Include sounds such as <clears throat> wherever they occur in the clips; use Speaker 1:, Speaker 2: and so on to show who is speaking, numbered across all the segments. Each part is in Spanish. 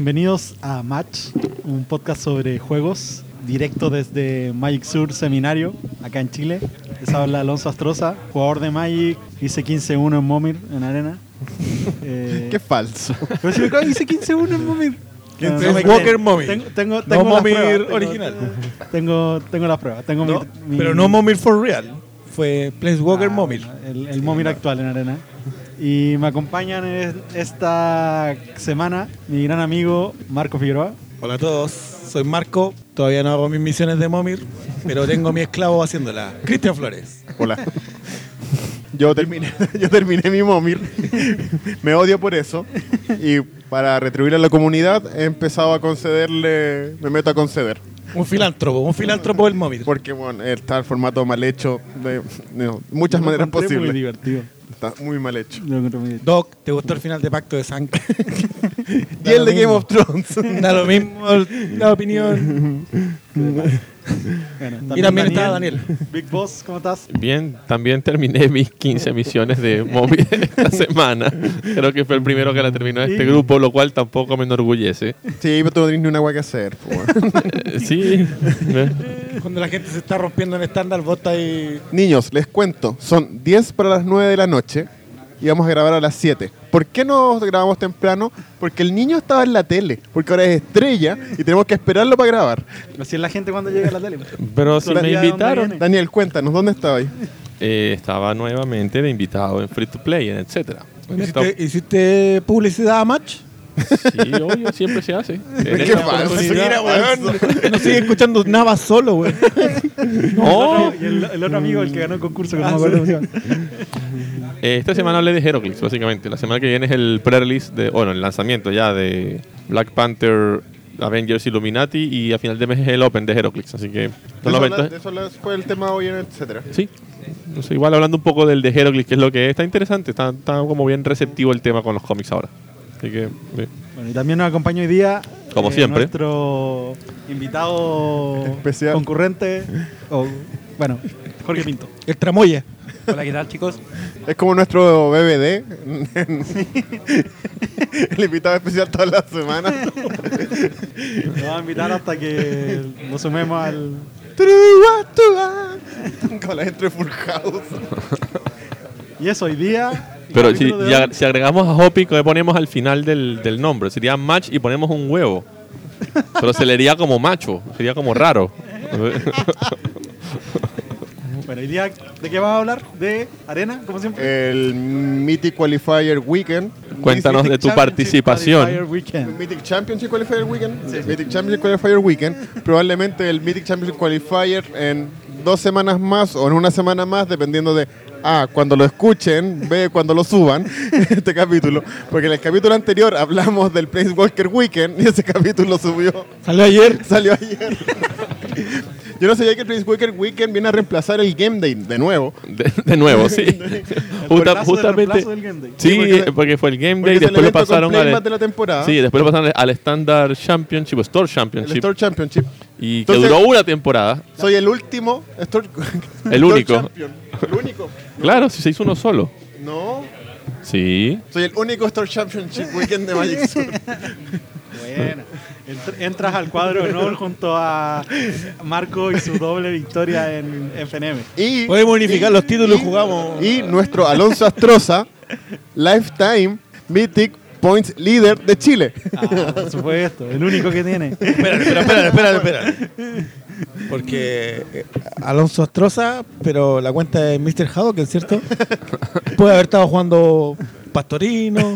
Speaker 1: Bienvenidos a Match, un podcast sobre juegos, directo desde Magic Sur Seminario, acá en Chile. Les habla Alonso Astroza, jugador de Magic, hice 15-1 en Momir, en
Speaker 2: <laughs>
Speaker 1: Arena. Eh,
Speaker 3: Qué falso.
Speaker 1: Pero si me acabo de hice 15-1 en Momir. Ah,
Speaker 2: ¿Quién
Speaker 1: No,
Speaker 2: es
Speaker 1: no me
Speaker 2: Walker
Speaker 1: creen.
Speaker 2: Momir?
Speaker 1: Tengo, tengo,
Speaker 2: No
Speaker 1: tengo las
Speaker 2: Momir
Speaker 1: pruebas, tengo-
Speaker 2: original.
Speaker 1: Tengo, tengo las pruebas. Tengo mi-
Speaker 2: No,
Speaker 1: mi-
Speaker 2: pero no Momir for real. Fue Place Walker
Speaker 1: Ah,
Speaker 2: Momir.
Speaker 1: El, el Momir actual en Arena. Y me acompañan en esta semana mi gran amigo Marco Figueroa.
Speaker 2: Hola a todos, soy Marco. Todavía no hago mis misiones de Momir, pero tengo a mi esclavo <laughs> haciéndola. Cristian Flores.
Speaker 3: Hola. Yo terminé, <laughs> yo terminé mi momir. Me odio por eso. Y para retribuir a la comunidad he empezado a concederle, me meto a conceder.
Speaker 2: Un filántropo, un filántropo del Momir.
Speaker 3: Porque bueno, está el formato mal hecho de, de muchas
Speaker 1: Lo
Speaker 3: maneras
Speaker 1: encontré Muy
Speaker 3: posibles.
Speaker 1: divertido.
Speaker 3: Está muy mal hecho.
Speaker 1: Lo encontré muy divertido.
Speaker 2: Doc, ¿te gustó el final de Pacto de <laughs> Sangre?
Speaker 3: Y el de Game of Thrones.
Speaker 2: Da lo mismo el- la opinión.
Speaker 1: Bueno,
Speaker 2: también está
Speaker 1: Big Boss, ¿cómo estás?
Speaker 4: Bien, también terminé mis 15 misiones de móvil esta semana. Creo que fue el primero que la terminó este grupo, lo cual tampoco me enorgullece.
Speaker 3: Sí, pero tú no tienes ni una hueá que hacer. po, weón.
Speaker 4: Eh, sí.
Speaker 2: Cuando la gente se está rompiendo en estándar, vos estás ahí.
Speaker 3: Niños, les cuento. Son 10 para las 9 de la noche y vamos a grabar a las 7. ¿Por qué no grabamos temprano? Porque el niño estaba en la tele. Porque ahora es estrella y tenemos que esperarlo para grabar.
Speaker 1: Así es la gente cuando llega a <laughs> la tele.
Speaker 4: Pero si
Speaker 1: Hola,
Speaker 4: me
Speaker 1: tía, ¿dónde
Speaker 4: invitaron.
Speaker 1: viene?
Speaker 3: Daniel, cuéntanos, ¿dónde estaba ahí?
Speaker 4: Eh, estaba nuevamente de invitado en Free to Play, en etcétera.
Speaker 2: ¿Hiciste, hiciste publicidad a Match?
Speaker 4: Sí, obvio, siempre se hace. En
Speaker 3: Qué
Speaker 4: esta
Speaker 3: falso,
Speaker 4: oportunidad-
Speaker 3: mira, weón.
Speaker 2: No sigue escuchando nada solo, <laughs> güey.
Speaker 4: No,
Speaker 1: Y el, el otro amigo, el que ganó el concurso,
Speaker 2: Ah,
Speaker 4: Ah,
Speaker 1: que no me acuerdo cómo se llama.
Speaker 4: Eh, esta semana hablé de Heroclix, básicamente. La semana que viene es el pre-release, de, bueno, el lanzamiento ya de Black Panther, Avengers Illuminati y a final de mes es el Open de Heroclix. Así que son los
Speaker 3: De eso habla-
Speaker 4: eventos-
Speaker 3: de eso habla- fue el tema hoy en etcétera.
Speaker 4: Sí. No sé, igual hablando un poco del de Heroclix, que es lo que es, está interesante, está, está como bien receptivo el tema con los cómics ahora. Así que, sí.
Speaker 1: Bueno, y también nos acompaña hoy día. eh,
Speaker 4: Como siempre.
Speaker 1: Nuestro invitado
Speaker 3: Especial.
Speaker 1: concurrente. o, bueno, Jorge Pinto.
Speaker 2: El tramoya.
Speaker 5: Hola, ¿qué tal, chicos?
Speaker 3: Es como nuestro BBD. <laughs> el invitado especial todas las semanas.
Speaker 1: Nos va a invitar hasta que nos sumemos al.
Speaker 3: Trua, trua. Con la gente de Full House.
Speaker 1: Y eso, hoy día. el
Speaker 4: Pero si,
Speaker 1: capítulo de
Speaker 4: y
Speaker 1: hoy-
Speaker 4: ag- si agregamos a Hoppy, que le ponemos al final del, del nombre, sería match y ponemos un huevo. Pero se leería como macho, sería como raro.
Speaker 1: Bueno, hoy día, ¿de qué vamos a hablar? De arena, como siempre.
Speaker 3: El Mythic Qualifier Weekend.
Speaker 4: Cuéntanos de
Speaker 1: Mythic
Speaker 4: tu
Speaker 1: Championship Qualifier
Speaker 4: participación.
Speaker 1: Weekend.
Speaker 3: Mythic Championship Qualifier Weekend. Mythic Championship Qualifier Weekend. Probablemente el Mythic Championship Qualifier en dos semanas más o en una semana más, dependiendo de A, cuando lo escuchen, B, cuando lo suban, <laughs> este capítulo. Porque en el capítulo anterior hablamos del Place Walker Weekend y ese capítulo subió,
Speaker 2: Salió ayer.
Speaker 3: salió ayer. <laughs> Yo no sabía que el Place Walker Weekend viene a reemplazar el Game Day de nuevo.
Speaker 4: De, de
Speaker 3: <laughs>
Speaker 4: nuevo, sí. Justa-
Speaker 1: reemplazo del
Speaker 4: justamente.
Speaker 1: reemplazo del Game Day.
Speaker 4: Sí,
Speaker 3: Sí, porque-
Speaker 4: eh, porque fue el Game
Speaker 3: porque
Speaker 4: Day,
Speaker 3: es el
Speaker 4: después lo
Speaker 3: evento con
Speaker 4: pasaron
Speaker 3: Playmat
Speaker 4: al.
Speaker 3: de la temporada.
Speaker 4: Sí, después lo pasaron al Standard Championship, o Store
Speaker 3: El
Speaker 4: Championship.
Speaker 3: Store Championship.
Speaker 4: Y
Speaker 3: Entonces-
Speaker 4: que duró una temporada.
Speaker 3: Soy el último Store
Speaker 4: El único.
Speaker 3: <laughs> Store Champion. El único.
Speaker 4: Claro, si se hizo uno solo.
Speaker 3: No.
Speaker 4: Sí.
Speaker 3: Soy el único Store Championship Weekend de Magic Sur.
Speaker 1: Bueno, entr- entras al cuadro de honor junto a Marco y su doble victoria en FNM.
Speaker 3: Y,
Speaker 2: Podemos unificar los títulos y jugamos.
Speaker 3: y nuestro Alonso Astroza, Lifetime Mythic Points Leader de Chile.
Speaker 1: Ah, por supuesto, el único que tiene.
Speaker 2: Espérate, espérate, espérate, espérate, Porque eh, Alonso Astroza, pero la cuenta de Mr. Haddock, <laughs> ¿cierto? Puede haber estado jugando <laughs> Pastorino,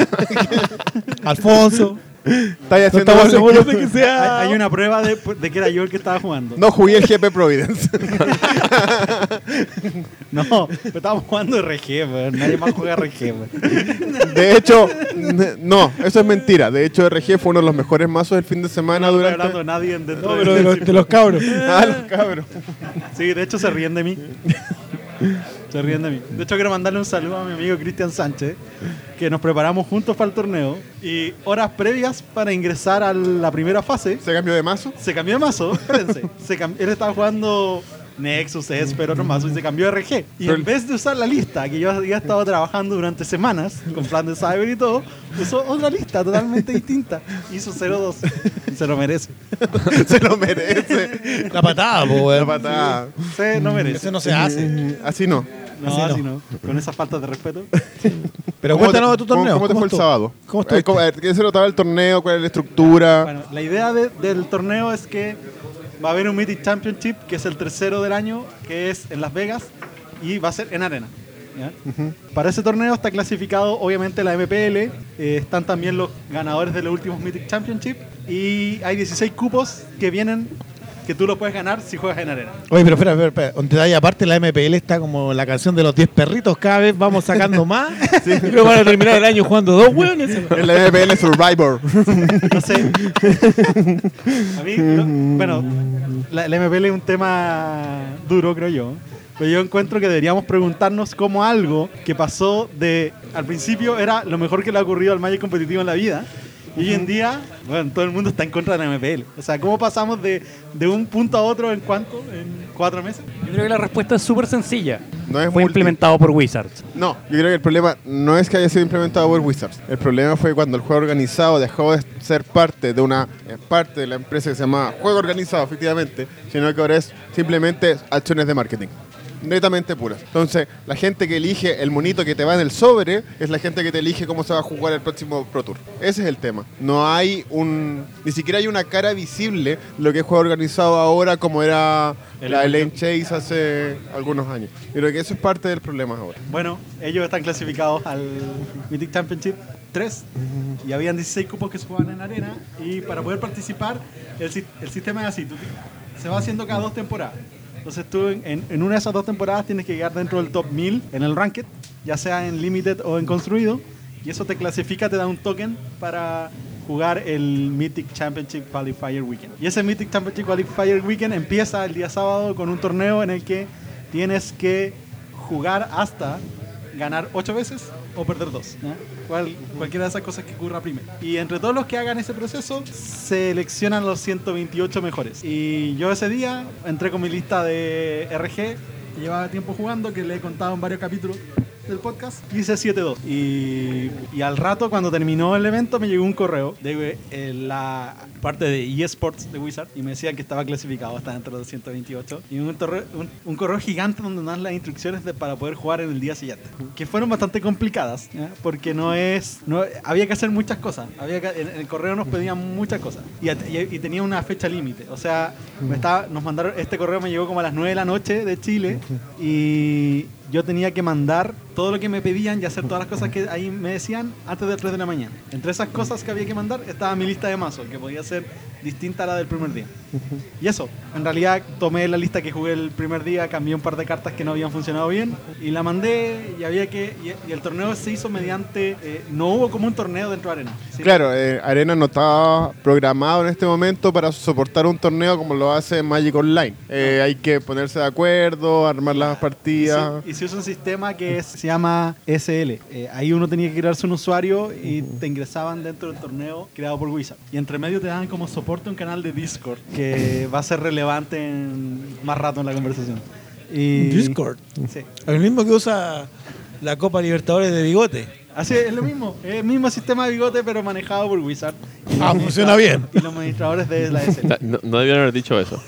Speaker 2: Alfonso.
Speaker 3: Estáis
Speaker 2: No
Speaker 3: haciendo
Speaker 2: estamos
Speaker 3: los
Speaker 2: seguros de
Speaker 3: equipos.
Speaker 2: que sea.
Speaker 1: Hay hay una prueba de, de que era yo el que estaba jugando.
Speaker 3: No jugué el GP
Speaker 2: <laughs>
Speaker 3: Providence.
Speaker 1: No, pero estábamos jugando RG, weón. Nadie más juega RG, weón.
Speaker 3: De hecho, n- no, eso es mentira. De hecho, RG fue uno de los mejores mazos del fin de semana
Speaker 1: No estoy hablando
Speaker 3: durante.
Speaker 1: de nadie en dentro
Speaker 2: No,
Speaker 1: de- este
Speaker 2: pero de los, de los cabros.
Speaker 3: <laughs> Ah, los cabros.
Speaker 1: Sí, de hecho se ríen de mí. Se ríen de mí. De hecho, quiero mandarle un saludo a mi amigo Cristian Sánchez, que nos preparamos juntos para el torneo y horas previas para ingresar a la primera fase.
Speaker 3: ¿Se cambió de mazo? <laughs>
Speaker 1: Se cambió de mazo, espérense. Se cam- él estaba jugando Nexus, Esper, otro mazo y se cambió a RG. Y
Speaker 3: Pero-
Speaker 1: en vez de usar la lista que yo había estado trabajando durante semanas con plan de cyber y todo, usó otra lista totalmente distinta. Hizo 0-2. Se lo merece.
Speaker 3: se lo
Speaker 2: <laughs>
Speaker 3: merece.
Speaker 2: La patada, po,
Speaker 3: La
Speaker 2: weón.
Speaker 3: patada. Mm.
Speaker 1: Se no merece.
Speaker 2: Eso no se hace.
Speaker 3: Así no.
Speaker 1: No,
Speaker 2: así no.
Speaker 1: así no. Con esa falta de respeto.
Speaker 2: Pero
Speaker 3: ¿Cómo te-
Speaker 2: cuéntanos de tu
Speaker 3: cómo-
Speaker 2: torneo.
Speaker 3: ¿Cómo, te fue el
Speaker 2: estuvo?
Speaker 3: sábado?
Speaker 2: ¿Cómo
Speaker 3: Eh, ¿Cómo
Speaker 2: estuviste?
Speaker 3: eh, ¿Qué se notaba el torneo? ¿Cuál era la estructura?
Speaker 1: Bueno, la idea de- del torneo es que va a haber un Mythic Championship, que es el tercero del año, que es en Las Vegas, y va a ser en arena. ¿ya? Para ese torneo está clasificado obviamente la MPL, eh, están también los ganadores de los últimos Mythic Championship, y hay 16 cupos que vienen que tú lo puedes ganar si juegas en arena.
Speaker 2: Oye, pero espera, espera, espera. Un detalle aparte, la MPL está como la canción de los 10 perritos. Cada vez vamos sacando
Speaker 3: <laughs>
Speaker 2: más. Y luego van a terminar el año jugando dos hueones.
Speaker 3: El MPL Survivor.
Speaker 1: No sé. A mí, no- bueno, la, la MPL es un tema duro, creo yo. Pero yo encuentro que deberíamos preguntarnos cómo algo que pasó de. Al principio era lo mejor que le ha ocurrido al Magic competitivo en la vida. Y hoy en día, bueno, todo el mundo está en contra de la MPL. O sea, ¿cómo pasamos de, de un punto a otro en cuánto? ¿En cuatro meses?
Speaker 5: Yo creo que la respuesta es súper sencilla.
Speaker 3: No es
Speaker 5: Fue
Speaker 3: multi-
Speaker 5: implementado por Wizards.
Speaker 3: No, yo creo que el problema no es que haya sido implementado por Wizards. El problema fue cuando el juego organizado dejó de ser parte de una eh, parte de la empresa que se llama juego organizado, efectivamente, sino que ahora es simplemente acciones de marketing. Netamente puras. Entonces, la gente que elige el monito que te va en el sobre es la gente que te elige cómo se va a jugar el próximo Pro Tour. Ese es el tema. No hay un. Ni siquiera hay una cara visible de lo que es juego organizado ahora, como era la Elaine Chase hace algunos años. Yo creo que eso es parte del problema ahora.
Speaker 1: Bueno, ellos están clasificados al Mythic Championship 3 y habían 16 cupos que se jugaban en arena y para poder participar el, sis- el sistema es así, tú ti- se va haciendo cada dos temporadas. Entonces tú en, en- en una de esas dos temporadas tienes que llegar dentro del top 1000 en el ranked, ya sea en limited o en construido y eso te clasifica, te da un token para jugar el Mythic Championship Qualifier Weekend. Y ese Mythic Championship Qualifier Weekend empieza el día sábado con un torneo en el que tienes que jugar hasta ganar ocho veces o perder dos. ¿ya? Cual- cualquiera de esas cosas que ocurra primero. Y entre todos los que hagan ese proceso, seleccionan los 128 mejores. Y yo ese día entré con mi lista de RG, que llevaba tiempo jugando, que le he contado en varios capítulos del podcast, hice 7-2. Y, y al rato, cuando terminó el evento, me llegó un correo de eh, la parte de eSports de Wizard y me decían que estaba clasificado, estaba entre los 128. Y un, torre- un, un correo gigante donde dan las instrucciones de- para poder jugar en el día siguiente, que fueron bastante complicadas, ¿ya? porque no es. No, había que hacer muchas cosas. Había que- en, en el correo nos pedían muchas cosas y, at- y- y tenía una fecha límite. O sea, me estaba, nos mandaron. Este correo me llegó como a las 9 de la noche de Chile y yo tenía que mandar todo lo que me pedían y hacer todas las cosas que ahí me decían antes de las 3 de la mañana. Entre esas cosas que había que mandar estaba mi lista de mazo, que podía ser distinta a la del primer día. Y eso, en realidad tomé la lista que jugué el primer día, cambié un par de cartas que no habían funcionado bien y la mandé y había que y, y el torneo se hizo mediante eh, no hubo como un torneo dentro de arena. ¿sí?
Speaker 3: Claro, eh, Arena no está programado en este momento para soportar un torneo como lo hace Magic Online. Eh,
Speaker 1: Ah.
Speaker 3: hay que ponerse de acuerdo, armar las
Speaker 1: Y se,
Speaker 3: partidas.
Speaker 1: y se usa un sistema que es- se llama SL. Eh, ahí uno tenía que crearse un usuario y te ingresaban dentro del torneo creado por Wizard. Y entre medio te daban como soporte un canal de Discord que va a ser relevante en- más rato en la conversación. Y-
Speaker 2: Discord.
Speaker 1: Sí.
Speaker 2: El mismo que usa la Copa Libertadores de bigote.
Speaker 1: Así es, es lo mismo. Es el mismo sistema de bigote, pero manejado por Wizard. Y
Speaker 2: Ah,
Speaker 1: los
Speaker 2: funciona
Speaker 1: administra-
Speaker 2: bien.
Speaker 1: Y los administradores de la SL.
Speaker 4: Ta- No, no debieron haber dicho
Speaker 3: <laughs>
Speaker 4: eso.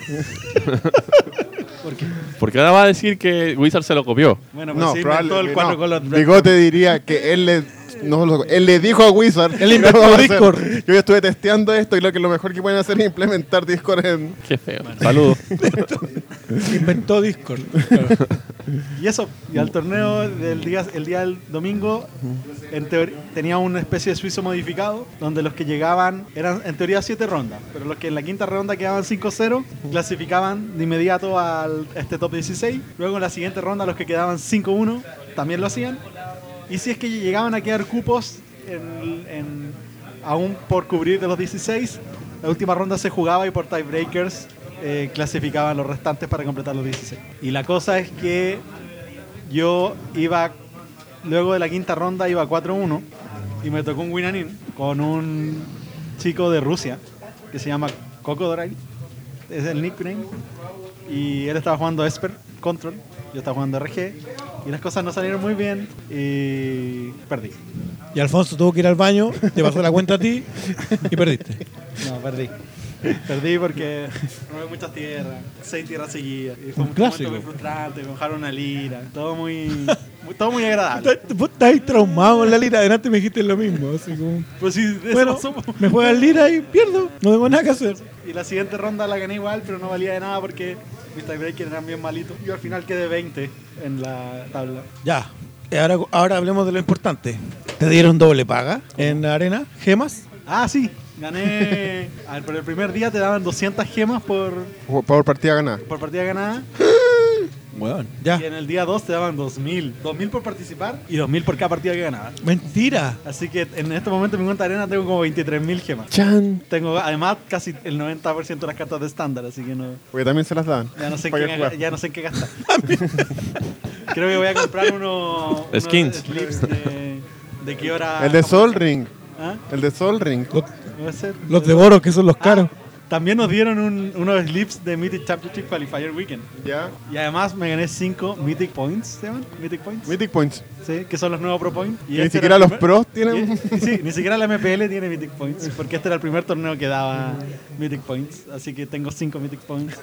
Speaker 1: ¿Por qué?
Speaker 4: Porque ahora va a decir que Wizard se lo copió.
Speaker 1: Bueno, pues
Speaker 3: No,
Speaker 1: sí,
Speaker 3: probable-
Speaker 1: todo el
Speaker 3: no,
Speaker 1: cuatro color red.
Speaker 3: Bigote diría que él le, no lo- él le dijo a Wizard.
Speaker 2: Él
Speaker 3: que
Speaker 2: inventó
Speaker 3: no va a hacer.
Speaker 2: Discord.
Speaker 3: Yo ya estuve testeando esto y lo que lo mejor que pueden hacer es implementar Discord en.
Speaker 4: Qué feo.
Speaker 3: <laughs>
Speaker 4: Saludos.
Speaker 2: Inventó Discord.
Speaker 1: Y eso, y al torneo del día, el día del domingo, en teor- tenía una especie de suizo modificado, donde los que llegaban eran en teoría siete rondas, pero los que en la quinta ronda quedaban 5-0, clasificaban de inmediato al a este top 16. Luego en la siguiente ronda los que quedaban 5-1 también lo hacían. Y si es que llegaban a quedar cupos en- en- aún por cubrir de los 16, la última ronda se jugaba y por tiebreakers eh, clasificaban los restantes para completar los 16. Y la cosa es que yo iba, luego de la quinta ronda iba 4-1 y me tocó un Winanin con un chico de Rusia que se llama Coco Doray es el nickname. Y él estaba jugando Esper, Control. Yo estaba jugando RG. Y las cosas no salieron muy bien y perdí.
Speaker 2: Y Alfonso tuvo que ir al baño, te pasó la cuenta a ti y perdiste.
Speaker 1: No, perdí. <laughs> Perdí porque <laughs> robé muchas tierras, seis tierras seguidas. Y fue
Speaker 2: Un
Speaker 1: un
Speaker 2: clásico.
Speaker 1: momento muy frustrante, me bajaron una lira. Todo muy, muy- todo muy agradable.
Speaker 2: Estás- Vos estás traumado en la lira, adelante me dijiste lo mismo. Así como,
Speaker 1: Pues sí, de eso
Speaker 2: bueno,
Speaker 1: pasó, po.
Speaker 2: me juega el lira y pierdo, no tengo nada que hacer.
Speaker 1: Y la siguiente ronda la gané igual, pero no valía de nada porque mis tiebreakers eran bien malitos. Yo al final quedé 20 en la tabla.
Speaker 2: Ya, y ahora, ahora hablemos de lo importante. ¿Te dieron doble paga en la arena? ¿Gemas?
Speaker 1: Ah, sí, gané. A ver, pero el primer día te daban 200 gemas por,
Speaker 3: Por por partida ganada.
Speaker 1: por partida ganada.
Speaker 2: Bueno, ya.
Speaker 1: Y en el día 2 te daban 2000. 2000 por participar y 2000 por cada partida que ganabas.
Speaker 2: Mentira.
Speaker 1: Así que en este momento en mi cuenta de arena tengo como 23.000 gemas.
Speaker 4: Chan.
Speaker 1: Tengo además casi el 90% de las cartas de estándar, así que no,
Speaker 3: Porque también se las dan.
Speaker 1: ya, no sé en
Speaker 3: Para
Speaker 1: qué,
Speaker 3: que
Speaker 1: ga-
Speaker 3: jugar.
Speaker 1: ya no sé en qué
Speaker 3: <laughs>
Speaker 1: gastar. Creo que voy a comprar uno, unos
Speaker 4: Skins.
Speaker 1: slips de, de qué hora.
Speaker 3: El de Sol Ring.
Speaker 1: ¿Ah?
Speaker 3: El de Sol Ring.
Speaker 2: Los,
Speaker 1: ¿Puede ser?
Speaker 2: los de Boros, que son los
Speaker 1: Ah,
Speaker 2: caros.
Speaker 1: También nos dieron un- unos slips de Mythic Championship Qualifier Weekend.
Speaker 3: Ya.
Speaker 1: Y además me gané 5 Mythic Points, ¿se llaman? Mythic Points.
Speaker 3: Mythic Points.
Speaker 1: Sí, que son los nuevos Pro Points. este
Speaker 3: Que ni siquiera los pros tienen.
Speaker 1: Y- y sí, ni siquiera la MPL tiene Mythic Points, porque este era el primer torneo que daba Mythic Points, así que tengo 5 Mythic Points,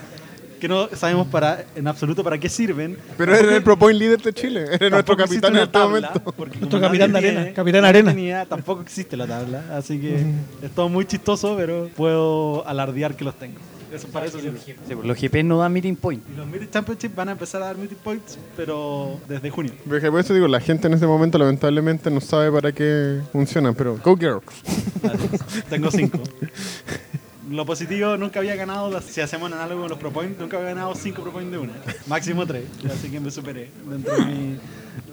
Speaker 1: que no sabemos para, en absoluto para qué sirven.
Speaker 3: Pero era el Pro Point líder de Chile. Era nuestro
Speaker 1: Tampoco existe
Speaker 3: capitán en
Speaker 1: una
Speaker 3: este
Speaker 1: tabla,
Speaker 3: momento.
Speaker 1: porque
Speaker 2: Nuestro
Speaker 1: como
Speaker 2: capitán
Speaker 1: nadie
Speaker 2: de arena,
Speaker 1: tiene,
Speaker 2: capitán
Speaker 1: nadie
Speaker 2: arena.
Speaker 1: tenía, tampoco existe la tabla, así que es todo muy chistoso, pero puedo alardear que los tengo. Eso para eso sirve.
Speaker 5: Sí, pues, los GPs no dan meeting point.
Speaker 1: Y Los Mythic Championship van a empezar a dar Mythic Points, pero desde junio.
Speaker 3: Porque por eso digo, la gente en este momento lamentablemente no sabe para qué funcionan, pero go girls.
Speaker 1: Tengo cinco. Lo positivo, nunca había ganado, las- si hacemos un análogo con los ProPoint, nunca había ganado cinco ProPoint de una. Máximo tres. Así que me superé dentro de mi,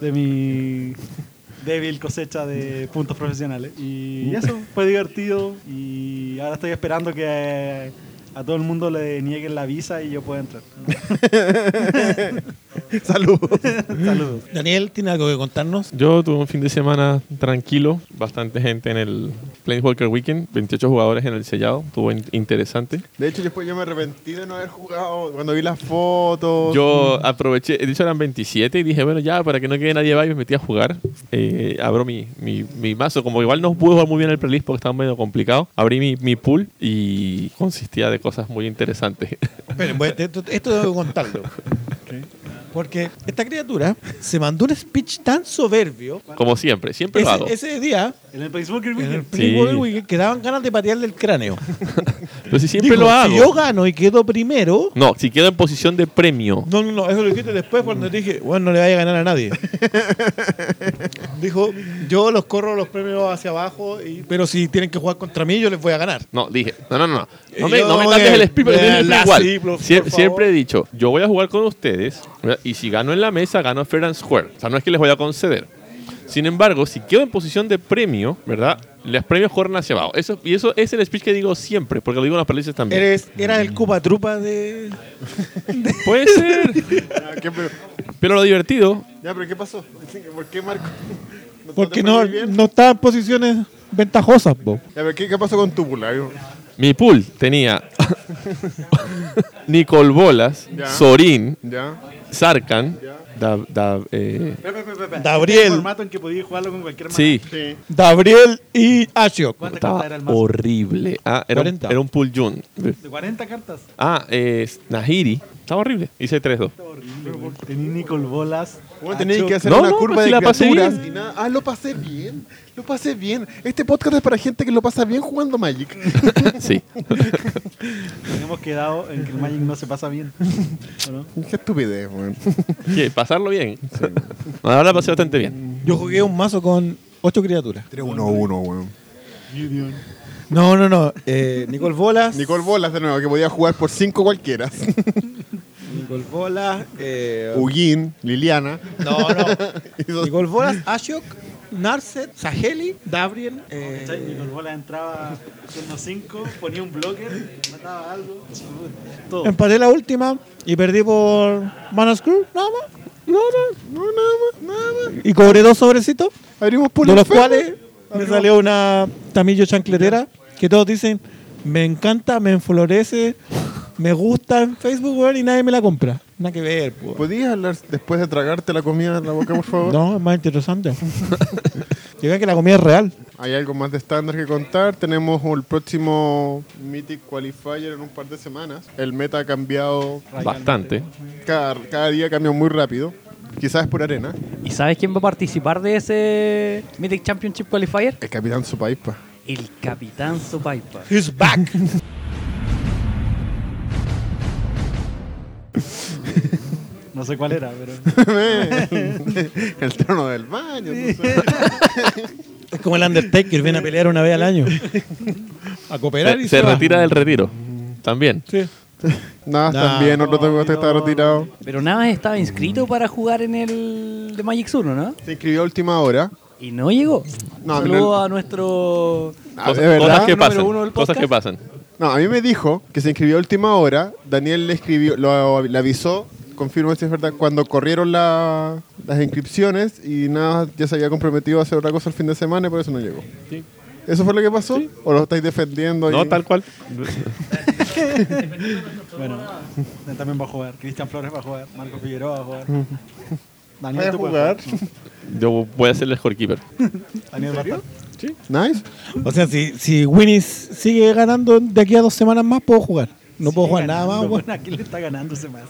Speaker 1: de mi débil cosecha de puntos profesionales. Y eso fue divertido. Y ahora estoy esperando que a todo el mundo le nieguen la visa y yo pueda entrar.
Speaker 3: Saludos.
Speaker 1: Saludos.
Speaker 2: Ah, Daniel, ¿tiene algo que contarnos?
Speaker 4: Yo tuve un fin de semana tranquilo, bastante gente en el Planeswalker Weekend, 28 jugadores en el sellado, estuvo in- interesante.
Speaker 3: De hecho, después yo me arrepentí de no haber jugado cuando vi las fotos.
Speaker 4: Yo aproveché, de hecho eran 27 y dije, bueno, ya, para que no quede nadie va y me metí a jugar. Eh, abro mi, mi, mi mazo, como igual no pude jugar muy bien el playlist porque estaba medio complicado, abrí mi, mi pool y consistía de cosas muy interesantes. <laughs>
Speaker 2: Esperen, voy a- esto, esto tengo que contarlo. Porque esta criatura se mandó un speech tan soberbio.
Speaker 4: como siempre, siempre lo hago.
Speaker 2: Ese, ese día,
Speaker 1: En el Pace Walker
Speaker 2: en el
Speaker 1: Weekend.
Speaker 4: Sí.
Speaker 2: Playboy Weekend, que daban ganas de patearle el cráneo.
Speaker 4: Pero si siempre
Speaker 2: Dijo,
Speaker 4: lo hago.
Speaker 2: Si yo gano y quedo primero.
Speaker 4: No, si quedo en posición de premio.
Speaker 2: No, no, no, eso lo dijiste después cuando te dije, bueno, no le vaya a ganar a nadie. Dijo, yo los corro los premios hacia abajo, y- pero si tienen que jugar contra mí, yo les voy a ganar.
Speaker 4: No, dije, no, no, no. No, no
Speaker 2: Y
Speaker 4: me,
Speaker 2: Eh, yo
Speaker 4: no me
Speaker 2: como
Speaker 4: cambies
Speaker 2: que,
Speaker 4: el speed, pero
Speaker 2: eh,
Speaker 4: tienes
Speaker 2: la
Speaker 4: igual.
Speaker 2: sí, por-
Speaker 4: Sie-
Speaker 2: por
Speaker 4: siempre he
Speaker 2: favor.
Speaker 4: dicho, yo voy a jugar con ustedes ¿verdad? y si gano en la mesa, gano fair and square. O sea, no es que les voy a conceder. Sin embargo, si quedo en posición de premio, ¿verdad? Los premios corren hacia abajo. Eso, y eso es el speech que digo siempre, porque lo digo en las palizas también.
Speaker 2: Eres, eras el cupa trupa de.
Speaker 4: Puede ser.
Speaker 3: Ah, ¿qué, pero,
Speaker 4: Pero lo divertido
Speaker 3: ya, pero ¿qué pasó? ¿Por qué Marco? ¿No te- te
Speaker 2: Porque no,
Speaker 3: fue muy bien?
Speaker 2: no estaba en posiciones ventajosas, Bob.
Speaker 3: Ya, pero ¿qué, qué pasó con tu pulario?
Speaker 4: Mi pool tenía <laughs> Nicol Bolas,
Speaker 3: Ya.
Speaker 4: Sorín,
Speaker 3: Ya.
Speaker 4: Sarkan, Dav- Dav- eh,
Speaker 1: Espera, espera, espera, espera.
Speaker 2: Gabriel.
Speaker 1: Este formato en que podía jugarlo con cualquier
Speaker 4: sí,
Speaker 3: Sí.
Speaker 2: Gabriel y Ashok.
Speaker 1: ¿Cuántas cartas
Speaker 4: estaba
Speaker 1: era el mazo?
Speaker 4: horrible. Ah, era, un,
Speaker 2: 40.
Speaker 4: era un pool Jun.
Speaker 1: De 40 cartas.
Speaker 4: Ah, eh, Nahiri, estaba horrible. Hice 3-2.
Speaker 1: Horrible. Tenía Nicol Bolas.
Speaker 3: Bueno, tenéis que hacer
Speaker 4: No,
Speaker 3: una
Speaker 4: no,
Speaker 3: curva
Speaker 4: pues si
Speaker 3: de
Speaker 4: la pasé
Speaker 3: criaturas
Speaker 4: bien.
Speaker 3: y nada. Ah, lo pasé bien. Lo pasé bien. Este podcast es para gente que lo pasa bien jugando Magic.
Speaker 4: <laughs> sí.
Speaker 1: Hemos quedado en que el Magic no se pasa bien. ¿o no?
Speaker 3: <laughs> qué estupidez, weón.
Speaker 4: Sí, pasarlo bien. No, Ahora la pasé bastante bien.
Speaker 2: Yo jugué un mazo con ocho criaturas.
Speaker 3: 3-1-1, weón.
Speaker 2: No, no, no. Eh, Nicole Bolas.
Speaker 3: Nicole Bolas de nuevo, que podía jugar por 5
Speaker 2: <laughs>
Speaker 3: cualquiera.
Speaker 2: Nicole Bolas. eh,
Speaker 3: Huguín, Liliana.
Speaker 2: no, no.
Speaker 3: <laughs> Y dos-
Speaker 2: Nicole Bolas, Ashok, Narset, Saheli, Dabriel. eh,
Speaker 1: ¿Cachai? Nicol Bolas entraba turno 5, ponía un blocker, mataba algo. Todo.
Speaker 2: Empaté la última y perdí por Manuscrew. Nada más. Nada más.
Speaker 3: No, nada más, nada más.
Speaker 2: Y cobré dos sobrecitos.
Speaker 3: Abrimos por
Speaker 2: de los cuales me salió una tamillo chancletera que todos dicen, me encanta, me enflorece, me gusta en Facebook, weón, y nadie me la compra. Nada que ver, po.
Speaker 3: ¿Podías hablar después de tragarte la comida en la boca, por favor?
Speaker 2: No, es más interesante. <laughs> Yo creo que la comida es real.
Speaker 3: Hay algo más de estándar que contar. Tenemos el próximo Mythic Qualifier en un par de semanas. El meta ha cambiado.
Speaker 4: Bastante.
Speaker 3: Cada, cada día cambia muy rápido. Quizás por arena.
Speaker 5: ¿Y sabes quién va a participar de ese Mythic Championship Qualifier?
Speaker 3: El capitán Supaipa.
Speaker 5: El Capitán Sopaipa.
Speaker 2: He's back.
Speaker 1: No sé cuál era, pero.
Speaker 3: <laughs> el trono del baño. no
Speaker 2: <laughs>
Speaker 3: sé.
Speaker 2: es como el Undertaker, viene a pelear una vez al año. A cooperar
Speaker 4: Se,
Speaker 2: y
Speaker 4: se
Speaker 2: se, va.
Speaker 4: retira del retiro. También.
Speaker 2: Sí.
Speaker 3: Nada,
Speaker 2: Nah.
Speaker 3: también otro que está retirado.
Speaker 5: Pero nada más estaba
Speaker 3: Mm.
Speaker 5: inscrito para jugar en el de Magic Sur, ¿no?
Speaker 3: Se inscribió a última hora.
Speaker 5: Y no llegó.
Speaker 3: No, a
Speaker 5: Un
Speaker 3: mí no-
Speaker 5: Saludo a nuestro.
Speaker 3: Ah,
Speaker 4: Cosas,
Speaker 3: ¿de verdad?
Speaker 4: cosas que
Speaker 5: Número
Speaker 4: pasan.
Speaker 5: uno del
Speaker 4: Cosas que pasan.
Speaker 3: No, a mí me dijo que se inscribió a última hora. Daniel le escribió, lo, le avisó, confirmo si es verdad, cuando corrieron la- las inscripciones y nada, ya se había comprometido a hacer otra cosa el fin de semana y por eso no llegó.
Speaker 4: Sí.
Speaker 3: ¿Eso fue lo que pasó? ¿O lo estáis defendiendo? ahí?
Speaker 4: No, tal cual.
Speaker 1: Bueno, también va a jugar. Cristian Flores va a jugar. Marco Figueroa va a jugar.
Speaker 3: ¿Vas a
Speaker 1: ¿tú puedes
Speaker 3: jugar?
Speaker 4: Yo voy a ser el scorekeeper.
Speaker 1: Daniel va a estar.
Speaker 3: nice.
Speaker 2: O sea, si, si Winnie sigue ganando de aquí a dos semanas más, puedo jugar. No
Speaker 1: Sigue
Speaker 2: puedo jugar nada
Speaker 1: ganando,
Speaker 2: más, weón.
Speaker 1: bueno, aquí le está ganando ese más?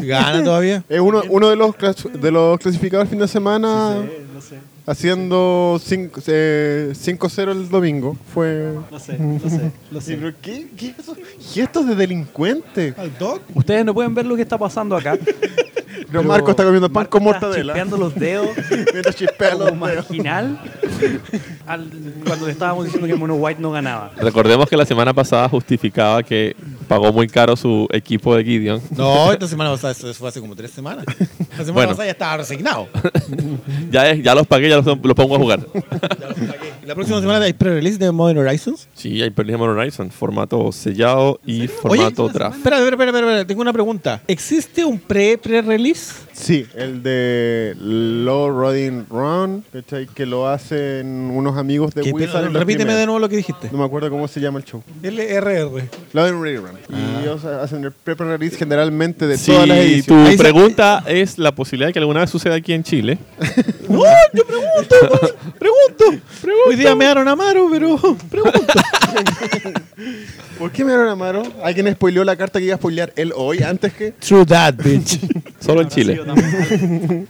Speaker 2: Si Gana todavía.
Speaker 3: Es uno, uno de, los clas- de los clasificados el fin de
Speaker 2: Ah.
Speaker 3: semana
Speaker 1: Sí, no sé,
Speaker 3: haciendo cinco- eh, 5-0 el domingo. Fue...
Speaker 1: no sé, no sé, no
Speaker 3: Sí,
Speaker 1: sé.
Speaker 3: pero ¿qué, qué es eso? Gestos de delincuente.
Speaker 2: Al Doc.
Speaker 5: Ustedes no pueden ver lo que está
Speaker 3: <laughs>
Speaker 5: pasando acá.
Speaker 3: Pero Marco está comiendo pan con mortadela.
Speaker 5: Está chispeando los dedos.
Speaker 3: <laughs> Mientras chispea los
Speaker 5: como
Speaker 3: dedos.
Speaker 5: marginal al- cuando le estábamos diciendo que Mono White no ganaba.
Speaker 4: Recordemos que la semana pasada justificaba que pagó muy caro su equipo de Gideon.
Speaker 2: No, esta semana pasada, eso fue hace como tres semanas. La semana
Speaker 4: Bueno.
Speaker 2: pasada ya estaba resignado.
Speaker 4: Ya, es- ya los pagué, ya los, los pongo a jugar.
Speaker 2: La próxima semana hay pre-release de Modern Horizons.
Speaker 4: Sí, hay Pearl Harbor Horizon, formato sellado y formato
Speaker 2: Oye,
Speaker 4: draft.
Speaker 2: Espera, espera, espera, espera, tengo una pregunta. ¿Existe un pre-pre-release?
Speaker 3: Sí, el de Low Riding Run, ¿cachai? Que lo hacen unos amigos de
Speaker 2: Que-
Speaker 3: Wizard. en los
Speaker 2: Repíteme
Speaker 3: primeros.
Speaker 2: de nuevo lo que dijiste.
Speaker 3: No me acuerdo cómo se llama el show.
Speaker 2: LRR.
Speaker 3: Loading Riding Run. Y ellos hacen el pre release generalmente de
Speaker 4: Si
Speaker 3: todas las
Speaker 4: tu
Speaker 3: ediciones.
Speaker 2: Ahí se-
Speaker 4: pregunta es la posibilidad de que alguna vez suceda aquí en Chile,
Speaker 2: No, yo pregunto, pregunto, Hoy día me dieron amaro, pero pregunto.
Speaker 3: ¿Por qué me dieron Amaro? ¿Alguien spoileó la carta que iba a spoilear él hoy antes que?
Speaker 2: True that, bitch. <laughs>
Speaker 4: solo en Chile.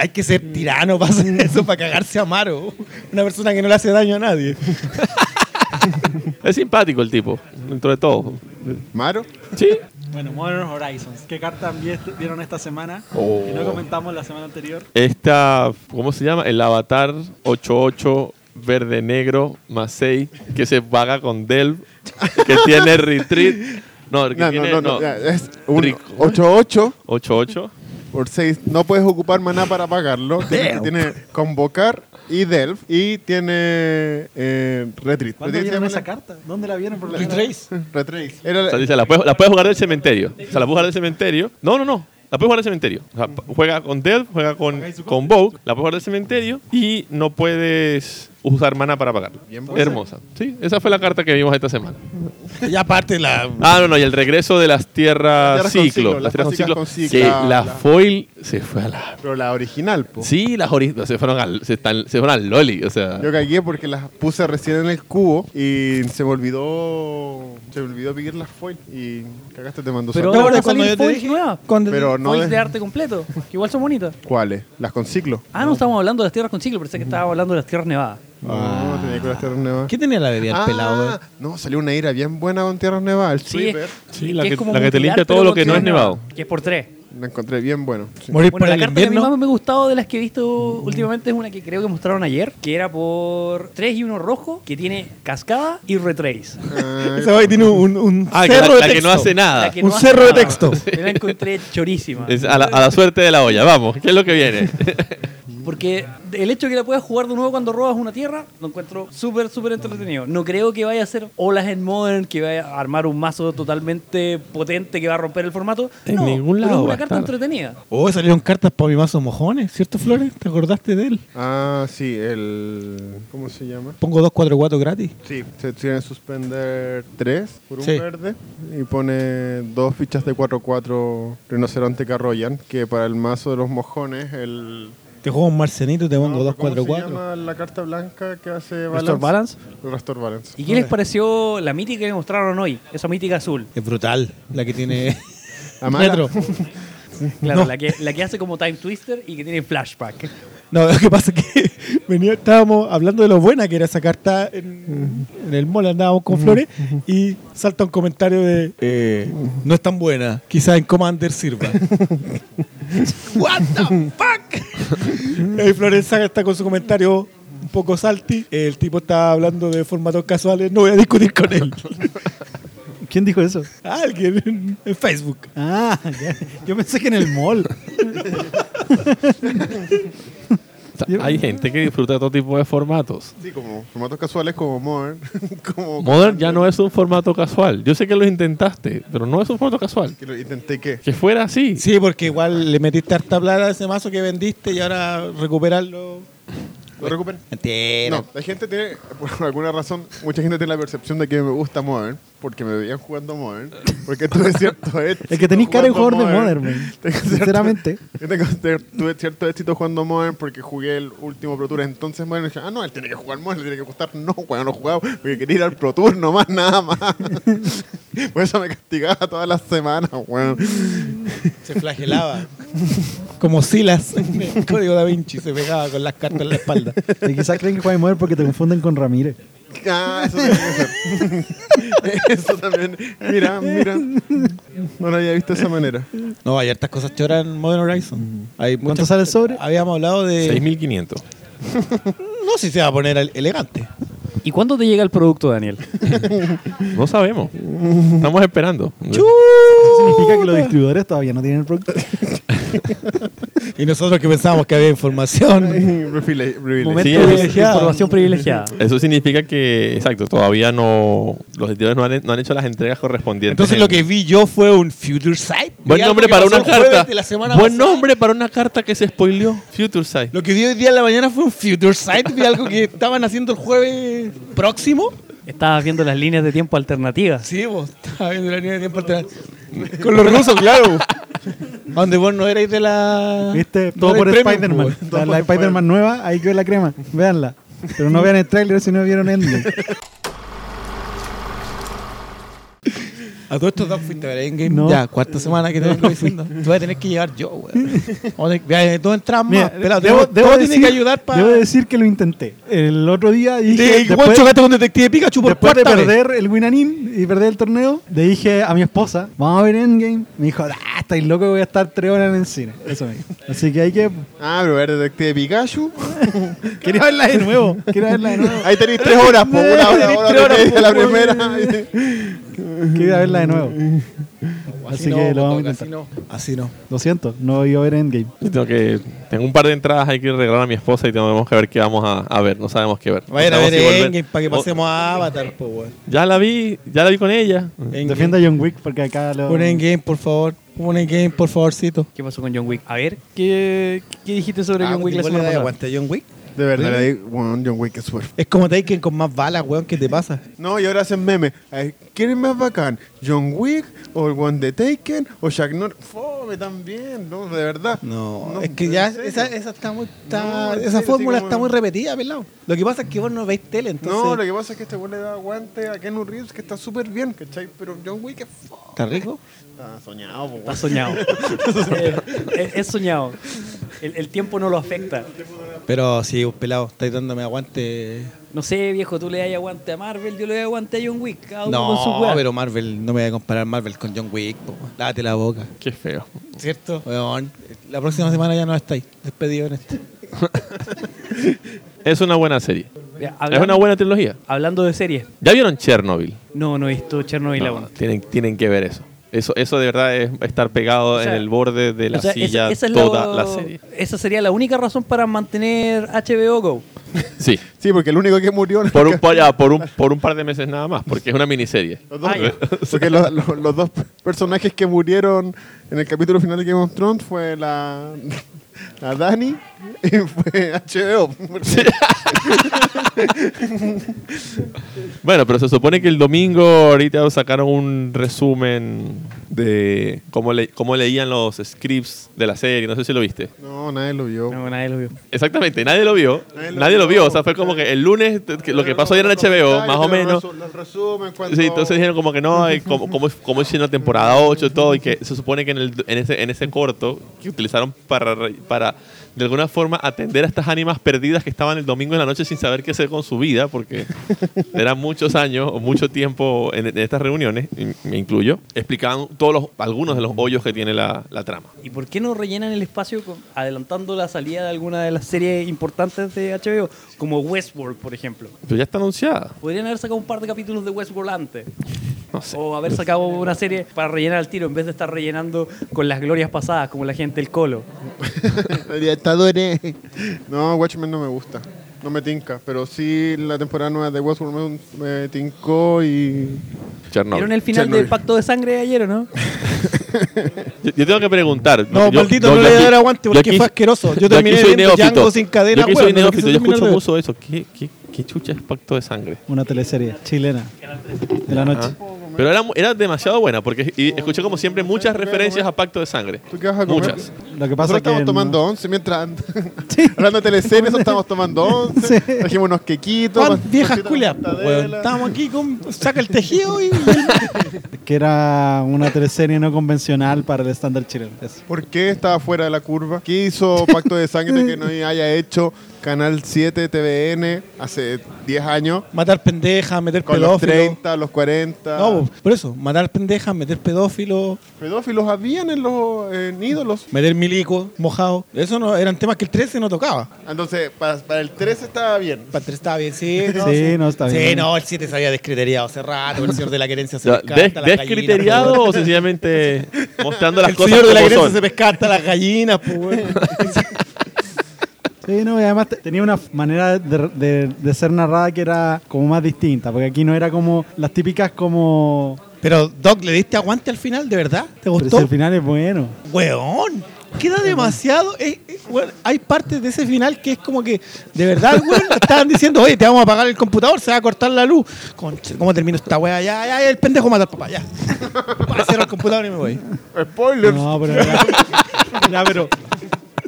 Speaker 2: Hay que ser tirano para hacer eso, para cagarse a Amaro. Una persona que no le hace daño a nadie.
Speaker 4: Es simpático el tipo, dentro de todo.
Speaker 3: ¿Maro?
Speaker 4: Sí,
Speaker 1: Bueno, Modern Horizons. ¿Qué cartas vi- este, vieron esta semana?
Speaker 4: Oh.
Speaker 1: Que no comentamos la semana anterior.
Speaker 4: esta, ¿cómo se llama? El Avatar 88 verde negro más 6 que se paga con Delve, que tiene retreat. No, que
Speaker 3: No, no,
Speaker 4: tiene,
Speaker 3: no, no. ya, Es un
Speaker 4: Rico.
Speaker 3: 8-8
Speaker 4: 88.
Speaker 3: por 6. No puedes ocupar maná para pagarlo. Tiene, tiene convocar y delf y tiene eh, retreat.
Speaker 1: ¿Cuándo
Speaker 3: Retreat se
Speaker 1: vieron
Speaker 3: llama
Speaker 1: esa
Speaker 3: la-
Speaker 1: carta? ¿Dónde la vieron por la
Speaker 2: Retrace.
Speaker 3: <laughs> Retrace. Era
Speaker 4: O sea, dice, la puedes, la puedes jugar del cementerio. O sea, la puedes jugar del cementerio. No, no, no. La puedes jugar del cementerio. O sea, pa- juega con Delve, juega con, con Vogue, la puedes jugar del cementerio y no puedes usar mana para pagarla.
Speaker 3: Bien, pues.
Speaker 4: Hermosa. Sí, esa fue la carta que vimos esta semana.
Speaker 2: Y aparte la...
Speaker 4: Ah, no, no, y el regreso de las
Speaker 3: Las
Speaker 4: tierras
Speaker 3: tierras con
Speaker 4: ciclo.
Speaker 3: ciclo,
Speaker 4: Las
Speaker 3: las
Speaker 4: tierras con
Speaker 3: clásicas
Speaker 4: ciclo.
Speaker 3: con ciclo,
Speaker 4: Que
Speaker 3: la- la-
Speaker 4: la foil se fue a la.
Speaker 3: Pero la original, po.
Speaker 4: Sí, las orillas se fueron al, se, están, se fueron al Loli. O sea,
Speaker 3: Yo cagué porque las puse recién en el cubo y se me olvidó. Se me olvidó pedir las foil y cagaste te mandó
Speaker 5: Pero
Speaker 3: saludos.
Speaker 5: ahora van a
Speaker 2: cuando yo
Speaker 5: salir
Speaker 2: te
Speaker 5: foils
Speaker 2: dije-
Speaker 5: nuevas.
Speaker 2: cuando-
Speaker 3: Pero no
Speaker 5: foils
Speaker 3: es-
Speaker 5: de arte completo, que igual son bonitas.
Speaker 3: ¿Cuáles? Las con ciclo.
Speaker 5: Ah, no, estábamos hablando de las tierras con ciclo, pensé que estábamos hablando de las tierras nevadas.
Speaker 3: Ah, tenía que ir a Tierras Nevadas.
Speaker 2: ¿Qué tenía la bebida
Speaker 3: Ah,
Speaker 2: el pelado? eh?
Speaker 3: No, salió una ira bien buena con Tierras Nevadas. El
Speaker 5: Sí,
Speaker 3: sweeper.
Speaker 5: es-
Speaker 4: Sí, la
Speaker 5: es
Speaker 4: que-
Speaker 5: como
Speaker 4: la que te
Speaker 5: mutilar,
Speaker 4: limpia todo
Speaker 5: pero
Speaker 4: lo
Speaker 5: con
Speaker 4: que no es
Speaker 5: tierras
Speaker 4: nevado.
Speaker 5: nevadas, Que es por tres.
Speaker 3: La encontré bien buena. sí.
Speaker 2: Morir
Speaker 5: Bueno,
Speaker 2: para
Speaker 5: la
Speaker 2: el
Speaker 5: carta que a mí más
Speaker 2: invierno.
Speaker 5: me ha gustado de las que he visto últimamente es una que creo que mostraron ayer, que era por 3 y 1 rojo, que tiene cascada y retrace.
Speaker 3: Ah,
Speaker 2: Esa hoy tiene un, un
Speaker 4: Ah, que la,
Speaker 2: cerro de
Speaker 4: la que no
Speaker 2: texto.
Speaker 4: hace nada.
Speaker 5: La que
Speaker 2: Un
Speaker 5: hace
Speaker 2: cerro de
Speaker 5: nada.
Speaker 2: texto.
Speaker 4: <laughs>
Speaker 5: Yo la encontré chorísima.
Speaker 3: <laughs>
Speaker 4: Es a, la, a la suerte de la olla. Vamos, ¿qué es lo que viene?
Speaker 5: Porque el hecho de que la puedas jugar de nuevo cuando robas una tierra, lo encuentro súper, súper entretenido. No creo que vaya a ser olas en Modern, que vaya a armar un mazo totalmente potente que va a romper el formato.
Speaker 4: En
Speaker 5: No,
Speaker 4: ningún
Speaker 5: pero
Speaker 4: lado
Speaker 5: Es
Speaker 4: va
Speaker 5: una
Speaker 4: a
Speaker 5: carta
Speaker 4: estar.
Speaker 5: entretenida.
Speaker 2: Oh, salieron cartas para mi mazo mojones, ¿cierto, Flores? ¿Te acordaste de él?
Speaker 3: Ah, sí, el. ¿Cómo se llama?
Speaker 2: Pongo 244 gratis.
Speaker 3: Sí, se tiene suspender 3 por un
Speaker 2: Sí.
Speaker 3: verde y pone dos fichas de 4-4 rinoceronte que arrollan, que para el mazo de los mojones, el.
Speaker 2: Te juego un marcenito y te pongo
Speaker 3: No, ¿cómo se
Speaker 2: 244.
Speaker 3: llama la carta blanca que hace balance?
Speaker 5: Restore Balance.
Speaker 3: Restore Balance.
Speaker 5: ¿Y qué les pareció la mítica que mostraron hoy? Esa mítica azul.
Speaker 2: Es brutal la que tiene
Speaker 3: La mala.
Speaker 2: Retro.
Speaker 5: Claro,
Speaker 2: No.
Speaker 5: la, que, la que hace como Time Twister y que tiene flashback.
Speaker 2: No, <laughs> lo que pasa es que venía, estábamos hablando de lo buena que era esa carta en, en el mall, andábamos con Flores y salta un comentario de eh, no es tan buena, quizás en Commander sirva. <laughs> What the <laughs> fuck? Ahí Flores saca- está con su comentario un poco salty, el tipo está hablando de formatos casuales, no voy a discutir con él. <laughs>
Speaker 1: ¿Quién dijo eso?
Speaker 2: Alguien en, en Facebook.
Speaker 1: Ah, ya. yo pensé que en el mall.
Speaker 4: O sea, hay gente que disfruta de todo tipo de formatos.
Speaker 3: Sí, como formatos casuales como Modern. <laughs> como
Speaker 4: Modern ya no es un formato casual. Yo sé que lo intentaste, pero no es un formato casual.
Speaker 3: Que lo intenté que.
Speaker 4: Que fuera así.
Speaker 2: Sí, porque igual le metiste harta plata a ese mazo que vendiste y ahora recuperarlo.
Speaker 3: ¿Lo recuperé?
Speaker 2: Mentira.
Speaker 3: No, la gente tiene, por alguna razón, mucha gente tiene la percepción de que me gusta Modern, porque me veían jugando Modern, porque tuve cierto
Speaker 1: <laughs>
Speaker 3: éxito.
Speaker 1: Es que tenés cara de
Speaker 3: jugando
Speaker 1: jugador de Modern, man.
Speaker 3: <laughs> Tengo cierto-
Speaker 1: Sinceramente.
Speaker 3: yo tengo cier- tuve cierto éxito jugando Modern porque jugué el último Pro Tour, entonces Modern dije, ah, no, él tiene que jugar Modern, le tiene que gustar. No, cuando no he jugado, porque quería ir al Pro Tour nomás, nada más. <laughs> por eso me castigaba todas las semanas, weón.
Speaker 2: Se flagelaba. Como Silas en el <laughs> código da Vinci, se pegaba con las cartas en la espalda.
Speaker 1: <laughs> Y quizás creen que juegan Modern porque te confunden con Ramírez.
Speaker 3: Ah, eso también. <laughs> eso también. Mira, mira. No lo había visto de esa manera.
Speaker 2: No, hay hartas cosas choras en Modern Horizon. Hay
Speaker 1: ¿Cuánto
Speaker 2: muchas-
Speaker 1: sale el sobre?
Speaker 2: Habíamos hablado de.
Speaker 4: 6.500.
Speaker 2: No sé si se va a poner el- elegante.
Speaker 5: ¿Y cuándo te llega el producto, Daniel?
Speaker 4: No sabemos. Estamos esperando.
Speaker 1: Eso significa que los distribuidores todavía no tienen el producto.
Speaker 2: Y nosotros que pensábamos que había información.
Speaker 3: <laughs> Privilegio.
Speaker 5: Momento
Speaker 4: Sí,
Speaker 5: de- de
Speaker 2: privilegiado.
Speaker 5: información privilegiada.
Speaker 4: Eso significa que, exacto, todavía no. Los editores no han, no han hecho las entregas correspondientes.
Speaker 2: Entonces
Speaker 4: en-
Speaker 2: lo que vi yo fue un Future Sight.
Speaker 4: Buen
Speaker 2: Vi algo
Speaker 4: nombre
Speaker 2: que
Speaker 4: para
Speaker 2: pasó
Speaker 4: una
Speaker 2: el jueves
Speaker 4: carta.
Speaker 2: de la semana
Speaker 4: Buen
Speaker 2: pasada.
Speaker 4: nombre para una carta que se spoileó. Future Sight.
Speaker 2: Lo que vi hoy día en la mañana fue un Future Sight. Vi algo que estaban haciendo el jueves próximo.
Speaker 5: Estabas viendo las líneas de tiempo alternativas.
Speaker 2: Sí, vos estaba viendo la línea de tiempo atrás. Con los rusos, claro. Donde vos no erais de la.
Speaker 1: ¿Viste?
Speaker 2: no
Speaker 1: Todo
Speaker 2: erais
Speaker 1: pues. por
Speaker 2: premium,
Speaker 1: Spider-Man.
Speaker 2: vos.
Speaker 1: La, la Spider-Man nueva, ahí quedó la crema. Véanla. Pero no vean el tráiler si no vieron <laughs> Endgame.
Speaker 2: A todos Ah, estos dos fuiste a ver Endgame.
Speaker 1: No.
Speaker 2: Ya, cuarta semana que te vengo diciendo. Te voy a tener que llevar yo, weón. Vamos a tener- Vea, Tú entras más.
Speaker 1: Mira,
Speaker 2: pelado.
Speaker 1: debo-
Speaker 2: Todo-
Speaker 1: debo
Speaker 2: todo
Speaker 1: decir-
Speaker 2: tiene que ayudar para.
Speaker 1: Debo decir que lo intenté. El otro día dije...
Speaker 2: Te-
Speaker 1: después-
Speaker 2: Igual chocaste con Detective Pikachu por
Speaker 1: Después de
Speaker 2: cuarta vez.
Speaker 1: perder el Winanin y perder el torneo, le dije a mi esposa, vamos a ver Endgame. Me dijo, ah, estáis loco que voy a estar tres horas en el cine. Eso me dijo. Así que hay que...
Speaker 3: Ah, pero ver detective Pikachu.
Speaker 1: Quería verla de nuevo. Quiero verla de nuevo.
Speaker 3: Ahí tenéis tres horas, po,
Speaker 2: <laughs>
Speaker 3: una hora,
Speaker 1: Tenéis
Speaker 3: hora,
Speaker 1: tres horas,
Speaker 3: y media,
Speaker 1: po,
Speaker 3: la
Speaker 1: po.
Speaker 3: primera.
Speaker 1: Quiero verla de nuevo. Así
Speaker 2: no,
Speaker 1: que lo vamos a
Speaker 2: así
Speaker 1: intentar.
Speaker 2: no. Así no.
Speaker 1: Lo siento, no iba a ver Endgame.
Speaker 4: Yo <laughs> Tengo, que, tengo un par de entradas hay que regalar a mi esposa y tenemos que ver qué vamos a, a ver. No sabemos qué ver. No
Speaker 2: Vayan a
Speaker 4: sabemos
Speaker 2: ver
Speaker 4: si volver-
Speaker 2: Endgame para que
Speaker 4: Oh,
Speaker 2: pasemos a Avatar, po, weón.
Speaker 4: ya la vi, ya la vi con ella.
Speaker 1: Defienda a John Wick porque acá lo...
Speaker 2: Un Endgame, por favor. Un Endgame, por favorcito.
Speaker 5: ¿Qué pasó con John Wick? A ver, Ah, ¿qué, qué dijiste sobre
Speaker 2: Ah,
Speaker 5: John Wick la semana pasada?
Speaker 2: John Wick?
Speaker 3: De verdad, le digo, weón, John Wick es suerte.
Speaker 2: Es como Taken con más balas, weón, ¿qué te pasa?
Speaker 3: No, y ahora hacen meme. Ay, ¿Quién es más bacán? ¿John Wick? ¿O el One The Taken? ¿O Jack Norris? Fome también, no, de verdad.
Speaker 2: No, es que ya
Speaker 3: en serio.
Speaker 2: esa, esa está muy, está-
Speaker 3: No, en
Speaker 2: esa
Speaker 3: serio, sí,
Speaker 2: fórmula
Speaker 3: como-
Speaker 2: está muy repetida, pelado. Lo que pasa es que vos no veis tele, entonces
Speaker 3: No, lo que pasa es que este weón le da aguante a Ken Reeves, que está súper bien, ¿cachai? Pero John Wick es fome.
Speaker 2: está rico.
Speaker 3: Está soñado, po,
Speaker 5: Está soñado. Eh, es, es soñado. El, el tiempo no lo afecta.
Speaker 2: Pero sí, vos, pelado, estáis dándome aguante.
Speaker 5: No sé, viejo, tú le das aguante a Marvel, yo le doy aguante a John Wick. Cada uno con
Speaker 2: No,
Speaker 5: su weá.
Speaker 2: pero Marvel, no me voy a comparar Marvel con John Wick, po. Lávate la boca.
Speaker 4: Qué feo.
Speaker 2: ¿Cierto? Weón, la próxima semana ya no estáis. Despedido en este.
Speaker 4: Es una buena serie.
Speaker 5: Ya,
Speaker 4: Es
Speaker 5: hablando,
Speaker 4: una buena trilogía.
Speaker 5: hablando de series.
Speaker 4: ¿Ya vieron Chernobyl?
Speaker 5: No, no he visto Chernobyl
Speaker 4: No,
Speaker 5: aún.
Speaker 4: tienen, tienen que ver eso. Eso, eso de verdad es estar pegado
Speaker 5: sea,
Speaker 4: en el borde de la
Speaker 5: O sea,
Speaker 4: silla
Speaker 5: esa- esa es
Speaker 4: toda
Speaker 5: lo-
Speaker 4: la serie.
Speaker 5: Esa sería la única razón para mantener HBO Go.
Speaker 4: Sí.
Speaker 3: Sí, porque el único que murió.
Speaker 4: Por un, por, ya, por un, por un par de meses nada más, porque es una miniserie.
Speaker 3: Los dos-
Speaker 5: Ah,
Speaker 4: <laughs>
Speaker 5: ya.
Speaker 3: porque los, los- los dos personajes que murieron en el capítulo final de Game of Thrones fue la, <laughs> la Dani y fue HBO.
Speaker 4: Bueno, pero se supone que el domingo ahorita sacaron un resumen de cómo, le- cómo leían los scripts de la serie. No sé si lo viste.
Speaker 3: No, nadie lo vio.
Speaker 5: No, nadie lo vio.
Speaker 4: Exactamente, nadie lo vio.
Speaker 3: Nadie
Speaker 4: Nadie
Speaker 3: lo
Speaker 4: lo,
Speaker 3: vio.
Speaker 4: vio. O sea, fue como que el lunes te- que lo que pasó ayer en HBO, más o menos.
Speaker 3: Los resumen cuando-
Speaker 4: Sí, entonces dijeron como que no, y como, como, como hicieron la temporada 8 y todo, y que se supone que en, el- en ese, en ese corto que utilizaron para, re- para de alguna forma atender a estas ánimas perdidas que estaban el domingo en la noche sin saber qué hacer con su vida, <laughs> porque eran muchos años o mucho tiempo en, en estas reuniones, y me incluyo, explicaban todos los, algunos de los hoyos que tiene la, la trama.
Speaker 5: ¿Y por qué no rellenan el espacio con- adelantando la salida de alguna de las series importantes de HBO? Como Westworld, por ejemplo.
Speaker 4: Pero ya está anunciada,
Speaker 5: Podrían haber sacado un par de capítulos de Westworld antes.
Speaker 4: no sé.
Speaker 5: O haber sacado una serie para rellenar el tiro en vez de estar rellenando con las glorias pasadas, como la gente del Colo.
Speaker 3: Libertadores. No, Watchmen no me gusta. No me tinca. Pero sí, la temporada nueva de Westworld me, me tincó y.
Speaker 4: Chernobyl.
Speaker 5: ¿Vieron el final
Speaker 3: Chernobyl.
Speaker 5: del Pacto de Sangre de ayer o no?
Speaker 4: Yo, yo tengo que preguntar.
Speaker 2: No,
Speaker 4: yo-
Speaker 2: maldito,
Speaker 4: yo-
Speaker 2: no
Speaker 4: yo
Speaker 2: le
Speaker 4: aquí-
Speaker 2: dar aguante
Speaker 4: yo
Speaker 2: porque
Speaker 4: aquí-
Speaker 2: fue asqueroso. Yo
Speaker 4: aquí
Speaker 2: terminé
Speaker 4: soy
Speaker 2: viendo
Speaker 4: neófito.
Speaker 2: Django sin cadena,
Speaker 4: Yo aquí
Speaker 2: weón,
Speaker 4: soy
Speaker 2: no lo
Speaker 4: neófito,
Speaker 2: quise
Speaker 4: yo
Speaker 2: terminar
Speaker 4: escucho
Speaker 2: de ver.
Speaker 4: mucho eso. ¿Qué, qué, qué chucha es Pacto de Sangre?
Speaker 1: Una teleserie chilena de la
Speaker 4: Ah.
Speaker 1: noche.
Speaker 4: Pero era, mu- era demasiado buena porque y escuché como siempre muchas referencias a Pacto de Sangre.
Speaker 3: ¿Tú qué vas a comer?
Speaker 4: Muchas.
Speaker 1: Lo que pasa es
Speaker 3: Nosotros
Speaker 1: que
Speaker 3: estamos
Speaker 1: no-
Speaker 3: tomando once mientras. Hablando de teleseries, nosotros estamos tomando once. Trajimos unos quequitos.
Speaker 2: Juan,
Speaker 3: con-
Speaker 2: viejas
Speaker 3: cositas con
Speaker 2: culias,
Speaker 3: mortadela.
Speaker 2: weón. Estábamos aquí con. Saca el tejido y.
Speaker 1: <laughs>
Speaker 2: <laughs>
Speaker 1: que era una teleserie no convencional para el estándar chileno. Eso.
Speaker 3: ¿Por qué estaba fuera de la curva? ¿Qué hizo Pacto de Sangre que no haya hecho Canal 7 TVN hace 10 años?
Speaker 2: Matar pendejas, meter
Speaker 3: Con los
Speaker 2: pedófilos.
Speaker 3: 30, los 40.
Speaker 2: No, po, por eso, matar pendejas, meter pedófilos,
Speaker 3: Pedófilos habían en los en ídolos.
Speaker 2: meter milico, mojado. Eso no, eran temas que el 13 no tocaba.
Speaker 3: Entonces, para, para el 13 estaba bien.
Speaker 2: Para el 13 estaba bien, sí. No,
Speaker 1: Sí, no, está
Speaker 2: Sí,
Speaker 1: bien.
Speaker 2: no, el 7 se había descriteriado hace rato, el señor de la querencia se
Speaker 4: O sea,
Speaker 2: pescaba
Speaker 4: des-
Speaker 2: hasta las
Speaker 4: ¿Descriteriado
Speaker 2: gallinas,
Speaker 4: o
Speaker 2: <laughs>
Speaker 4: sencillamente mostrando
Speaker 2: po,
Speaker 4: las
Speaker 2: weón. El
Speaker 4: cosas
Speaker 2: señor de la
Speaker 4: como
Speaker 2: querencia
Speaker 4: son?
Speaker 2: se pescaba hasta las gallinas, pues, weón.
Speaker 1: Sí, no, y además te- tenía una f- manera de, de- de ser narrada que era como más distinta, porque aquí no era como las típicas como...
Speaker 2: Pero, Doc, ¿le diste aguante al final, de verdad? ¿Te
Speaker 1: Pero si
Speaker 2: gustó?
Speaker 1: el final es bueno.
Speaker 2: Weón, queda demasiado. eh, eh, weón, hay partes de ese final que es como que, de verdad, weón, le estaban diciendo, oye, te vamos a apagar el computador, se va a cortar la luz. Conche, ¿cómo termino esta weá? Ya, ya, ya, el pendejo mata al papá, ya. <laughs> Cierro el computador y me voy.
Speaker 3: Spoilers.
Speaker 1: No, pero... era- <laughs> ya, pero...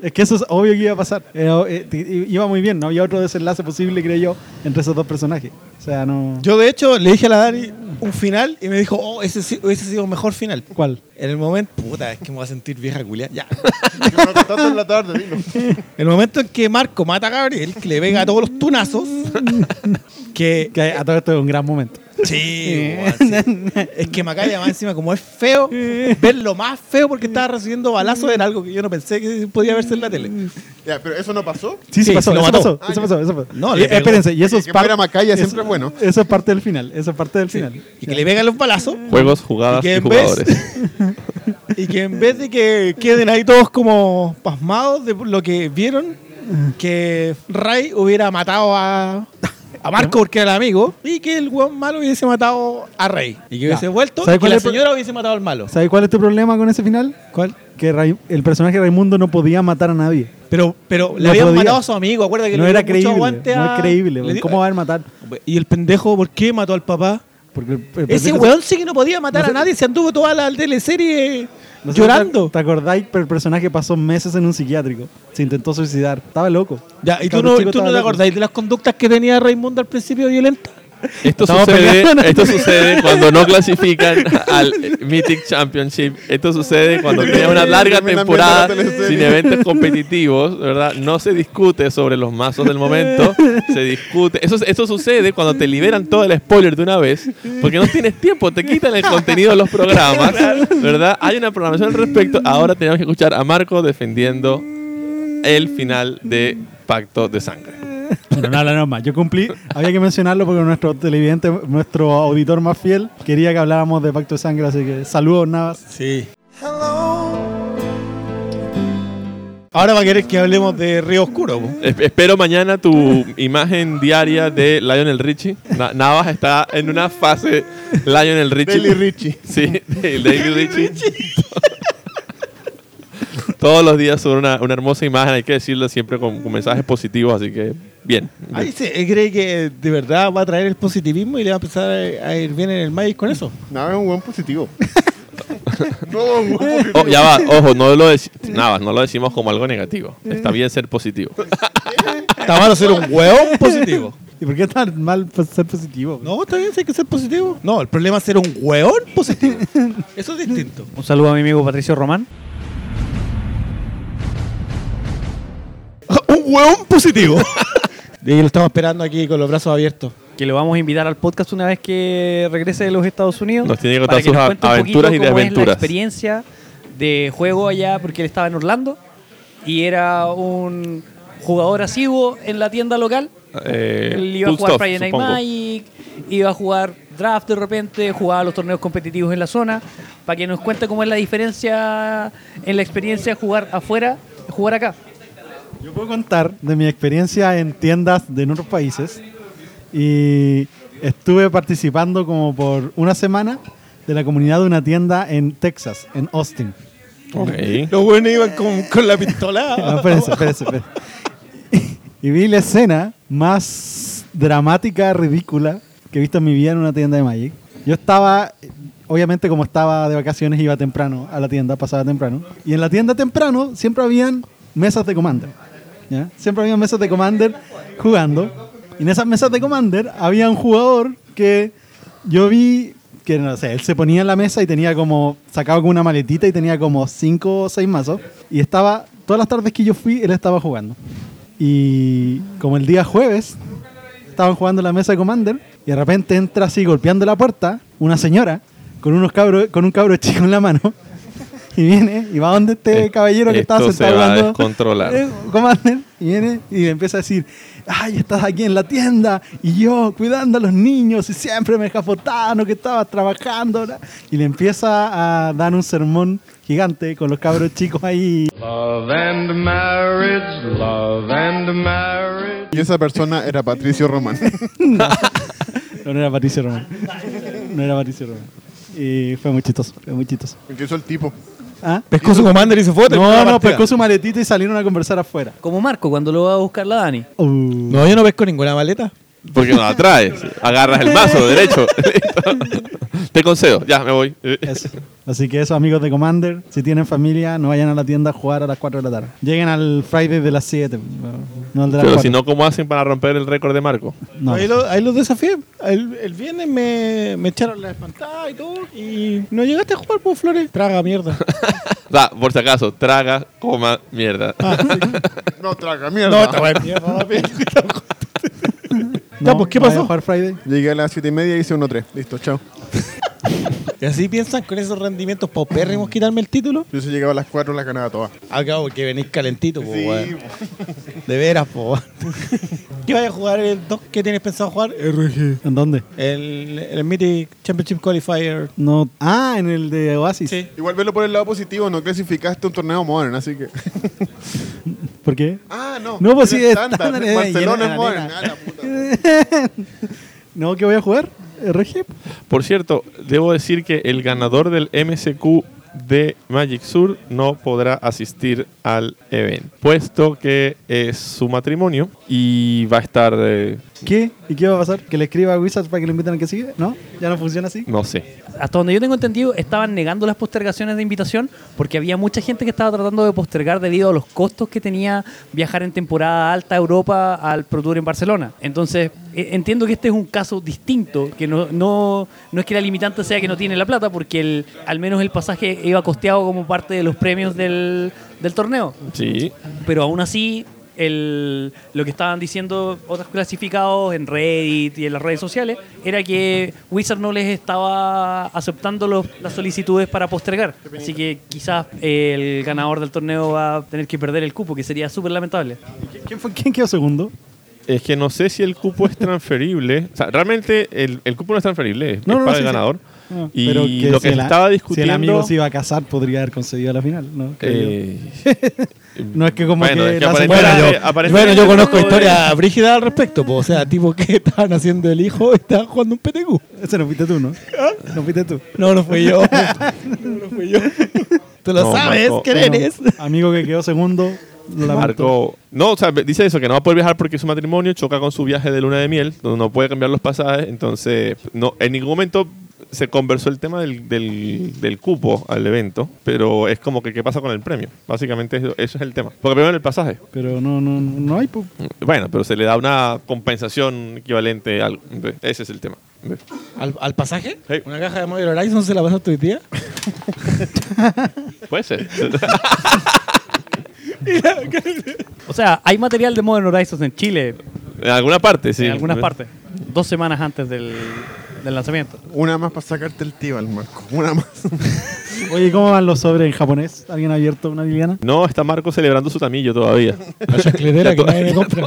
Speaker 1: Es que eso es obvio que iba a pasar. Era- eh, t- iba muy bien, no había otro desenlace posible, creo yo, entre esos dos personajes. O sea, no...
Speaker 2: Yo, de hecho, le dije a la Dani un final y me dijo, oh, ese sí- hubiese sido mejor final.
Speaker 1: ¿Cuál?
Speaker 2: En el momento, puta, es que me voy a sentir vieja culia. Ya.
Speaker 3: Que me lo contaste en la tarde, dilo.
Speaker 2: El momento en que Marco mata a Gabriel, que le pega a todos los tunazos, que
Speaker 1: Que a todo esto es un gran momento.
Speaker 2: Sí, weón, sí. es que Macaya más encima como es feo, ver lo más feo porque estaba recibiendo balazos era algo que yo no pensé que podía verse en la tele.
Speaker 3: Ya, pero eso no pasó.
Speaker 1: Sí, sí,
Speaker 2: Sí,
Speaker 1: pasó,
Speaker 2: lo
Speaker 1: eso
Speaker 2: mató.
Speaker 1: pasó,
Speaker 3: Ah,
Speaker 1: eso
Speaker 3: ya.
Speaker 1: pasó, eso pasó.
Speaker 2: No,
Speaker 1: Y-
Speaker 2: le pegó.
Speaker 1: espérense, y eso es
Speaker 3: Que
Speaker 1: par-
Speaker 3: fuera Macaya
Speaker 1: eso-
Speaker 3: siempre es bueno.
Speaker 1: Eso es parte del final, eso es parte del final.
Speaker 2: Y que le pegan los balazos
Speaker 4: Juegos, jugadas
Speaker 2: ¿Y
Speaker 4: y,
Speaker 2: quién ves?
Speaker 4: jugadores.
Speaker 2: y que en vez de que queden ahí todos como pasmados de lo que vieron, que Ray hubiera matado a, a Marco porque era el amigo y que el weón malo hubiese matado a Ray y que hubiese vuelto
Speaker 1: ¿Sabes
Speaker 2: y que
Speaker 1: cuál
Speaker 2: la
Speaker 1: es el pro-
Speaker 2: señora hubiese matado al malo.
Speaker 1: ¿Sabes cuál es tu problema con ese final?
Speaker 2: ¿Cuál?
Speaker 1: Que Ray- el personaje Raimundo no podía matar a nadie.
Speaker 2: Pero, pero le
Speaker 1: No
Speaker 2: habían
Speaker 1: podía.
Speaker 2: matado a su amigo, acuérdate que
Speaker 1: No
Speaker 2: le
Speaker 1: era
Speaker 2: dieron mucho
Speaker 1: creíble, no
Speaker 2: aguante
Speaker 1: es
Speaker 2: a-
Speaker 1: creíble.
Speaker 2: le di-
Speaker 1: ¿Cómo va a matar?
Speaker 2: ¿Y el pendejo por qué mató al papá?
Speaker 1: Porque el- el
Speaker 2: Ese
Speaker 1: personaje-
Speaker 2: weón sí que no podía matar
Speaker 1: no sé-
Speaker 2: a nadie, se anduvo toda la teleserie
Speaker 1: no sé si
Speaker 2: llorando.
Speaker 1: ¿Te, te acordáis? Pero el personaje pasó meses en un psiquiátrico. Se intentó suicidar. Estaba loco.
Speaker 2: Ya, ¿y
Speaker 1: El
Speaker 2: tú
Speaker 1: cabro
Speaker 2: no,
Speaker 1: chico
Speaker 2: tú no
Speaker 1: estaba
Speaker 2: te
Speaker 1: loco.
Speaker 2: acordáis de las conductas que tenía Raimundo al principio violenta?
Speaker 4: Esto,
Speaker 1: Estamos peleando.
Speaker 4: sucede, esto sucede cuando no clasifican al Mythic Championship. Esto sucede cuando tienes una larga
Speaker 3: Terminan
Speaker 4: temporada
Speaker 3: viendo la teleserie.
Speaker 4: sin eventos competitivos, ¿verdad? No se discute sobre los mazos del momento. Se discute. Eso, eso sucede cuando te liberan todo el spoiler de una vez, porque no tienes tiempo, te quitan el contenido de los programas, ¿verdad? Hay una programación al respecto. Ahora tenemos que escuchar a Marco defendiendo el final de Pacto de Sangre.
Speaker 1: Bueno, no, no, no, más. Yo cumplí. Había que mencionarlo porque nuestro televidente, nuestro auditor más fiel, quería que habláramos de Pacto de Sangre, así que saludos, Navas.
Speaker 2: Sí. Ahora va a querer que hablemos de Río Oscuro. po.
Speaker 4: Es- espero mañana tu imagen diaria de Lionel Richie. Na- Navas está en una fase Lionel Richie.
Speaker 3: Deli Richie.
Speaker 4: Sí, de Daily Richie. <laughs> Todos los días sobre una, una hermosa imagen, hay que decirlo siempre con, con mensajes positivos, así que bien.
Speaker 2: Ahí se él cree que de verdad va a traer el positivismo y le va a empezar a a ir bien en el maíz con eso.
Speaker 3: No, es un buen positivo. no, un buen positivo.
Speaker 4: Oh, ya va, ojo, no lo, deci- Navas, no lo decimos como algo negativo. Está bien ser <laughs> positivo.
Speaker 2: Está malo ser <laughs> un hueón positivo.
Speaker 1: ¿Y por qué tan mal pues, ser positivo?
Speaker 2: No, está bien, si hay que ser positivo. No, el problema es ser un hueón positivo. <laughs> Eso es distinto.
Speaker 5: Un saludo a mi amigo Patricio Román.
Speaker 2: <laughs> un hueón positivo. <laughs> y lo estamos esperando aquí con los brazos abiertos.
Speaker 5: que lo vamos a invitar al podcast una vez que regrese de los Estados Unidos.
Speaker 4: Nos tiene que contar
Speaker 5: para
Speaker 4: sus
Speaker 5: nos
Speaker 4: a-
Speaker 5: cuente
Speaker 4: aventuras
Speaker 5: un poquito
Speaker 4: y
Speaker 5: cómo es la
Speaker 4: desventuras.
Speaker 5: experiencia de juego allá, porque él estaba en Orlando y era un jugador asiduo en la tienda local.
Speaker 4: Eh,
Speaker 5: él iba a
Speaker 4: cool
Speaker 5: jugar
Speaker 4: stuff,
Speaker 5: Friday Night
Speaker 4: supongo.
Speaker 5: Magic, iba a jugar draft de repente, jugaba los torneos competitivos en la zona, para que nos cuente cómo es la diferencia en la experiencia de jugar afuera, jugar acá.
Speaker 1: Yo puedo contar de mi experiencia en tiendas de en otros países y estuve participando como por una semana de la comunidad de una tienda en Texas, en Austin.
Speaker 4: Ok.
Speaker 2: <laughs> Los hueones iban con, con la <laughs> pistola.
Speaker 1: No, espérense, espérense, espérense. Y vi la escena más dramática, ridícula que he visto en mi vida en una tienda de Magic. Yo estaba, obviamente como estaba de vacaciones, iba temprano a la tienda, pasaba temprano. Y en la tienda temprano siempre habían mesas de Commander. ¿ya? Siempre habían mesas de Commander jugando. Y en esas mesas de Commander había un jugador que yo vi que no sé, él se ponía en la mesa y tenía como, sacaba como una maletita y tenía como cinco o seis mazos. Y estaba, todas las tardes que yo fui, él estaba jugando. Y como el día jueves, estaban jugando en la mesa de Commander y de repente entra así golpeando la puerta una señora con unos cabros, con un cabro <laughs> chico en la mano. Y viene y va donde este
Speaker 4: Eh,
Speaker 1: caballero que estaba
Speaker 4: esto
Speaker 1: sentado
Speaker 4: se va a
Speaker 1: jugando,
Speaker 4: descontrolar.
Speaker 1: eh, Commander. Y viene y le empieza a decir, ay, estás aquí en la tienda y yo cuidando a los niños y siempre me jafotano que estabas trabajando. ¿verdad?". Y le empieza a dar un sermón gigante con los cabros chicos ahí.
Speaker 6: Love and marriage, love and marriage.
Speaker 3: Y esa persona era Patricio Román.
Speaker 1: No, no era Patricio Román. No era Patricio Román. Y fue muy chistoso, fue muy chistoso.
Speaker 3: Porque hizo el tipo.
Speaker 1: ¿Ah?
Speaker 2: Pescó su commander y se fue. terminó
Speaker 1: No,
Speaker 2: la
Speaker 1: no,
Speaker 2: partida.
Speaker 1: pescó su maletita y salieron a conversar afuera.
Speaker 5: Como Marco cuando lo va a buscar la Dani.
Speaker 1: Uh.
Speaker 2: No, yo no pesco ninguna maleta.
Speaker 4: Porque no la traes. Agarras el mazo derecho. Listo. Te concedo. Ya, me voy.
Speaker 1: Eso. Así que eso, amigos de Commander, si tienen familia, no vayan a la tienda a jugar a las 4 de la tarde. Lleguen al Friday de las 7, no al de las
Speaker 4: Pero si
Speaker 1: 4.
Speaker 4: no, ¿cómo hacen para romper el récord de Marco?
Speaker 1: No.
Speaker 2: Ahí, lo, ahí los desafié. El, el viernes me, me echaron la espantada y todo. Y no llegaste a jugar, pues, Flores. Traga <laughs> mierda.
Speaker 4: O sea, por si acaso, traga, coma, mierda.
Speaker 3: <laughs> No, traga, mierda.
Speaker 2: no, te voy a mierda. papi.
Speaker 1: No,
Speaker 2: Ya, pues, ¿qué
Speaker 1: no vayan
Speaker 2: pasó?
Speaker 1: a jugar Friday.
Speaker 3: Llegué a las 7 y media y hice 1-3. Listo, chao.
Speaker 2: y así piensan con esos rendimientos paupérrimos quitarme el título.
Speaker 3: Yo si llegaba a las 4 la ganaba toda.
Speaker 2: Acabo que venís calentito, pues,
Speaker 3: Sí,
Speaker 2: De veras, po. <laughs> ¿Qué vas a jugar el doc? ¿Qué tienes pensado jugar? RG.
Speaker 1: ¿En dónde?
Speaker 2: El, el Mythic Championship Qualifier.
Speaker 1: No. Ah, en el de Oasis.
Speaker 2: Sí.
Speaker 3: Igual verlo por el lado positivo, no clasificaste un torneo modern, así que.
Speaker 1: ¿Por qué?
Speaker 3: Ah, no.
Speaker 1: No, pues
Speaker 3: Era
Speaker 1: sí, estándar, eh, llena
Speaker 3: Barcelona
Speaker 1: la
Speaker 3: es modern.
Speaker 1: arena.
Speaker 3: Ah, la puta.
Speaker 1: No, que voy a jugar. Eh, RG.
Speaker 4: Por cierto, debo decir que el ganador del MCQ de Magic Sur no podrá asistir al evento, puesto que es su matrimonio y va a estar, eh,
Speaker 1: ¿Qué? ¿Y qué va a pasar? ¿Que le escriba a Wizards para que lo inviten al que sigue? ¿No? ¿Ya no funciona así?
Speaker 4: no sé.
Speaker 5: hasta donde yo tengo entendido, estaban negando las postergaciones de invitación porque había mucha gente que estaba tratando de postergar debido a los costos que tenía viajar en temporada alta a Europa al Pro Tour en Barcelona. Entonces, e- entiendo que este es un caso distinto, que no, no, no es que la limitante sea que no tiene la plata, porque el, al menos el pasaje iba costeado como parte de los premios del, del torneo
Speaker 4: Sí,
Speaker 5: pero aún así el- lo que estaban diciendo otros clasificados en Reddit y en las redes sociales era que Wizard no les estaba aceptando los- las solicitudes para postergar. Así que quizás eh, el ganador del torneo va a tener que perder el cupo, que sería súper lamentable.
Speaker 1: ¿Quién, fue, ¿Quién quedó segundo?
Speaker 4: Es que no sé si el cupo es transferible. O sea, realmente el, el cupo no es transferible, es
Speaker 1: No, no, no,
Speaker 4: para
Speaker 1: sí,
Speaker 4: el
Speaker 1: sí.
Speaker 4: ganador.
Speaker 1: No,
Speaker 4: Y
Speaker 1: pero
Speaker 4: lo que
Speaker 1: si el a-
Speaker 4: estaba
Speaker 1: Si
Speaker 4: discutiendo-
Speaker 1: el amigo se iba a casar, podría haber conseguido la final, ¿no? Creo yo.
Speaker 4: Eh,
Speaker 1: No es que como
Speaker 4: bueno,
Speaker 1: que
Speaker 4: es que
Speaker 1: la
Speaker 4: aparentemente-
Speaker 1: semana-
Speaker 2: Bueno, yo,
Speaker 4: aparece-
Speaker 2: bueno, yo conozco
Speaker 4: eh,
Speaker 2: historias brígidas al respecto, po. o sea, tipo que <laughs> estaban haciendo el hijo y estaban jugando un PTQ.
Speaker 1: Ese no fuiste tú, ¿no? No fuiste tú.
Speaker 2: No, no <laughs> fui yo. No, no fui yo. Tú lo
Speaker 4: No,
Speaker 2: sabes,
Speaker 4: Marco.
Speaker 2: ¿quién eres?
Speaker 1: Amigo que quedó segundo, lo lamento.
Speaker 4: Marco, no, o sea, dice eso, que no va a poder viajar porque su matrimonio choca con su viaje de luna de miel, donde no puede cambiar los pasajes, entonces no, en ningún momento se conversó el tema del, del- del cupo al evento, pero es como que qué pasa con el premio, básicamente eso, eso es el tema, porque primero el pasaje,
Speaker 1: Pero no, no, no hay. po.
Speaker 4: bueno, pero se le da una compensación equivalente a algo, ese es el tema.
Speaker 2: ¿Al, al pasaje?
Speaker 4: Sí.
Speaker 2: ¿Una caja de Model Horizon se la pasaste hoy día?
Speaker 4: Puede
Speaker 5: <laughs>
Speaker 4: ser.
Speaker 5: O sea, hay material de Modern Horizons en Chile,
Speaker 4: en alguna parte, sí.
Speaker 5: en algunas partes, dos semanas antes del, del lanzamiento.
Speaker 3: Una más para sacarte el tíbal, Marco. Una más.
Speaker 1: Oye, ¿cómo van los sobres en japonés? ¿Alguien ha abierto una Liliana?
Speaker 4: No, está Marco celebrando su tamillo todavía. <laughs>
Speaker 2: La chancletera
Speaker 4: Ya
Speaker 2: que
Speaker 4: todo-
Speaker 2: nadie me compra.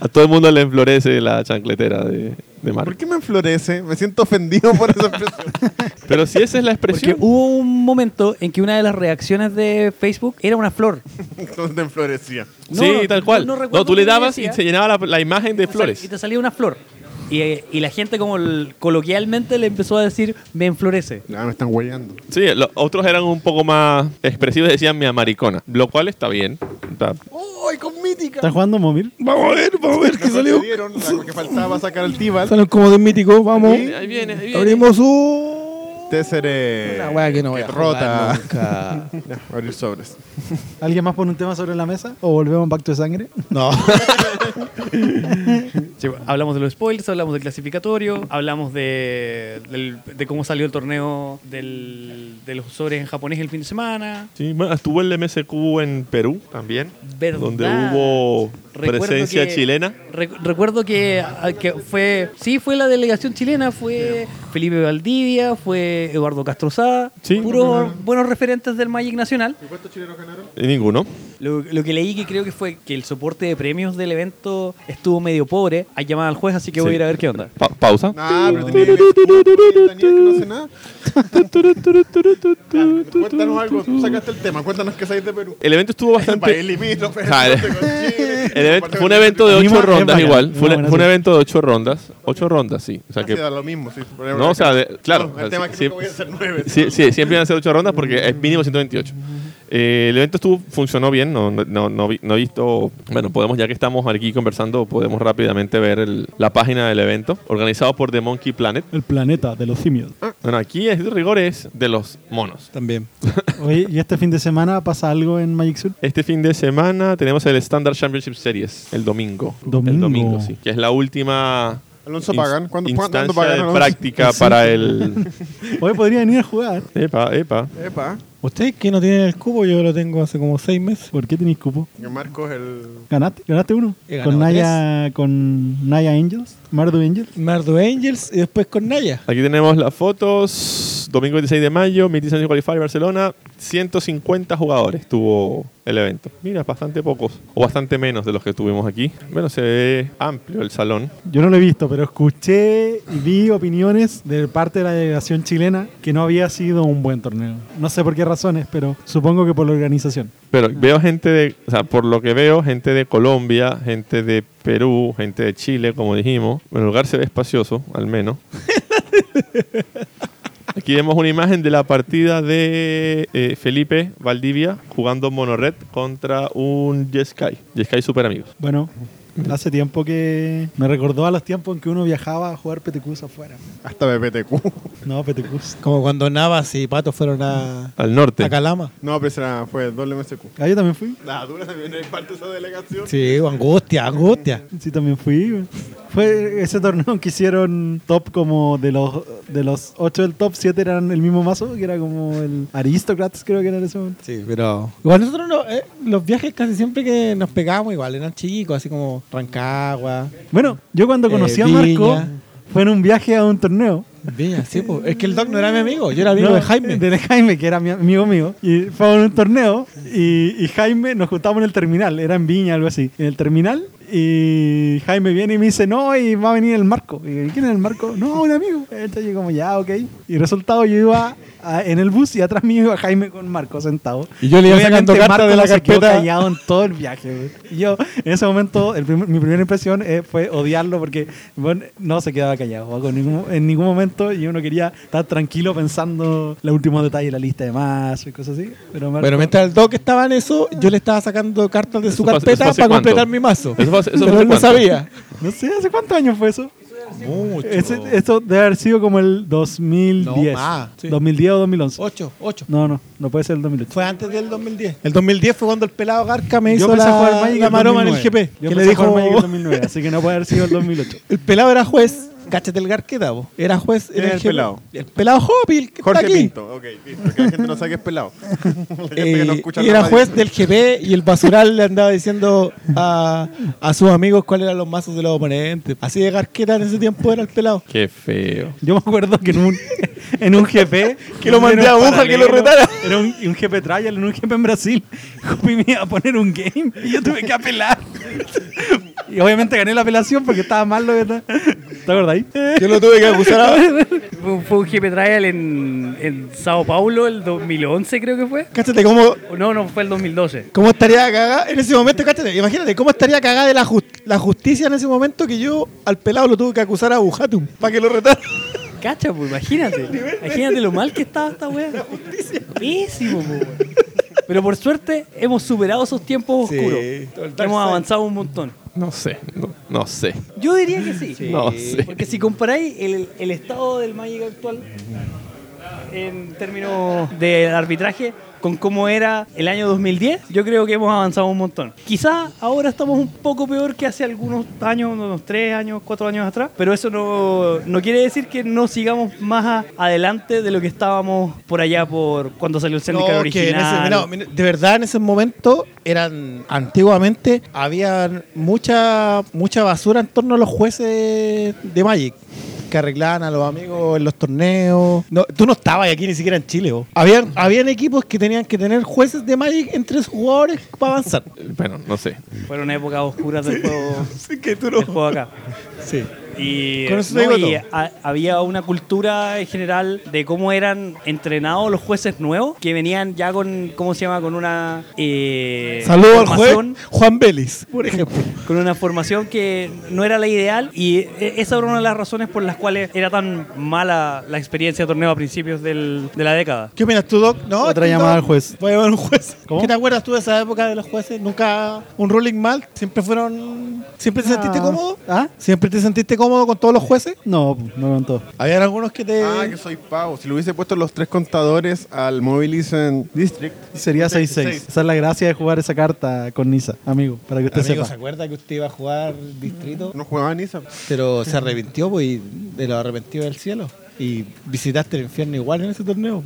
Speaker 4: A todo el mundo le enflorece la chancletera de, de Marco.
Speaker 3: ¿Por qué me enflorece? Me siento ofendido por esa expresión. <laughs>
Speaker 4: Pero si esa es la
Speaker 5: Porque
Speaker 4: expresión.
Speaker 5: hubo un momento en que una de las reacciones de Facebook era una flor.
Speaker 3: Entonces te enflorecía.
Speaker 5: No,
Speaker 4: sí,
Speaker 5: no,
Speaker 4: tal cual.
Speaker 5: no
Speaker 4: No,
Speaker 5: recuerdo
Speaker 4: tú le
Speaker 5: quién le
Speaker 4: dabas y
Speaker 5: decía.
Speaker 4: se llenaba la, la imagen de
Speaker 5: O sea,
Speaker 4: flores.
Speaker 5: Y te salía una flor. Y, eh, y la gente como el- coloquialmente le empezó a decir, me enflorece.
Speaker 3: Ah, me están huellando.
Speaker 4: Sí, los otros eran un poco más expresivos y decían mi amaricona. Lo cual está bien. Está-
Speaker 3: ¡Uy, con mítica!
Speaker 1: ¿Estás jugando móvil?
Speaker 2: Vamos a ver, vamos a ver qué
Speaker 3: salió?
Speaker 2: salió.
Speaker 3: Dieron la que faltaba para sacar el tíbal.
Speaker 2: Salen como de un mítico, vamos.
Speaker 4: Ahí viene, ahí viene.
Speaker 2: Abrimos un...
Speaker 3: Tessere.
Speaker 2: Una Ah, weá que no voy a jugar
Speaker 3: Rota.
Speaker 4: <laughs>
Speaker 2: nunca.
Speaker 3: Ya, abrir sobres.
Speaker 1: ¿Alguien más pone un tema sobre la mesa? ¿O volvemos a Pacto de Sangre?
Speaker 2: No.
Speaker 5: Hablamos de los spoilers, hablamos del clasificatorio, hablamos de, del- de cómo salió el torneo del- de los sobres en japonés el fin de semana.
Speaker 4: Sí, bueno, estuvo el MSQ en Perú también.
Speaker 5: ¿Verdad?
Speaker 4: Donde hubo
Speaker 5: Recuerdo
Speaker 4: presencia
Speaker 5: que-
Speaker 4: chilena.
Speaker 5: recu- recuerdo que, a- que fue, sí, fue la delegación chilena, fue Felipe Valdivia, fue Eduardo Castrozada,
Speaker 4: Sí.
Speaker 5: puros buenos referentes del Magic Nacional.
Speaker 4: Y ninguno.
Speaker 5: Lo, lo que leí que creo que fue que el soporte de premios del evento estuvo medio pobre. Hay llamada al juez, así que voy a
Speaker 4: Sí.
Speaker 5: ir a ver qué onda.
Speaker 4: Pa- pausa.
Speaker 3: Ah, pero tenía que ver- Daniel, que no hace nada. Cuéntanos algo. Tú sacaste el tema. Cuéntanos qué sabes de Perú.
Speaker 4: El evento estuvo bastante.
Speaker 3: País limítrofe,
Speaker 4: Claro.
Speaker 3: con Chile.
Speaker 4: Ah, <laughs> El evento- fue un evento de
Speaker 1: Anima-
Speaker 4: ocho
Speaker 1: es
Speaker 4: rondas
Speaker 1: bacán,
Speaker 4: igual.
Speaker 1: es
Speaker 4: Fue,
Speaker 1: una
Speaker 4: un-
Speaker 1: buena
Speaker 4: fue un
Speaker 1: serie.
Speaker 4: evento de ocho rondas. Ocho rondas, sí. O sea
Speaker 3: Casi
Speaker 4: que.
Speaker 3: da lo mismo, sí.
Speaker 4: No, o sea, de- claro.
Speaker 3: No, el tema es que
Speaker 4: Sí,
Speaker 3: nunca voy a hacer nueve.
Speaker 4: sí, sí, siempre van a ser ocho rondas porque es mínimo 128. Eh, el evento estuvo, funcionó bien, no, no, no, no vi- no he visto, bueno, podemos, ya que estamos aquí conversando, podemos rápidamente ver el- la página del evento, organizado por The Monkey Planet.
Speaker 1: El planeta de los simios.
Speaker 4: Bueno, aquí es de rigores de los monos.
Speaker 2: También.
Speaker 1: Oye, ¿y este fin de semana pasa algo en Magic Sur?
Speaker 4: Este fin de semana tenemos el Standard Championship Series, el domingo.
Speaker 1: Domingo.
Speaker 4: El domingo, sí. Que es la última
Speaker 3: Alonso
Speaker 4: ins-
Speaker 3: Pagan. ¿Cuándo,
Speaker 4: instancia
Speaker 3: ¿cuándo Pagan,
Speaker 4: de
Speaker 3: Alonso?
Speaker 4: práctica para el...
Speaker 1: Oye, podría venir a jugar.
Speaker 4: Epa, epa.
Speaker 3: Epa.
Speaker 2: Ustedes que no tienen el cubo, yo lo tengo hace como seis meses.
Speaker 1: ¿Por qué tenéis cupo?
Speaker 3: Que Marco es el...
Speaker 1: ¿Ganaste? ¿Ganaste uno?
Speaker 2: He ganado
Speaker 1: Con Naya, con Naya Angels, Mardu Angels.
Speaker 2: Mardo Angels y después con Naya.
Speaker 4: Aquí tenemos las fotos. Domingo 26 de mayo, 1600 Qualifier Barcelona. 150 jugadores tuvo el evento. Mira, bastante pocos. O bastante menos de los que tuvimos aquí. Bueno, se ve amplio el salón.
Speaker 1: Yo no lo he visto, pero escuché y vi opiniones de parte de la delegación chilena que no había sido un buen torneo. No sé por qué razones, pero supongo que por la organización.
Speaker 4: Pero veo gente de, o sea, por lo que veo, gente de Colombia, gente de Perú, gente de Chile, como dijimos. Bueno, el lugar se ve espacioso, al <laughs> menos. Aquí vemos una imagen de la partida de eh, Felipe Valdivia jugando monored contra un Jeskai. Jeskai super amigos.
Speaker 1: Bueno, hace tiempo que me recordó a los tiempos en que uno viajaba a jugar PTQs afuera.
Speaker 3: Hasta BPTQ.
Speaker 1: No, PTQs.
Speaker 2: Como cuando Navas y Pato fueron a,
Speaker 4: Al norte.
Speaker 2: a Calama.
Speaker 3: No, pero será, fue el doble MSQ.
Speaker 1: Ah, yo también fui.
Speaker 3: La dura también es parte de esa delegación.
Speaker 2: Sí, angustia, angustia.
Speaker 1: Sí, también fui. Fue ese torneo que hicieron top como de los de los 8 del top, 7 eran el mismo mazo, que era como el Aristocrats, creo que era en ese momento.
Speaker 2: Sí, pero. Igual nosotros no, eh, los viajes casi siempre que nos pegábamos, igual eran chicos, así como Rancagua.
Speaker 1: Bueno, yo cuando
Speaker 2: Eh,
Speaker 1: conocí a
Speaker 2: Viña.
Speaker 1: Marco fue en un viaje a un torneo.
Speaker 2: Viña, sí, po. Es que el Doc no era mi amigo, yo era amigo
Speaker 1: No,
Speaker 2: de Jaime.
Speaker 1: De Jaime, que era mi amigo mío. Y fue a un torneo y, y Jaime nos juntamos en el terminal, era en Viña, algo así. En el terminal Y Jaime viene y me dice, no, y va a venir el Marco. Y, ¿quién es el Marco? No, un amigo. Entonces yo como, ya, ok. Y resultado, yo iba a- en el bus y atrás mío iba Jaime con Marco sentado.
Speaker 2: Y yo le iba
Speaker 1: Obviamente,
Speaker 2: sacando cartas
Speaker 1: Marco
Speaker 2: de la
Speaker 1: no se quedó
Speaker 2: carpeta.
Speaker 1: callado en todo el viaje. güey. Y yo, en ese momento, el primer- mi primera impresión eh, fue odiarlo porque bueno, no se quedaba callado Paco, en, ningún, en ningún momento. Y uno quería estar tranquilo pensando los últimos detalles de la lista de más y cosas así. Pero Marco,
Speaker 2: Bueno, mientras el Doc estaba en eso, yo le estaba sacando cartas de su
Speaker 4: fue hace-
Speaker 2: carpeta
Speaker 4: eso fue hace
Speaker 2: para
Speaker 4: cuánto?
Speaker 2: completar mi mazo.
Speaker 4: Eso fue hace- eso fue
Speaker 2: Pero
Speaker 4: hace
Speaker 2: él no
Speaker 4: cuánto?
Speaker 2: sabía.
Speaker 1: no sé, ¿hace cuántos años fue eso?
Speaker 2: Mucho.
Speaker 1: Ese- esto debe haber sido como el 2010.
Speaker 2: No, más. Sí.
Speaker 1: 2010 o 2011.
Speaker 2: Ocho, ocho.
Speaker 1: No, no, no puede ser el 2008.
Speaker 2: Fue antes del 2010. El 2010 fue cuando el pelado Garca me hizo
Speaker 1: empecé a jugar
Speaker 2: la,
Speaker 1: Magic
Speaker 2: la maroma en el
Speaker 1: 2009. Yo
Speaker 2: GP. que
Speaker 1: empecé
Speaker 2: le
Speaker 1: a
Speaker 2: dijo,
Speaker 1: jugar Magic en 2009, así que no puede haber sido el 2008.
Speaker 2: <laughs> el pelado era juez. Cáchate el Garqueta, vos. Era juez en
Speaker 3: ¿Quién
Speaker 2: el,
Speaker 3: es el
Speaker 2: GP.
Speaker 3: pelado?
Speaker 2: El pelado Hopi, el que está
Speaker 3: Jorge
Speaker 2: aquí.
Speaker 3: Pinto, ok, listo, que la gente no sabe que es pelado. <laughs> La gente que no
Speaker 2: Eh,
Speaker 3: escucha
Speaker 2: y era
Speaker 3: nada
Speaker 2: juez
Speaker 3: dice,
Speaker 2: del GB y el basural le andaba diciendo a, a sus amigos cuáles eran los mazos de los oponentes. Así de garqueta en ese tiempo era el pelado.
Speaker 4: Qué feo.
Speaker 1: Yo me acuerdo que en un, <laughs> en un GP.
Speaker 2: <laughs> Que lo mandé
Speaker 1: era un
Speaker 2: a Aguja que lo
Speaker 1: paralelo,
Speaker 2: retara.
Speaker 1: Era un, un GP trial, en un GP en Brasil. Jupi me iba a poner un game y yo tuve que apelar. <laughs> Y obviamente gané la apelación porque estaba mal lo que estaba- ¿Te acuerdas ahí?
Speaker 2: Yo lo tuve que acusar a...
Speaker 5: <laughs> Fue, fue un GP Trial en, en Sao Paulo el 2011, creo que fue.
Speaker 2: Cáchate cómo,
Speaker 5: O No, no, fue el 2012.
Speaker 2: cómo estaría cagada en ese momento. Cáchate, imagínate cómo estaría cagada de la, jus- la justicia en ese momento que yo al pelado lo tuve que acusar a Bujatum para que lo retara.
Speaker 5: Cacha, pues <laughs> imagínate. imagínate lo mal que estaba esta weá. Pésimo, po, weón. Pero por suerte hemos superado esos tiempos
Speaker 2: Sí,
Speaker 5: oscuros.
Speaker 2: todo el dark
Speaker 5: Hemos
Speaker 2: side.
Speaker 5: avanzado un montón.
Speaker 4: No sé, no, no sé.
Speaker 5: Yo diría que sí.
Speaker 4: No sé.
Speaker 5: Porque si comparáis el, el estado del Magic actual en términos de arbitraje con cómo era el año 2010, yo creo que hemos avanzado un montón. Quizá ahora estamos un poco peor que hace algunos años, unos tres años, cuatro años atrás, pero eso no, no quiere decir que no sigamos más a- adelante de lo que estábamos por allá por cuando salió el Zendikar
Speaker 2: No, que en ese-
Speaker 5: original.
Speaker 2: no, mira, de verdad en ese momento eran antiguamente había mucha mucha basura en torno a los jueces de Magic que arreglaban a los amigos en los torneos. No, tú no estabas aquí ni siquiera en Chile. vos. Habían, habían equipos que tenían que tener jueces de Magic entre sus jugadores para <laughs> avanzar.
Speaker 4: Bueno, no sé.
Speaker 5: Fueron épocas oscuras
Speaker 2: <laughs>
Speaker 5: del juego,
Speaker 2: Así que tú
Speaker 5: del juego acá.
Speaker 2: Sí.
Speaker 5: Y,
Speaker 2: Con eso te
Speaker 5: no,
Speaker 2: digo
Speaker 5: y
Speaker 2: todo.
Speaker 5: ha- había una cultura en general de cómo eran entrenados los jueces nuevos que venían ya con, ¿cómo se llama? Con una. eh,
Speaker 2: Saludo al juez
Speaker 5: formación-
Speaker 2: Juan Vélez, por ejemplo.
Speaker 5: Con una formación que no era la ideal y eh, esa era una de las razones por las cuales era tan mala la experiencia de torneo a principios del- de la década.
Speaker 2: ¿Qué opinas tú, Doc? No,
Speaker 1: Otra
Speaker 2: tú,
Speaker 1: llamada
Speaker 2: Doc.
Speaker 1: al juez.
Speaker 2: Voy a llamar a un juez.
Speaker 1: <laughs> ¿Cómo?
Speaker 2: ¿Qué te acuerdas tú de esa época de los jueces? Nunca un ruling mal. Siempre fueron. ¿Siempre te sentiste cómodo?
Speaker 1: ¿Ah?
Speaker 2: ¿Siempre te sentiste cómodo con todos los jueces?
Speaker 1: No, no contó.
Speaker 2: Habían algunos que te.
Speaker 3: Ah, que soy pavo. Si le hubiese puesto los tres contadores al Mobilization District,
Speaker 1: Sería 6-6. Esa es la gracia de jugar esa carta con Nisa, amigo, para que usted
Speaker 2: Amigo, ¿se
Speaker 1: sepa.
Speaker 2: acuerda que usted iba a jugar distrito?
Speaker 3: no jugaba ni esa.
Speaker 2: Pero se arrepintió, pues, y de los arrepentidos del cielo. Y visitaste el infierno igual en ese torneo.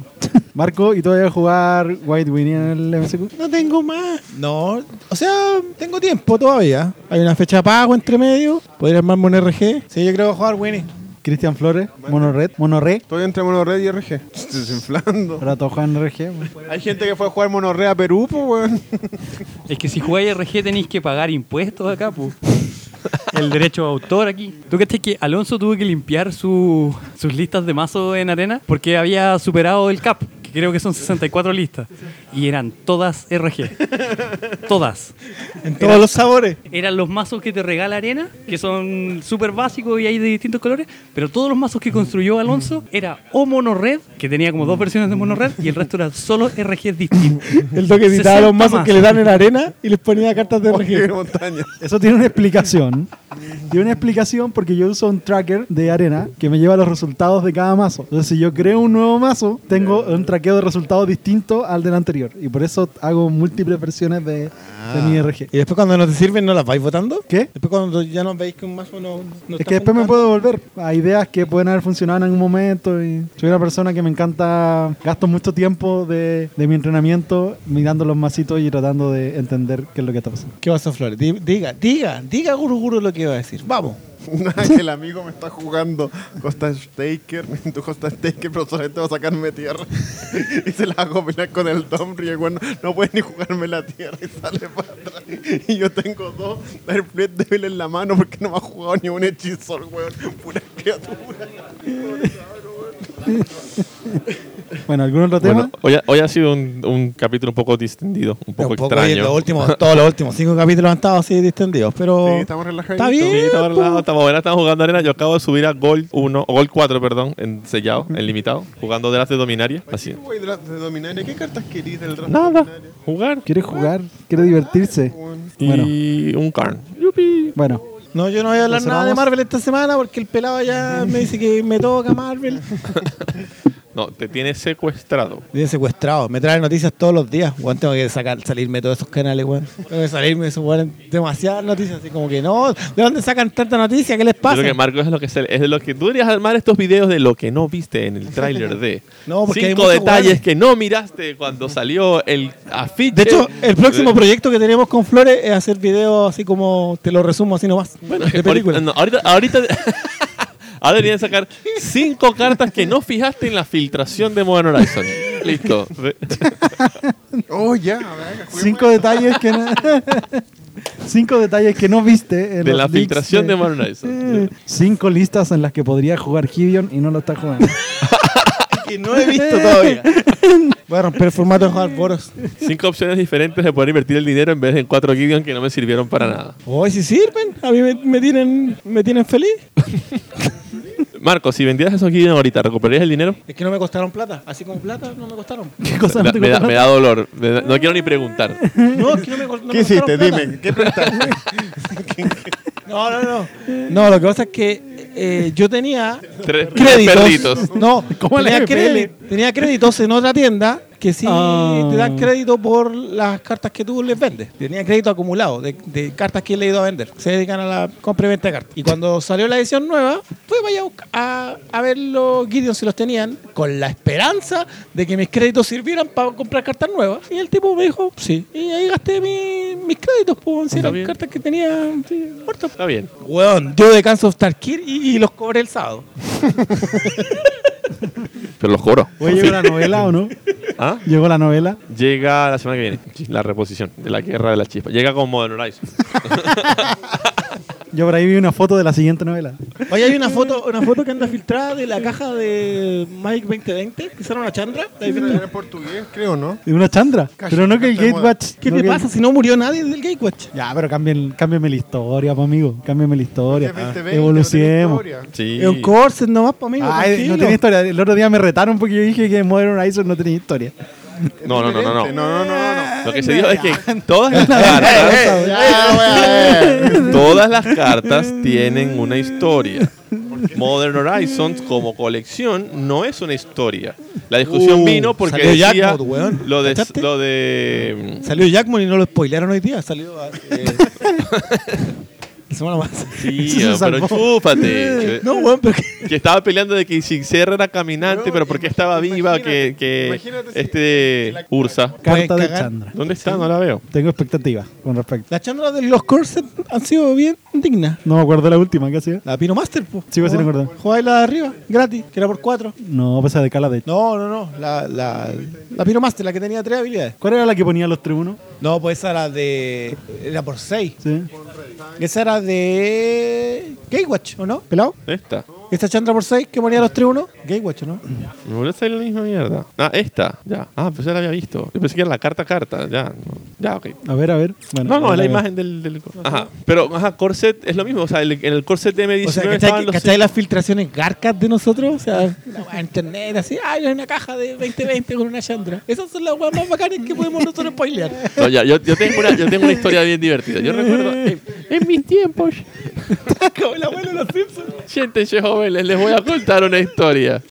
Speaker 1: Marco, ¿y tú vas a jugar White Winnie en el MCQ?
Speaker 2: No tengo más. No, o sea, tengo tiempo todavía. Hay una fecha de pago entre medio. Podría armarme un RG. Sí, yo creo que voy a jugar Winnie.
Speaker 1: Cristian Flores, Mono Red, Mono Red.
Speaker 3: Estoy entre Monorred y RG. Estoy desinflando.
Speaker 1: Ahora todos juegan RG. güey.
Speaker 3: Hay gente que fue a jugar Monorred a Perú, pues, weón. <laughs>
Speaker 5: Es que si jugáis RG tenéis que pagar impuestos acá, pues. El derecho de autor aquí. ¿Tú crees que Alonso tuvo que limpiar su- sus listas de mazo en arena? Porque había superado el CAP, que creo que son 64 listas. Y eran todas RG. Todas.
Speaker 2: En todos los sabores.
Speaker 5: Eran los mazos que te regala arena, que son súper básicos y hay de distintos colores. Pero todos los mazos que construyó Alonso era o mono red, que tenía como dos versiones de mono red, y el resto era solo RG distintos.
Speaker 2: El toque editaba
Speaker 5: 60
Speaker 2: los mazos
Speaker 5: más.
Speaker 2: que le dan en arena y les ponía cartas de
Speaker 3: Qué
Speaker 2: RG.
Speaker 3: montaña. <laughs>
Speaker 1: Eso tiene una explicación. Tiene una explicación porque yo uso un tracker de arena que me lleva los resultados de cada mazo. Entonces, si yo creo un nuevo mazo, tengo un traqueo de resultados distinto al del anterior. Y por eso hago múltiples versiones de, de mi RG.
Speaker 2: Y después cuando no te sirven, ¿no las vais votando?
Speaker 1: ¿Qué?
Speaker 2: Después cuando ya no veis que un mazo no, no
Speaker 1: Es
Speaker 2: está
Speaker 1: que después me
Speaker 2: funcionando.
Speaker 1: puedo volver a ideas que pueden haber funcionado en algún momento. Y soy una persona que me encanta, gasto mucho tiempo de, de mi entrenamiento mirando los macitos y tratando de entender qué es lo que está pasando.
Speaker 2: ¿Qué vas a Flores? Di- Diga, diga, diga Guru Guru lo que iba a decir. Vamos.
Speaker 3: Nada, que el amigo me está jugando Constant <laughs> Taker, tu Constant Taker, pero solamente va a sacarme tierra. <laughs> y se la hago pelear con el Domri y el weón no puede ni jugarme la tierra y sale para atrás. Y yo tengo dos Airplane Devil en la mano porque no me ha jugado ni un hechizo, el weón. Pura criatura.
Speaker 1: Bueno, ¿algún otro tema?
Speaker 4: Bueno, hoy, ha- hoy ha sido un, un capítulo un poco distendido, un poco,
Speaker 2: Un poco, oye,
Speaker 4: extraño.
Speaker 2: los últimos, todos los últimos cinco capítulos han estado así distendidos, pero.
Speaker 3: Sí, estamos relajaditos.
Speaker 2: Está bien.
Speaker 4: Sí, estamos
Speaker 2: po.
Speaker 4: relajados, estamos buenas, estamos jugando arena. Yo acabo de subir a Gold 1, o Gold 4, perdón, en sellado, en limitado, jugando de las de Dominaria. Así.
Speaker 3: ¿Qué wey de la- de Dominaria? ¿Qué cartas querís del rato?
Speaker 1: Nada.
Speaker 3: Dominaria?
Speaker 4: Jugar
Speaker 1: Quiere jugar, quiere divertirse.
Speaker 4: y un Karn. Yupi.
Speaker 1: Bueno,
Speaker 2: No, yo no voy a hablar
Speaker 1: Nos
Speaker 2: nada de
Speaker 1: cerramos.
Speaker 2: Marvel esta semana porque el pelado ya me dice que me toca <laughs> Marvel.
Speaker 4: No, te tiene secuestrado.
Speaker 2: Bien secuestrado. Me trae noticias todos los días. Weón, tengo que sacar, salirme de todos esos canales, weón. Tengo que salirme de esos weón. Demasiadas noticias. Así como que no. ¿De dónde sacan tanta noticia? ¿Qué les
Speaker 4: Yo
Speaker 2: pasa?
Speaker 4: creo que Marco es lo que se- es de lo que tú deberías armar estos videos de lo que no viste en el tráiler de
Speaker 2: <laughs> No, porque hay
Speaker 4: cinco
Speaker 2: muchos
Speaker 4: detalles
Speaker 2: jugadores.
Speaker 4: que no miraste cuando salió el afiche.
Speaker 2: De hecho, el próximo
Speaker 4: De-
Speaker 2: proyecto que tenemos con Flores es hacer videos así como te lo resumo así nomás. de película.
Speaker 4: Ahorita, no, ahorita, ahorita- <laughs> ahora deberían sacar cinco cartas que no fijaste en la filtración de Modern Horizon. Listo.
Speaker 3: Oh, ya, venga, juguemos.
Speaker 1: cinco detalles que no, <laughs> cinco detalles que no viste en
Speaker 4: De
Speaker 1: los
Speaker 4: la
Speaker 1: leaks
Speaker 4: filtración de Modern Horizon.
Speaker 1: <laughs> Eh, Cinco listas en las que podría jugar Gideon y no lo está
Speaker 4: <laughs>
Speaker 1: jugando.
Speaker 2: que no he visto todavía. <laughs> Voy a romper el formato de jugar Boros.
Speaker 4: Cinco opciones diferentes de poder invertir el dinero en vez de en cuatro Gideon que no me sirvieron para nada.
Speaker 2: Hoy sí sirven. A mí me, me tienen, me tienen feliz.
Speaker 4: Marco, si vendieras esos Gideon ahorita, ¿recuperarías el dinero?
Speaker 2: Es que no me costaron plata. Así como plata no me <laughs> costaron.
Speaker 1: ¿Qué cosa
Speaker 4: Da-
Speaker 1: no te
Speaker 4: me, da,
Speaker 1: compraste?
Speaker 4: me da dolor. Me da- no quiero ni preguntar.
Speaker 2: No, es que no me, co- no me
Speaker 3: ¿Qué hiciste?
Speaker 2: costaron plata.
Speaker 3: Dime, ¿qué prestaste?
Speaker 2: No, no, no. No, lo que pasa es que eh, yo tenía
Speaker 4: Tres
Speaker 2: créditos.
Speaker 4: perritos.
Speaker 2: No,
Speaker 1: ¿Cómo la
Speaker 2: tenía,
Speaker 1: FPL?
Speaker 2: crédi- tenía créditos en otra tienda que sí
Speaker 1: Ah.
Speaker 2: te dan crédito por las cartas que tú les vendes. Tenía crédito acumulado de, de cartas que le he ido a vender. Se dedican a la compra y venta de cartas. Y cuando salió la edición nueva, pues vaya a, busca- a, a ver los Gideon si los tenían, con la esperanza de que mis créditos sirvieran para comprar cartas nuevas. Y el tipo me dijo, sí. Y ahí gasté mi- mis créditos, pues, si
Speaker 4: Está
Speaker 2: eran
Speaker 4: bien.
Speaker 2: cartas que tenía sí, muertas.
Speaker 4: Está bien.
Speaker 2: Weón, yo de Cans of Tarkir y, y los cobré el sábado.
Speaker 4: Pero los cobro.
Speaker 1: Oye, ¿llegó la novela o
Speaker 4: <laughs>
Speaker 1: no?
Speaker 4: ¿Ah?
Speaker 1: ¿Llegó la novela?
Speaker 4: Llega la semana que viene. La reposición de la guerra de la chispa. Llega con Modern Horizon.
Speaker 1: Yo por ahí vi una foto de la siguiente novela.
Speaker 2: Oye, hay una foto, una foto que anda filtrada de la caja de Mike 2020, que era una chandra. ¿La has visto?
Speaker 3: Era en portugués, creo, ¿no?
Speaker 1: De una chandra.
Speaker 3: Cacho,
Speaker 1: pero no que el
Speaker 3: está de moda.
Speaker 1: Gatewatch.
Speaker 2: ¿Qué
Speaker 1: no
Speaker 2: te
Speaker 1: que-
Speaker 2: pasa si no murió nadie del Gatewatch?
Speaker 1: Ya, pero cambien, cámbienme la historia, pues, amigo. Cámbienme la historia. Ah,
Speaker 3: Es 2020,
Speaker 1: Evolucionemos.
Speaker 3: no tiene historia.
Speaker 4: Sí.
Speaker 2: Es un corset nomás para mí.
Speaker 1: Ay, no tiene historia. El otro día me retaron porque yo dije que Modern Horizon no tenía historia.
Speaker 4: No, no, no, no, no.
Speaker 3: No, no, no, no, no.
Speaker 4: Lo que se dijo es que todas las cartas,
Speaker 3: Ya, wey, a ver.
Speaker 4: <laughs> todas las cartas tienen una historia. Modern Horizons como colección no es una historia. La discusión
Speaker 2: Uh,
Speaker 4: vino porque
Speaker 2: salió
Speaker 4: decía
Speaker 2: Jackpot, weón.
Speaker 4: lo de
Speaker 2: ¿Cachaste?
Speaker 4: lo
Speaker 2: <laughs>
Speaker 4: de
Speaker 2: Salió Jackman y no lo spoilearon hoy día. Salió. eh, <laughs> la semana más.
Speaker 4: sí,
Speaker 1: Eso se
Speaker 4: pero
Speaker 1: salvó.
Speaker 4: chúpate.
Speaker 2: No, weón, pero que-
Speaker 4: que estaba peleando de que si Sierra era caminante,
Speaker 3: Weón,
Speaker 4: pero porque estaba
Speaker 3: imagínate,
Speaker 4: viva que, que
Speaker 3: imagínate si-
Speaker 4: este
Speaker 3: si la-
Speaker 4: Ursa.
Speaker 2: Pueden
Speaker 1: Carta de
Speaker 2: cagar.
Speaker 1: Chandra.
Speaker 4: ¿Dónde está? No la veo.
Speaker 1: Tengo expectativas con respecto.
Speaker 2: Las chandras de los corsets han sido bien dignas.
Speaker 1: No me acuerdo la última, ¿qué hacía?
Speaker 2: La Pino Master, pues.
Speaker 1: Sí, pues, sí, me acuerdo.
Speaker 2: Jugáis la de arriba, gratis, que era por cuatro.
Speaker 1: No, pues esa de Cala de hecho.
Speaker 2: No, no, no. La, la, la Pyromaster, la que tenía tres habilidades.
Speaker 1: ¿Cuál era la que ponía los tribunos?
Speaker 2: No, pues esa era de. Era por seis.
Speaker 1: Sí.
Speaker 2: Esa era de. Gatewatch, ¿o no? ¿Pelado?
Speaker 4: Esta.
Speaker 2: Esta Chandra por seis que ponía los tribunos. Gatewatch, ¿o no?
Speaker 4: Me volvió a salir la misma mierda. Ah, esta. Ya. Ah, pues ya la había visto. Yo pensé que era la carta carta. Ya. no. Ya, ok.
Speaker 1: A ver, a ver. Bueno,
Speaker 4: No, no, es la
Speaker 1: veo.
Speaker 4: imagen del, del- Ajá. Pero, ajá, corset es lo mismo. O sea, el- en el corset de M19
Speaker 2: O sea, ¿cachai,
Speaker 4: estaban
Speaker 2: que-
Speaker 4: los.
Speaker 2: ¿cachai las filtraciones garcas de nosotros? O sea, la weá de internet, así. Ay, hay una caja de 2020 con una Chandra. Esas son las weas más bacanas que podemos nosotros spoilear.
Speaker 4: No, ya, yo, yo tengo una, yo tengo una historia bien divertida.
Speaker 2: <laughs>
Speaker 4: Yo recuerdo, en, en mis tiempos,
Speaker 2: <laughs> Como el abuelo de los Simpsons.
Speaker 4: siéntense jóvenes, les voy a contar una historia.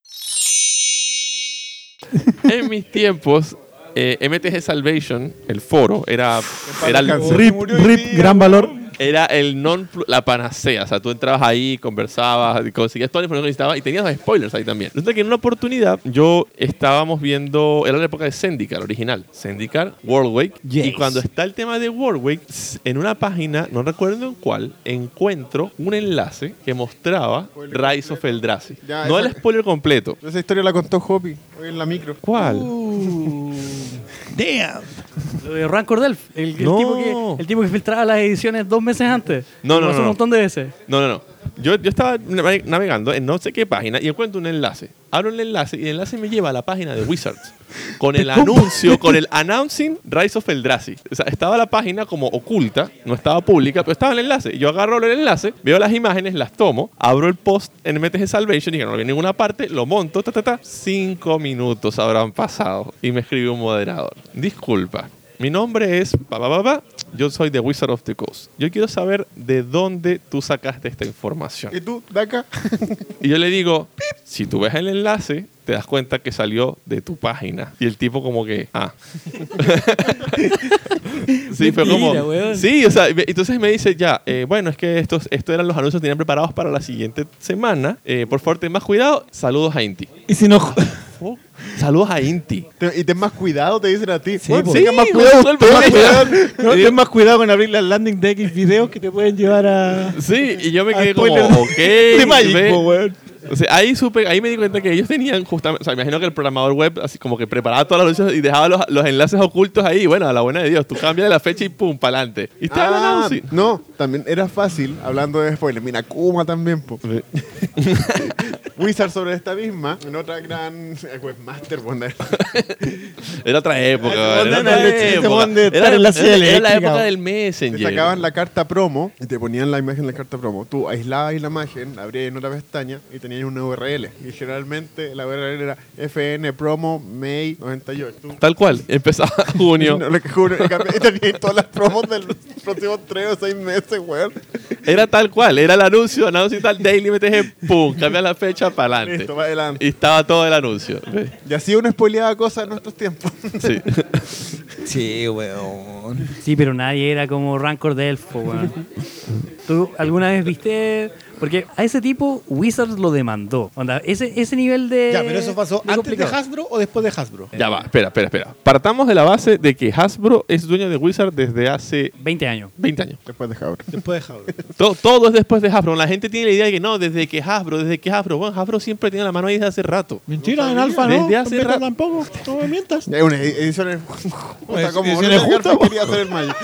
Speaker 4: En mis tiempos, eh, MTG Salvation, el foro, era, era el-
Speaker 3: descanse.
Speaker 1: Rip,
Speaker 2: murió hoy
Speaker 1: rip,
Speaker 2: día,
Speaker 1: gran valor.
Speaker 4: era el non plu- la panacea. O sea, tú entrabas ahí, conversabas, y conseguías toda la información que necesitabas y tenías spoilers ahí también. Resulta que en una oportunidad yo estábamos viendo, era la época de Zendikar original, Zendikar, World Wake, y
Speaker 1: Yes.
Speaker 4: cuando está el tema de World Wake, s- en una página, no recuerdo en cuál, encuentro un enlace que mostraba Rise of Eldrazi.
Speaker 3: Ya,
Speaker 4: No
Speaker 3: esa-
Speaker 4: el spoiler completo.
Speaker 3: Esa historia la contó Hopi hoy en la micro.
Speaker 4: ¿Cuál?
Speaker 2: Damn.
Speaker 5: Lo de Ran Cordell, el, el
Speaker 4: No.
Speaker 5: tipo que, el tipo que filtraba las ediciones dos meses antes.
Speaker 4: No, no,
Speaker 5: Lo
Speaker 4: no,
Speaker 5: pasó un
Speaker 4: no.
Speaker 5: montón de veces.
Speaker 4: No, no, no. Yo, yo estaba nave- navegando en no sé qué página y encuentro un enlace. Abro el enlace y el enlace me lleva a la página de Wizards. Con el anuncio, con el announcing Rise of Eldrazi. O sea, estaba la página como oculta, no estaba pública, pero estaba el enlace. Yo agarro el enlace, veo las imágenes, las tomo, abro el post en MTG Salvation y que no lo vi en ninguna parte, lo monto, ta, ta, ta. Cinco minutos habrán pasado y me escribe un moderador. Disculpa, mi nombre es pa, pa, pa, pa. Yo soy de Wizard of the Coast. Yo quiero saber de dónde tú sacaste esta información.
Speaker 3: ¿Y tú, Daka?
Speaker 4: Y yo le digo, "Pip". si tú ves el enlace, te das cuenta que salió de tu página. Y el tipo como que, ah. <laughs> sí, fue como...
Speaker 5: Mentira, weón.
Speaker 4: Sí, o sea, y me- entonces me dice, ya, eh, bueno, es que estos, estos eran los anuncios que tenían preparados para la siguiente semana. Eh, por favor, ten más cuidado. Saludos a Inti.
Speaker 2: Y si no.
Speaker 4: Saludos a Inti.
Speaker 3: Te- y ten más cuidado, te dicen a ti.
Speaker 2: Sí,
Speaker 3: Bueno,
Speaker 2: po.
Speaker 3: tenga más
Speaker 4: Sí,
Speaker 3: cuidado,
Speaker 4: todo el
Speaker 3: tenga más
Speaker 4: problema.
Speaker 3: cuidado.
Speaker 2: <laughs> No, ten más cuidado con abrir las landing de X videos que te pueden llevar a.
Speaker 4: Sí, y yo me
Speaker 3: Ah,
Speaker 2: a
Speaker 4: quedé como,
Speaker 3: <laughs>
Speaker 2: spoilers <laughs>
Speaker 4: ok.
Speaker 2: De Magic,
Speaker 4: ve".
Speaker 2: po, weón.
Speaker 4: O sea, ahí supe, ahí me di cuenta que ellos tenían justamente, o sea, imagino que el programador web así como que preparaba todas las anuncios y dejaba los, los enlaces ocultos ahí, y bueno, a la buena de Dios, tú cambias la fecha y pum, pa'lante. Y está el
Speaker 3: Ah,
Speaker 4: anuncio.
Speaker 3: no, también era fácil, hablando de spoilers. Mira, Kuma también, po. <laughs> Wizard sobre esta misma, en otra gran eh, webmaster, bueno,
Speaker 4: Era otra época,
Speaker 2: Ah,
Speaker 4: era
Speaker 2: no,
Speaker 4: otra
Speaker 2: no, este
Speaker 4: época.
Speaker 2: mon de estar
Speaker 4: Era,
Speaker 2: en la
Speaker 4: era-
Speaker 2: silla
Speaker 4: era la
Speaker 2: eléctrica,
Speaker 4: época
Speaker 2: bro.
Speaker 4: del
Speaker 3: Te
Speaker 4: Messenger.
Speaker 3: sacaban la carta promo y te ponían la imagen de la carta promo. Tú aislabas la imagen, la abrías en otra pestaña y tenías una URL. Y generalmente la URL era FN promo May 98. Tú-
Speaker 4: Tal cual,
Speaker 3: <laughs>
Speaker 4: empezaba junio.
Speaker 3: No, lo que juro, en cambio, tenías todas las promos de los próximos 3 o 6 meses, weón.
Speaker 4: Era tal cual, era el anuncio, anuncio y tal, Daily MTG, pum, cambia la fecha pa'lante.
Speaker 3: Listo, va adelante.
Speaker 4: Y estaba todo el anuncio. ¿ves?
Speaker 3: Y así una spoileada cosa en nuestros tiempos.
Speaker 4: Sí.
Speaker 2: Sí, weón.
Speaker 5: Sí, pero nadie era como Rancor de Elfo, <laughs> weón. ¿Tú alguna vez viste...? Porque a ese tipo Wizards lo demandó. Onda, ese, ese nivel de...
Speaker 2: Ya, pero eso pasó
Speaker 5: de
Speaker 2: antes de
Speaker 5: complicado.
Speaker 2: Hasbro o después de Hasbro.
Speaker 4: Ya va, espera, espera, espera. Partamos de la base de que Hasbro es dueño de Wizard desde hace
Speaker 5: 20 años.
Speaker 4: 20 años.
Speaker 3: <laughs> Después de Jabra.
Speaker 2: Después de Hasbro.
Speaker 4: To- Todo, es después de Hasbro. La gente tiene la idea de que no, desde que Hasbro, desde que Hasbro. Bueno, Hasbro siempre tiene la mano ahí desde hace rato.
Speaker 2: Mentira, en Alfa no.
Speaker 4: Desde hace
Speaker 2: en beta
Speaker 4: rato.
Speaker 2: tampoco. No me mientas.
Speaker 3: Ya, una edición <laughs> es justa, como
Speaker 2: edición
Speaker 3: Bruno
Speaker 2: es justa,
Speaker 3: Garfield
Speaker 2: po.
Speaker 3: quería hacer el Magic.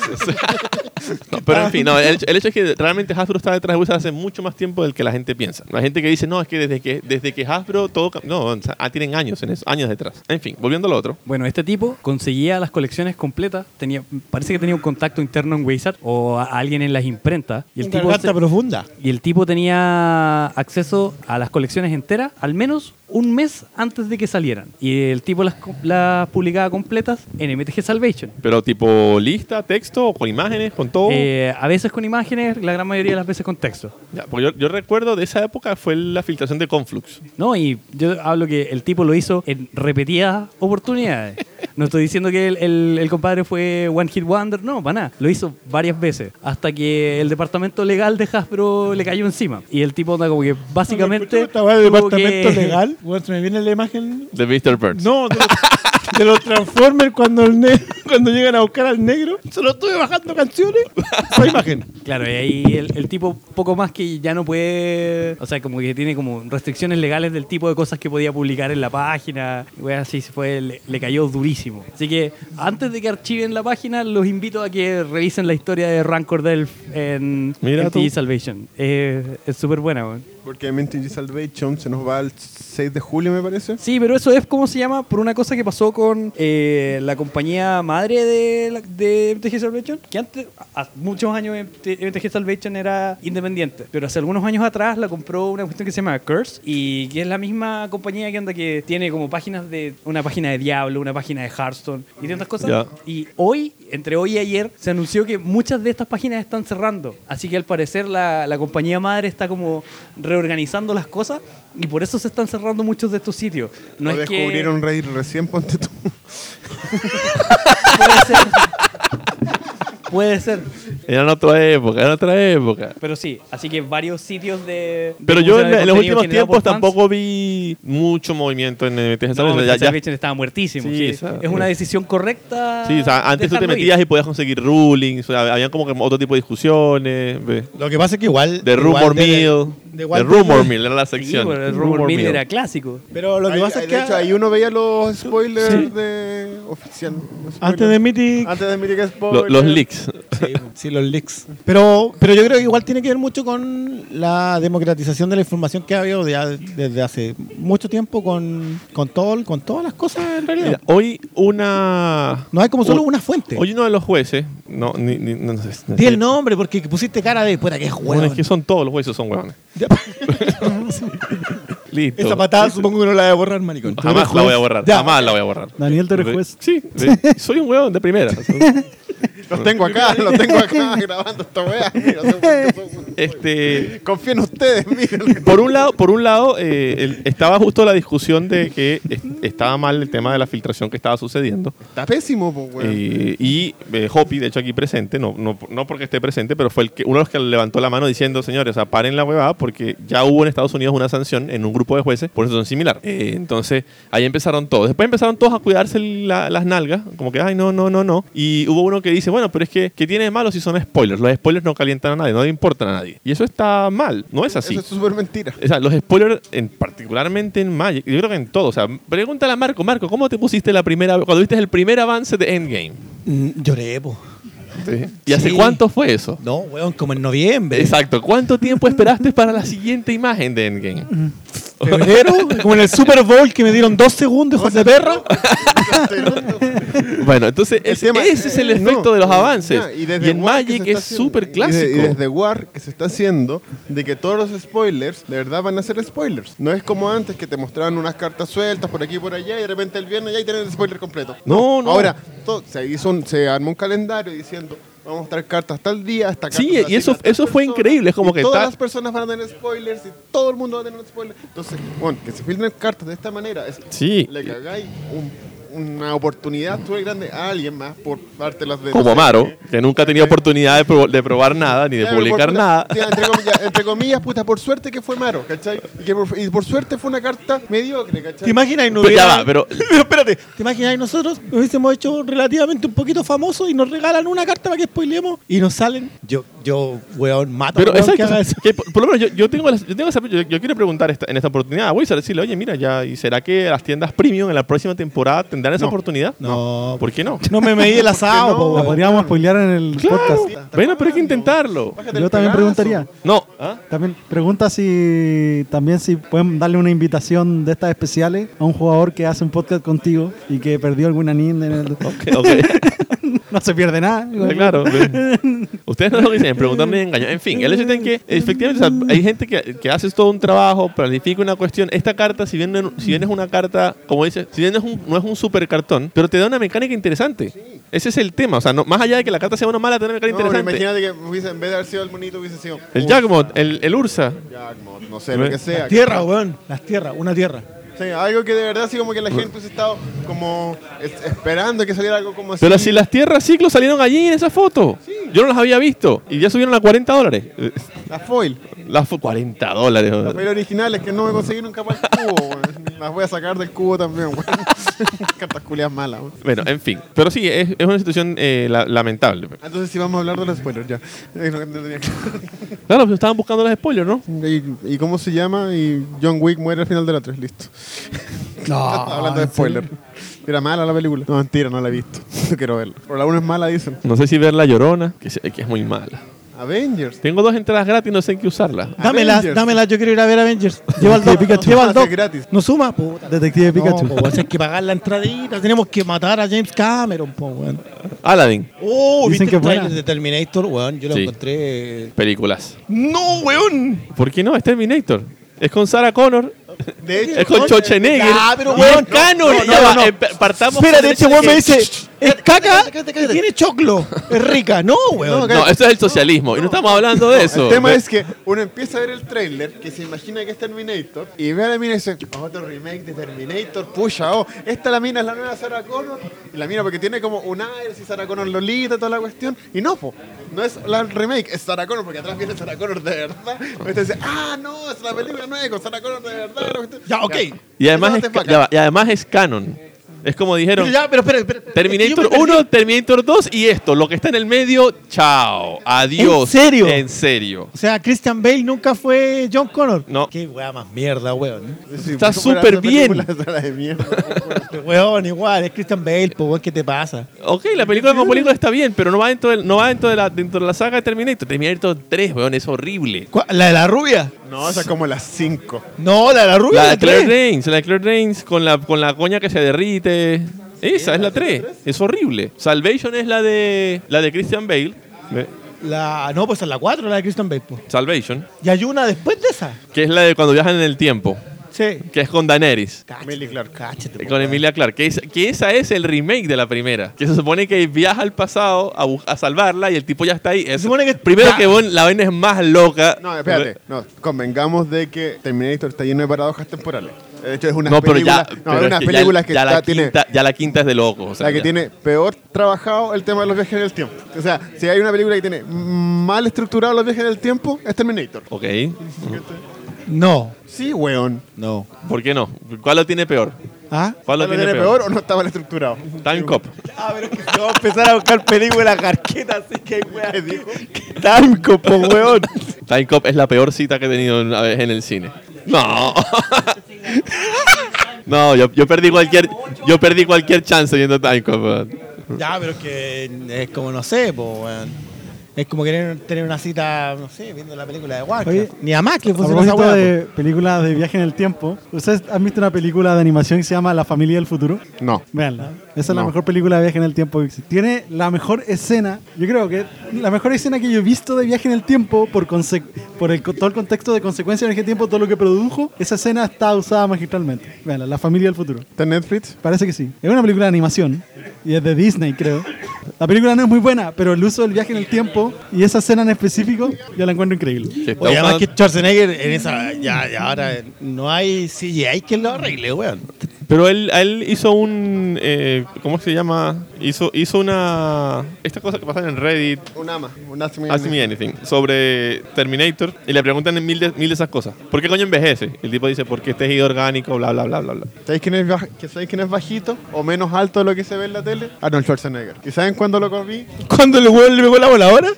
Speaker 4: No, pero en fin, no, el, hecho- el hecho es que realmente Hasbro está detrás de Wizard hace mucho más tiempo del que la gente piensa. La gente que dice, no, es que desde que, desde que Hasbro todo. cam-". No, o sea, ah, tienen años en eso, años detrás. En fin, volviendo a lo otro.
Speaker 5: Bueno, este tipo conseguía las colecciones completas. Tenía, parece que tenía un contacto interno en Wizard o a alguien en las imprentas. Y el
Speaker 2: Una
Speaker 5: tipo
Speaker 2: garganta
Speaker 5: se-
Speaker 2: profunda.
Speaker 5: Y el tipo tenía acceso a las colecciones enteras al menos un mes antes de que salieran. Y el tipo las, co- las publicaba completas en MTG Salvation.
Speaker 4: Pero tipo lista, texto, con imágenes, con
Speaker 2: Oh.
Speaker 4: todo.
Speaker 5: Eh, a veces con imágenes, la gran mayoría de las veces con texto.
Speaker 4: Ya, porque yo, yo recuerdo de esa época fue la filtración de Conflux.
Speaker 5: No, y yo hablo que el tipo lo hizo en repetidas oportunidades. No estoy diciendo que el, el- el compadre fue One Hit Wonder, no, para nada. Lo hizo varias veces, hasta que el departamento legal de Hasbro le cayó encima. Y el tipo, onda, como que básicamente.
Speaker 2: Estaba el
Speaker 5: tuvo
Speaker 2: departamento
Speaker 5: que-
Speaker 2: legal. Weón, se me viene la imagen.
Speaker 4: De Mr. Burns.
Speaker 2: No, de los, de los Transformers cuando, el ne- cuando llegan a buscar al negro. Se lo estuve bajando canciones. Esa imagen.
Speaker 5: Claro, y ahí el, el tipo, poco más que ya no puede. O sea, como que tiene como restricciones legales del tipo de cosas que podía publicar en la página. Y weas así se fue, le, le cayó durísimo. Así que antes de que archiven la página, los invito a que revisen la historia de Rancor Delf en
Speaker 4: Mira
Speaker 5: MTG
Speaker 4: tú.
Speaker 5: Salvation. Eh, es súper buena, weón.
Speaker 3: Porque MTG Salvation se nos va al 6 de julio, me parece.
Speaker 5: Sí, pero eso es, ¿cómo se llama? Por una cosa que pasó con eh, la compañía madre de, la- de MTG Salvation, que antes, hace muchos años, MT- MTG Salvation era independiente, pero hace algunos años atrás la compró una cuestión que se llama Curse, y que es la misma compañía que anda que tiene como páginas de, una página de Diablo, una página de Hearthstone y tantas cosas.
Speaker 4: Ya.
Speaker 5: Y hoy, entre hoy y ayer, se anunció que muchas de estas páginas están cerrando. Así que al parecer la, la compañía madre está como reorganizando las cosas y por eso se están cerrando muchos de estos sitios. No
Speaker 3: Lo
Speaker 5: es que-
Speaker 3: descubrieron Reddit recién, ponte tú.
Speaker 5: puede ser. <laughs> Puede ser.
Speaker 4: Era en otra época, era otra época.
Speaker 5: Pero sí, así que varios sitios de. de
Speaker 4: Pero yo
Speaker 5: música
Speaker 4: en,
Speaker 5: de
Speaker 4: en los
Speaker 5: contenido
Speaker 4: últimos
Speaker 5: generado
Speaker 4: tiempos
Speaker 5: por fans,
Speaker 4: tampoco vi mucho movimiento en eh, MTG Salón.
Speaker 5: No,
Speaker 4: ya,
Speaker 5: ya,
Speaker 4: ya-
Speaker 5: estaba muertísimo.
Speaker 4: Sí,
Speaker 5: sí.
Speaker 4: esa-
Speaker 5: es una decisión correcta.
Speaker 4: sí, o sea, antes tú te
Speaker 5: dejarlo ir.
Speaker 4: metías y podías conseguir rulings, o sea, habían como que otro tipo de discusiones. ve.
Speaker 2: Lo que pasa es que igual.
Speaker 4: The
Speaker 2: igual
Speaker 4: Rumor
Speaker 2: de-
Speaker 4: Mill.
Speaker 2: de
Speaker 4: The
Speaker 2: igual-
Speaker 4: Rumor Mill era la
Speaker 5: Sí,
Speaker 4: sección.
Speaker 5: pero el rumor Mill era clásico.
Speaker 2: Pero lo que
Speaker 3: Ahí-
Speaker 2: pasa
Speaker 3: ahí,
Speaker 2: es que.
Speaker 3: de hecho, ahí uno veía los spoilers de oficial. los
Speaker 2: Antes de Mythic.
Speaker 3: spoilers. Antes de Mythic
Speaker 4: Lo-
Speaker 3: Spoiler.
Speaker 4: los leaks.
Speaker 2: Sí, los leaks. Pero, pero yo creo que igual tiene que ver mucho con la democratización de la información que ha habido de- desde hace mucho tiempo con, con, todo, con todas las cosas en realidad.
Speaker 4: Mira, hoy una.
Speaker 2: no hay como solo
Speaker 4: un-
Speaker 2: una fuente.
Speaker 4: Hoy uno de los jueces. No, ni, ni- no sé. no
Speaker 2: Di
Speaker 4: sé.
Speaker 2: el nombre porque pusiste cara de puta que es
Speaker 4: Bueno,
Speaker 2: hueón.
Speaker 4: es que son todos los jueces, son huevones.
Speaker 2: <laughs>
Speaker 4: Listo.
Speaker 2: Esa patada supongo que no la voy a borrar, maricón.
Speaker 4: Jamás la voy a borrar.
Speaker 2: Ya.
Speaker 4: Jamás la voy a borrar.
Speaker 1: Daniel, tú eres juez.
Speaker 4: Sí, sí, soy un huevón de primera. <laughs> O sea,
Speaker 3: Los tengo acá, los tengo acá grabando esta wea. Mira, son- son-
Speaker 4: Este.
Speaker 3: Confío en ustedes, miren.
Speaker 4: Por un lado, por un lado eh, el- estaba justo la discusión de que es- estaba mal el tema de la filtración que estaba sucediendo.
Speaker 3: Está pésimo, pues, weón.
Speaker 4: Eh, y eh, Hopi, de hecho, aquí presente, no, no, no porque esté presente, pero fue el que, uno de los que levantó la mano diciendo, señores, o sea, paren la huevada porque ya hubo en Estados Unidos una sanción en un grupo de jueces por eso son similar. Eh, entonces, ahí empezaron todos. Después empezaron todos a cuidarse la- las nalgas, como que, ay, no, no, no, no. Y hubo uno que dice, bueno, pero es que, ¿qué tiene de malo si son spoilers? Los spoilers no calientan a nadie, no le importan a nadie. Y eso está mal, no es así.
Speaker 3: Eso es súper mentira.
Speaker 4: O sea, los spoilers, en, particularmente en Magic, yo creo que en todo. O sea, pregúntale a Marco, Marco, ¿cómo te pusiste la primera cuando viste el primer avance de Endgame?
Speaker 2: Mm, Lloré, po.
Speaker 4: ¿Y hace
Speaker 2: Sí.
Speaker 4: cuánto fue eso?
Speaker 2: No, weón, como en noviembre.
Speaker 4: Exacto, ¿cuánto tiempo esperaste para la siguiente imagen de Endgame? <laughs>
Speaker 2: Febrero, como en el Super Bowl que me dieron dos segundos, José
Speaker 3: <laughs>
Speaker 2: de perra.
Speaker 4: Bueno, entonces
Speaker 3: El
Speaker 4: es-
Speaker 3: tema-
Speaker 4: ese es el
Speaker 3: eh,
Speaker 4: efecto
Speaker 3: no,
Speaker 4: de los
Speaker 3: eh,
Speaker 4: avances.
Speaker 3: ya,
Speaker 4: y,
Speaker 3: desde
Speaker 4: en
Speaker 3: War que se
Speaker 4: Magic
Speaker 3: está
Speaker 4: es
Speaker 3: haciendo-
Speaker 4: súper
Speaker 3: Y, de-
Speaker 4: clásico.
Speaker 3: y desde War que se está haciendo de que todos los spoilers de verdad van a ser spoilers. No es como antes que te mostraban unas cartas sueltas por aquí y por allá y de repente el viernes ya ahí tienen el spoiler completo.
Speaker 4: No, no.
Speaker 3: Ahora, to- se, hizo un- se armó un calendario diciendo vamos a mostrar cartas tal día hasta
Speaker 4: Sí, y eso- eso fue increíble, es como que
Speaker 3: todas
Speaker 4: ta-
Speaker 3: las personas van a tener spoilers y todo el mundo va a tener spoilers. Entonces, bueno, que se filmen cartas de esta manera es
Speaker 4: Sí.
Speaker 3: le cagáis un- una oportunidad súper grande a alguien más por dártelas de
Speaker 4: como
Speaker 3: no sé,
Speaker 4: Amaro, que nunca ha tenido oportunidad de, prob- de probar nada ni de
Speaker 3: Claro,
Speaker 4: publicar
Speaker 3: por-
Speaker 4: nada.
Speaker 3: ya, Entre comillas, entre comillas, puta, por suerte que fue Maro, ¿cachai? Y, que por, y por suerte fue una carta mediocre, ¿cachai?
Speaker 2: ¿Te imaginas? y no
Speaker 4: Pero ya
Speaker 2: hubiera- <laughs>
Speaker 4: va, pero-
Speaker 2: espérate. ¿Te imaginas? y Nosotros nos hubiésemos hecho relativamente un poquito famosos y nos regalan una carta para que spoilemos y nos salen. Yo, yo, weón, mato
Speaker 4: Pero
Speaker 2: a un weón
Speaker 4: exacto,
Speaker 2: que haga
Speaker 4: o sea,
Speaker 2: eso.
Speaker 4: que por, por lo menos yo, yo tengo, las- yo, tengo esa- yo, yo quiero preguntar esta- en esta oportunidad a Wizard, decirle, oye, mira, ya, ¿y será que las tiendas premium en la próxima temporada tendrán esa oportunidad?
Speaker 2: No.
Speaker 4: ¿Por qué no?
Speaker 2: No me medí el asado, <laughs>
Speaker 3: no?
Speaker 2: po,
Speaker 1: La
Speaker 2: weón.
Speaker 1: podríamos spoilear en el
Speaker 4: Claro.
Speaker 1: podcast.
Speaker 4: Bueno, pero hay que intentarlo.
Speaker 3: Bájate el
Speaker 1: Yo también
Speaker 3: pedazo.
Speaker 1: preguntaría.
Speaker 4: No. ¿Ah?
Speaker 1: También pregunta si también si pueden darle una invitación de estas especiales a un jugador que hace un podcast contigo y que perdió alguna ninja en el- <laughs>
Speaker 4: Ok, ok.
Speaker 1: no se pierde nada.
Speaker 4: claro. <laughs> Ustedes no lo dicen, preguntarme y engañar. En fin, el hecho es que efectivamente o sea, hay gente que, que hace todo un trabajo, planifica una cuestión. Esta carta, si bien, no- si bien es una carta, como dices, si bien no es, un, no es un super cartón, pero te da una mecánica interesante. Ese es el tema. O sea, no- más allá de que la carta sea una mala, te da una mecánica
Speaker 3: No, pero
Speaker 4: interesante.
Speaker 3: imagínate que hubiese- en vez de haber sido el monito, hubiese sido.
Speaker 4: El
Speaker 3: un
Speaker 4: Jagmot, el, el Ursa.
Speaker 3: Jackmot, no sé, lo que sea.
Speaker 2: Tierra, weón. Las tierras, una tierra.
Speaker 3: Sí, algo que de verdad, así como que la gente hubiese estado como es- esperando que saliera algo como así.
Speaker 4: Pero si las tierras ciclo salieron allí en esa foto. Yo no las había visto. Y ya subieron a 40 dólares. <laughs> Eh,
Speaker 3: La foil.
Speaker 4: Las fo- 40 dólares.
Speaker 3: Las foil originales que no me conseguí nunca para el cubo, weón. Las voy a sacar del cubo también, weón. <laughs> Cartas culias malas, weón.
Speaker 4: Bueno, en fin. Pero sí, es, es una situación eh, la- lamentable.
Speaker 3: Ah, Entonces sí vamos a hablar de los spoilers, ya. Eh, no, no tenía que-
Speaker 4: Claro, pero estaban buscando las spoilers, ¿no?
Speaker 3: ¿Y, y cómo se llama? Y John Wick muere al final de la 3, listo. <laughs> Hablando de spoiler. Era mala la película. No, mentira, no la he visto. <laughs> No quiero verla. Pero la 1 es mala, dicen.
Speaker 4: No sé si ver La Llorona, que, se- que es muy mala.
Speaker 3: Avengers.
Speaker 4: Tengo dos entradas gratis, no sé en qué usarla.
Speaker 2: Dámelas,
Speaker 3: Avengers.
Speaker 2: dámelas. Yo quiero ir a ver <laughs> Avengers. Lleva al doc. Lleva al doc.
Speaker 3: Es gratis.
Speaker 2: No suma, puta.
Speaker 1: Detective Pikachu.
Speaker 2: No, po, weón, si hay que pagar la entradita. Tenemos que matar a James Cameron, po, weón.
Speaker 4: Aladdin,
Speaker 2: Oh,
Speaker 1: Dicen
Speaker 2: ¿viste
Speaker 1: que
Speaker 2: el
Speaker 1: es buena.
Speaker 2: trailer de Terminator, weón? Yo lo
Speaker 4: Sí.
Speaker 2: encontré.
Speaker 4: películas.
Speaker 2: ¡No, weón!
Speaker 4: ¿Por qué no? Es Terminator. Es con Sarah Connor.
Speaker 3: De hecho,
Speaker 4: Es con Schwarzenegger.
Speaker 2: Ya, pero
Speaker 4: y
Speaker 2: weón,
Speaker 4: es canon.
Speaker 2: no, no,
Speaker 4: ya
Speaker 2: no,
Speaker 4: va,
Speaker 2: no.
Speaker 4: eh, pa- partamos
Speaker 2: Espérate,
Speaker 4: del
Speaker 2: este
Speaker 4: hecho de
Speaker 2: weón me
Speaker 4: que-
Speaker 2: dice. es caca
Speaker 7: cállate, cállate,
Speaker 2: y
Speaker 7: cállate.
Speaker 2: tiene choclo. Es rica. No, weón.
Speaker 3: cállate.
Speaker 4: No, eso es el socialismo. y no estamos hablando de eso.
Speaker 3: El tema
Speaker 4: De-
Speaker 3: es que uno empieza a ver el tráiler, que se imagina que es Terminator, y ve a la mina y dice, "Oh, otro remake de Terminator, pucha, oh, esta la mina es la nueva Sarah Connor, y la mina porque tiene como un aire, si Sarah Connor Lolita, toda la cuestión, y no, po, no es la remake, es Sarah Connor, porque atrás viene Sarah Connor de verdad, y usted dice, ah, no, es la película nueva con Sarah Connor de verdad. la cuestión".
Speaker 2: Ya, ok.
Speaker 4: Y además,
Speaker 3: Esa
Speaker 4: es,
Speaker 3: parte es
Speaker 4: ca- ya va,
Speaker 3: bacán.
Speaker 4: y además es canon. Es como dijeron,
Speaker 7: Ya, pero espera, espera, espera.
Speaker 4: Terminator
Speaker 7: Es que yo me
Speaker 4: 1, Terminator 2 y esto, lo que está en el medio, chao, adiós.
Speaker 7: ¿En serio?
Speaker 4: En serio.
Speaker 7: O sea, Christian Bale nunca fue John Connor.
Speaker 4: No.
Speaker 7: Qué weá más mierda, weón.
Speaker 3: Sí,
Speaker 4: Está
Speaker 3: ¿cómo era
Speaker 4: súper
Speaker 3: esa
Speaker 4: bien.
Speaker 3: película? Esa era <laughs> de mierda.
Speaker 7: Este Weón, igual, es Christian Bale, pues weón, ¿qué te pasa?
Speaker 4: Ok, la película como película está bien, pero no va dentro, del- no va dentro, de, la, dentro de la saga de Terminator. Terminator 3, weón, es horrible.
Speaker 7: ¿Cuál? ¿La de la rubia?
Speaker 3: No, esa es como las 5.
Speaker 7: No, la de la rubia.
Speaker 4: La
Speaker 7: La,
Speaker 4: de
Speaker 7: la
Speaker 4: Claire
Speaker 7: tres.
Speaker 4: Danes, la de Claire Danes con la, con la coña que se derrite. Esa es la 3. Es horrible. Salvation es la de, la de Christian Bale. ¿Ve?
Speaker 7: La- no, pues esa es la 4, la de Christian Bale, pues.
Speaker 4: Salvation.
Speaker 7: Y hay una después de esa.
Speaker 4: Que es la de cuando viajan en el tiempo.
Speaker 7: Sí.
Speaker 4: Que es con Daenerys.
Speaker 3: Millie Clark.
Speaker 7: Cáchate, po,
Speaker 4: Eh, Con
Speaker 7: weón.
Speaker 4: Emilia Clarke, que, es- que esa es el remake de la primera. Que se supone que viaja al pasado a, bu- a salvarla y el tipo ya está ahí. Es-
Speaker 7: supone que-
Speaker 4: primero
Speaker 7: Ya.
Speaker 4: que bueno, la vaina es más loca.
Speaker 3: No, espérate. No, convengamos de que Terminator está lleno de paradojas temporales. De hecho, es una
Speaker 4: No, pero
Speaker 3: película,
Speaker 4: ya.
Speaker 3: no,
Speaker 4: pero
Speaker 3: es
Speaker 4: es
Speaker 3: una
Speaker 4: que ya-
Speaker 3: película que
Speaker 4: ya
Speaker 3: está-
Speaker 4: la
Speaker 3: tiene,
Speaker 4: quinta- ya la quinta es de loco. o sea,
Speaker 3: la que
Speaker 4: ya.
Speaker 3: tiene peor trabajado el tema de los viajes en el tiempo. O sea, si hay una película que tiene mal estructurado los viajes en el tiempo, es Terminator.
Speaker 4: Ok.
Speaker 7: No.
Speaker 3: Sí, weón.
Speaker 7: No.
Speaker 4: ¿Por qué no? ¿Cuál lo tiene peor?
Speaker 7: ¿Ah?
Speaker 4: ¿Cuál lo
Speaker 3: ¿Lo
Speaker 4: tiene, peor?
Speaker 3: o no está mal estructurado?
Speaker 4: Time Cop.
Speaker 7: Ah, pero es que <laughs> vamos a empezar a buscar películas carquetas, así que hay weá.
Speaker 3: ¿Qué dijo?
Speaker 7: Time, copo, weón.
Speaker 4: Time Cop es la peor cita que he tenido una vez en el cine. No. <laughs> no, yo, yo perdí cualquier yo perdí cualquier chance viendo Time Cop. weón.
Speaker 7: Ya, pero es que es como, no sé, pues, weón. Es como querer tener una cita, no sé, viendo la película de
Speaker 1: Oye,
Speaker 7: Warcraft. Ni a más que
Speaker 1: A
Speaker 7: funciona esa
Speaker 1: propósito
Speaker 7: weá.
Speaker 1: de películas de viaje en el tiempo, ¿ustedes han visto una película de animación que se llama La familia del futuro?
Speaker 3: No.
Speaker 1: Veanla. Esa es la
Speaker 3: No.
Speaker 1: mejor película de viaje en el tiempo que existe. Tiene la mejor escena, yo creo que la mejor escena que yo he visto de viaje en el tiempo por, conse- por el, co- todo el contexto de consecuencia en el tiempo, todo lo que produjo, esa escena está usada magistralmente. Veanla, La familia del futuro.
Speaker 3: ¿Está en Netflix?
Speaker 1: Parece que sí. Es una película de animación y es de Disney, creo. La película no es muy buena, pero el uso del viaje en el tiempo y esa escena en específico, yo la encuentro increíble.
Speaker 4: Que está
Speaker 7: Oye, además
Speaker 4: usando-
Speaker 7: que Schwarzenegger en esa. Ya, ya ahora eh, no hay CGI que lo arregle, weón.
Speaker 4: Pero él, a él hizo un. eh, ¿Cómo se llama? Hizo, hizo una. Estas cosas que pasan en Reddit,
Speaker 3: Un ama. Un Ask Me
Speaker 4: Ask Me
Speaker 3: Anything.
Speaker 4: Anything, sobre Terminator. Y le preguntan en mil de, mil de esas cosas. ¿Por qué coño envejece? El tipo dice, porque este tejido orgánico, bla, bla, bla, bla, bla.
Speaker 3: ¿Sabéis quién, es baj- que ¿Sabéis quién es bajito o menos alto de lo que se ve en la tele? Arnold Schwarzenegger. ¿Y saben cuándo lo comí?
Speaker 7: ¿Cuándo el weón le pegó la voladora?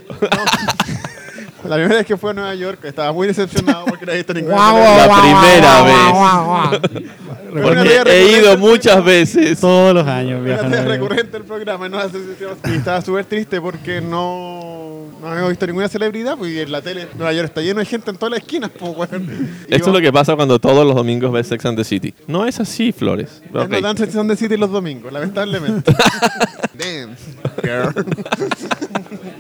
Speaker 3: La primera vez que fue a Nueva York estaba muy decepcionado porque no había visto ninguna película.
Speaker 4: La primera vez.
Speaker 3: Una
Speaker 4: Porque
Speaker 3: tía
Speaker 4: he ido
Speaker 3: recurrente-
Speaker 4: muchas veces.
Speaker 1: Todos los años <laughs>
Speaker 3: Era
Speaker 1: viajan.
Speaker 3: tema
Speaker 1: a-
Speaker 3: recurrente el programa, no hace sentido. Y estaba súper triste porque no, no habíamos visto ninguna celebridad, pues y en la tele Nueva York está lleno de gente en todas las esquinas, pues
Speaker 4: <laughs>
Speaker 3: weón. Y
Speaker 4: Esto es
Speaker 3: yo-
Speaker 4: lo que pasa cuando todos los domingos ves Sex and the City. No es así, Flores.
Speaker 3: Ya
Speaker 4: Ok.
Speaker 3: No dan sesión de City los domingos, lamentablemente.
Speaker 4: <laughs>
Speaker 3: Damn, girl.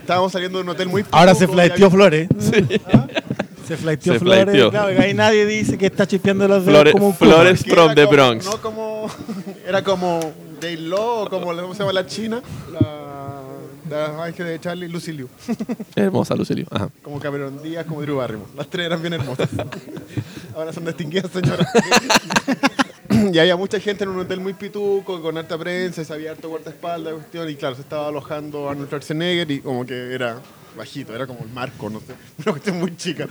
Speaker 3: Estábamos saliendo de un hotel muy
Speaker 7: Ahora
Speaker 3: poco,
Speaker 7: se flaiteó
Speaker 3: ya-
Speaker 7: Flores. Se flaiteó
Speaker 4: Se
Speaker 7: Flores.
Speaker 4: flaiteó.
Speaker 7: Claro, que <laughs> ahí nadie dice que está chispeando los dedos
Speaker 4: Flores,
Speaker 7: como un puma.
Speaker 4: Flores
Speaker 3: era
Speaker 4: from the
Speaker 3: como-
Speaker 4: Bronx.
Speaker 3: No como. <laughs> Era como Day Law, como ¿cómo se llama la China. La. La ángel de Charlie, Lucy Liu.
Speaker 4: Hermosa, Lucelio. Ajá.
Speaker 3: Como Cameron Díaz, como Drew Barrymore. Las tres eran bien
Speaker 4: <laughs>
Speaker 3: hermosas. Ahora son distinguidas señoras. <laughs> y había mucha gente en un hotel muy pituco, con harta prensa, y se había harto guardaespaldas, cuestión. Y claro, se estaba alojando Arnold Schwarzenegger y como que era bajito, era como el marco, no sé. <laughs> Una cuestión muy chica.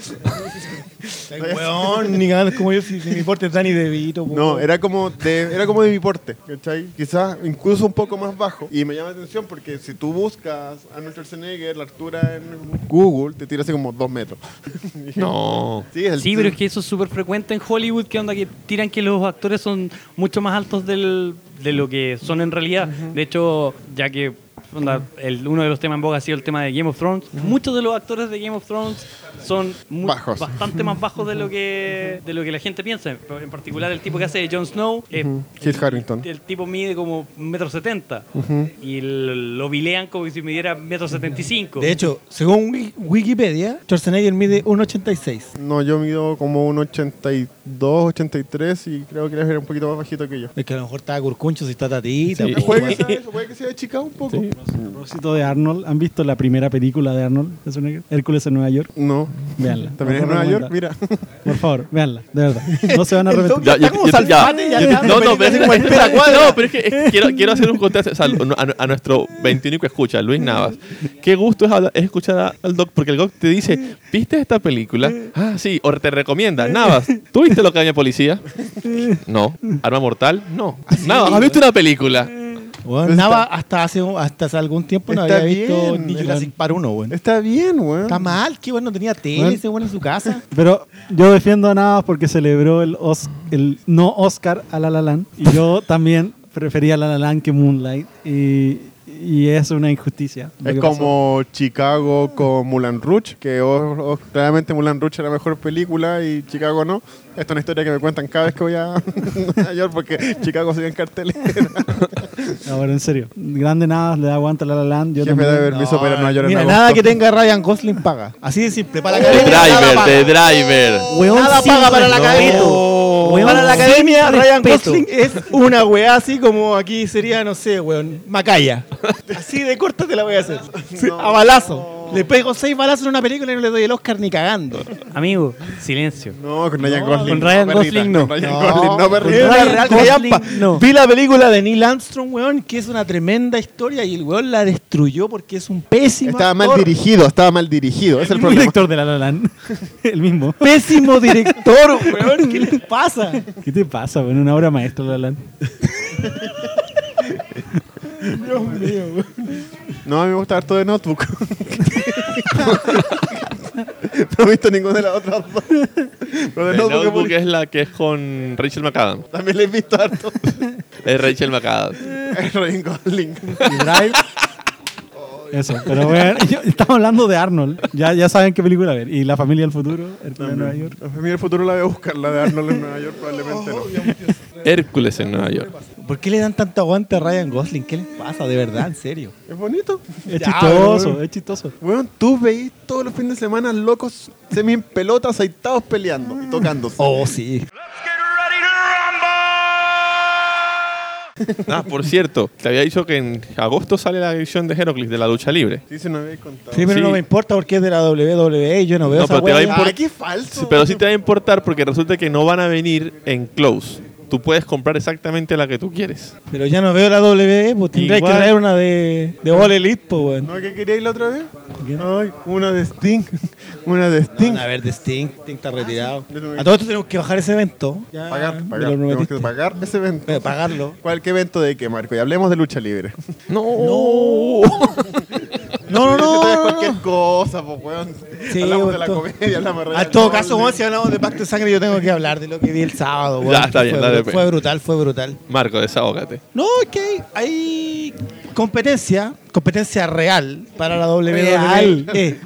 Speaker 7: Ay, Weón, ni ganas como yo, si, si mi importe es Danny DeVito. po.
Speaker 3: No, eh. era como de, era como de mi porte, ¿cachai? Quizás incluso un poco más bajo. Y me llama la atención porque si tú buscas Arnold Schwarzenegger, la altura en Google, te tira así como dos metros.
Speaker 4: No.
Speaker 3: Sí, es el-
Speaker 5: Sí, pero es que eso es súper frecuente en Hollywood, que onda que tiran que los actores son mucho más altos del- de lo que son en realidad. De hecho, ya que Onda, el- uno de los temas en boga ha sido el tema de Game of Thrones. Muchos de los actores de Game of Thrones son mu-
Speaker 3: Bajos.
Speaker 5: bastante más bajos de lo que de lo que la gente piensa. En particular el tipo que hace de Jon Snow, eh,
Speaker 3: Kit Harrington.
Speaker 5: el tipo mide como un metro setenta y l- lo vilean como si midiera metro setenta y cinco.
Speaker 2: De hecho, según Wiki- Wikipedia, Schwarzenegger mide 1,86.
Speaker 3: No, yo mido como un 82, 83 y creo que era un poquito más bajito que yo.
Speaker 2: Es que a lo mejor está curcuncho si está tatita.
Speaker 4: Sí.
Speaker 2: <laughs> pues,
Speaker 3: Puede que
Speaker 2: weón.
Speaker 3: sea eso, puede que sea de Chicago un poco.
Speaker 1: A propósito de Arnold, ¿han visto la primera película de Arnold Schwarzenegger? Hércules en Nueva York.
Speaker 3: No.
Speaker 1: Veanla.
Speaker 3: También en Nueva York, mira.
Speaker 1: <laughs> Por favor, veanla, de verdad. No se van a arrepentir.
Speaker 4: Ya, ya,
Speaker 2: como
Speaker 4: ya,
Speaker 2: salpate,
Speaker 4: ya,
Speaker 2: ya
Speaker 4: ya,
Speaker 2: le
Speaker 4: no,
Speaker 2: dan
Speaker 4: no, pero,
Speaker 2: películas en
Speaker 4: espera,
Speaker 2: cuadra.
Speaker 4: ¿cuál? No, pero es que, es que quiero, quiero hacer un contraste o sea, a, a nuestro 21 que escucha, Luis Navas. Qué gusto es, hablar- es escuchar a- al Doc, porque el Doc te dice, ¿viste esta película? Ah, sí, o te recomienda. Navas, ¿tú viste lo que había policía? No. ¿Arma mortal? No. Navas, ¿has visto una película?
Speaker 2: Weón, Nava hasta hace, un- hasta hace algún tiempo no
Speaker 3: Está
Speaker 2: había visto
Speaker 3: bien,
Speaker 2: ni
Speaker 3: weón.
Speaker 2: Jurassic Park 1, weón.
Speaker 3: Está bien, weón.
Speaker 2: Está mal, que bueno, no tenía tele
Speaker 1: Weón.
Speaker 2: ese weón en su casa.
Speaker 1: Pero yo defiendo a Navas porque celebró el, Os- el no Oscar a La La Land. Y yo también prefería La La Land que Moonlight. Y, y es una injusticia. lo
Speaker 3: Es
Speaker 1: que pasó.
Speaker 3: como Chicago con Mulan Rouge, que o- o- claramente Mulan Rouge era la mejor película y Chicago no. Esta es una historia que me cuentan cada vez que voy a <laughs> Nueva York porque Chicago sigue en carteles. <laughs>
Speaker 1: Ahora, en serio. Grande Navas le da aguanta a La La Land. Yo
Speaker 3: ¿Quién me da
Speaker 1: también.
Speaker 3: permiso para ir a Nueva York en
Speaker 2: Mira,
Speaker 3: agosto?
Speaker 2: nada que tenga Ryan Gosling paga. Así de simple, para la
Speaker 4: The
Speaker 2: academia, nada
Speaker 4: Driver,
Speaker 2: paga.
Speaker 4: The Driver. Oh,
Speaker 2: Weón,
Speaker 5: Nada
Speaker 2: sin
Speaker 5: paga para la
Speaker 2: respeto.
Speaker 5: academia. Weón,
Speaker 2: para la
Speaker 5: sin
Speaker 2: academia, Ryan
Speaker 5: respeto.
Speaker 2: Gosling es una weá así como aquí sería, no sé, weón, Macaya. Así de corta te la voy a hacer. A balazo. Le pego seis balazos en una película y no le doy el Oscar ni cagando.
Speaker 5: Amigo, silencio.
Speaker 3: No, con Ryan Gosling.
Speaker 5: con Ryan
Speaker 3: perrita,
Speaker 5: Gosling no.
Speaker 3: Con Ryan Gosling no, perrita.
Speaker 2: Es una
Speaker 5: Ryan
Speaker 2: real
Speaker 5: Gosling,
Speaker 2: callampa.
Speaker 5: no.
Speaker 2: Vi la película de Neil Armstrong, weón, que es una tremenda historia y el weón la destruyó porque es un pésimo
Speaker 3: Estaba mal
Speaker 2: actor,
Speaker 3: dirigido, estaba mal dirigido. Ese es el
Speaker 1: mismo
Speaker 3: problema.
Speaker 1: director de La La Land. <laughs> el mismo.
Speaker 5: <laughs>
Speaker 2: Pésimo director, weón. ¿Qué le pasa?
Speaker 1: ¿Qué te pasa, weón? Una obra maestra, La La Land.
Speaker 3: No, a mí me gusta harto de Notebook. <laughs> no he visto ninguna de las otras dos. Pero de
Speaker 4: The
Speaker 3: Notebook,
Speaker 4: Notebook es la que es con Rachel McAdams.
Speaker 3: también la he visto harto. <laughs>
Speaker 4: Es Rachel McAdams.
Speaker 3: Es Ryan Gosling.
Speaker 1: Eso, pero bueno, <laughs> yo- estamos hablando de Arnold. Ya, ya saben qué película ver. Y La familia del futuro, el de Nueva York.
Speaker 3: Mira, el futuro la voy a buscar, la de Arnold en Nueva York probablemente no.
Speaker 4: Hércules en Nueva York.
Speaker 2: ¿Por qué le dan tanto aguante a Ryan Gosling? ¿Qué les pasa? De verdad, en serio.
Speaker 3: Es bonito.
Speaker 1: Es
Speaker 2: Ya,
Speaker 1: chistoso,
Speaker 2: weón.
Speaker 1: es chistoso.
Speaker 3: Weón, tú veis todos los fines de semana locos semi en pelota, aceitados peleando y tocándose.
Speaker 2: Oh, sí.
Speaker 4: Ah, por cierto, te había dicho que en agosto sale la edición de Heroclix de la lucha libre.
Speaker 3: Sí, se nos había contado.
Speaker 2: Sí, pero
Speaker 4: Sí.
Speaker 2: no me importa porque es de la WWE y yo no veo
Speaker 4: No,
Speaker 2: esa
Speaker 4: pero te
Speaker 2: weá.
Speaker 4: va a
Speaker 2: Ah,
Speaker 4: import-
Speaker 3: Ah, qué falso.
Speaker 4: Sí, pero sí te va a importar porque resulta que no van a venir en close. Tú puedes comprar exactamente la que tú quieres.
Speaker 2: Pero ya no veo la WWE, pues tendría que
Speaker 4: Igual.
Speaker 2: traer una de, de All Elite, pues, weón.
Speaker 3: ¿No que quería ir la otra vez? Ay, una de Sting. <laughs> Una de Sting.
Speaker 2: Ah, a ver, de Sting, Sting está retirado.
Speaker 3: sí.
Speaker 2: A todo esto tenemos que bajar ese evento. Ya,
Speaker 3: pagar,
Speaker 2: me
Speaker 3: pagar.
Speaker 2: lo
Speaker 3: Tenemos que
Speaker 2: prometiste.
Speaker 3: pagar ese evento.
Speaker 2: Eh, <laughs> pagarlo.
Speaker 3: ¿Cuál qué evento de qué, Marco? Y hablemos de lucha libre.
Speaker 4: No.
Speaker 2: No,
Speaker 3: <laughs>
Speaker 2: no,
Speaker 3: Esto es
Speaker 2: no. no,
Speaker 3: cualquier
Speaker 2: no.
Speaker 3: cosa, pues, weón.
Speaker 2: <laughs> Sí,
Speaker 3: hablamos de la
Speaker 2: to-
Speaker 3: comedia, hablamos de
Speaker 2: A todo caso, weón, si hablamos de Pacto de Sangre, yo tengo que hablar de lo que vi el sábado, weón.
Speaker 4: Ya, está
Speaker 2: Que
Speaker 4: bien,
Speaker 2: fue,
Speaker 4: dale,
Speaker 2: bru-
Speaker 4: pues.
Speaker 2: fue brutal, fue brutal.
Speaker 4: Marco, desahógate.
Speaker 2: No, es que hay, hay competencia, competencia real para la WWE.
Speaker 1: Real.
Speaker 2: Eh,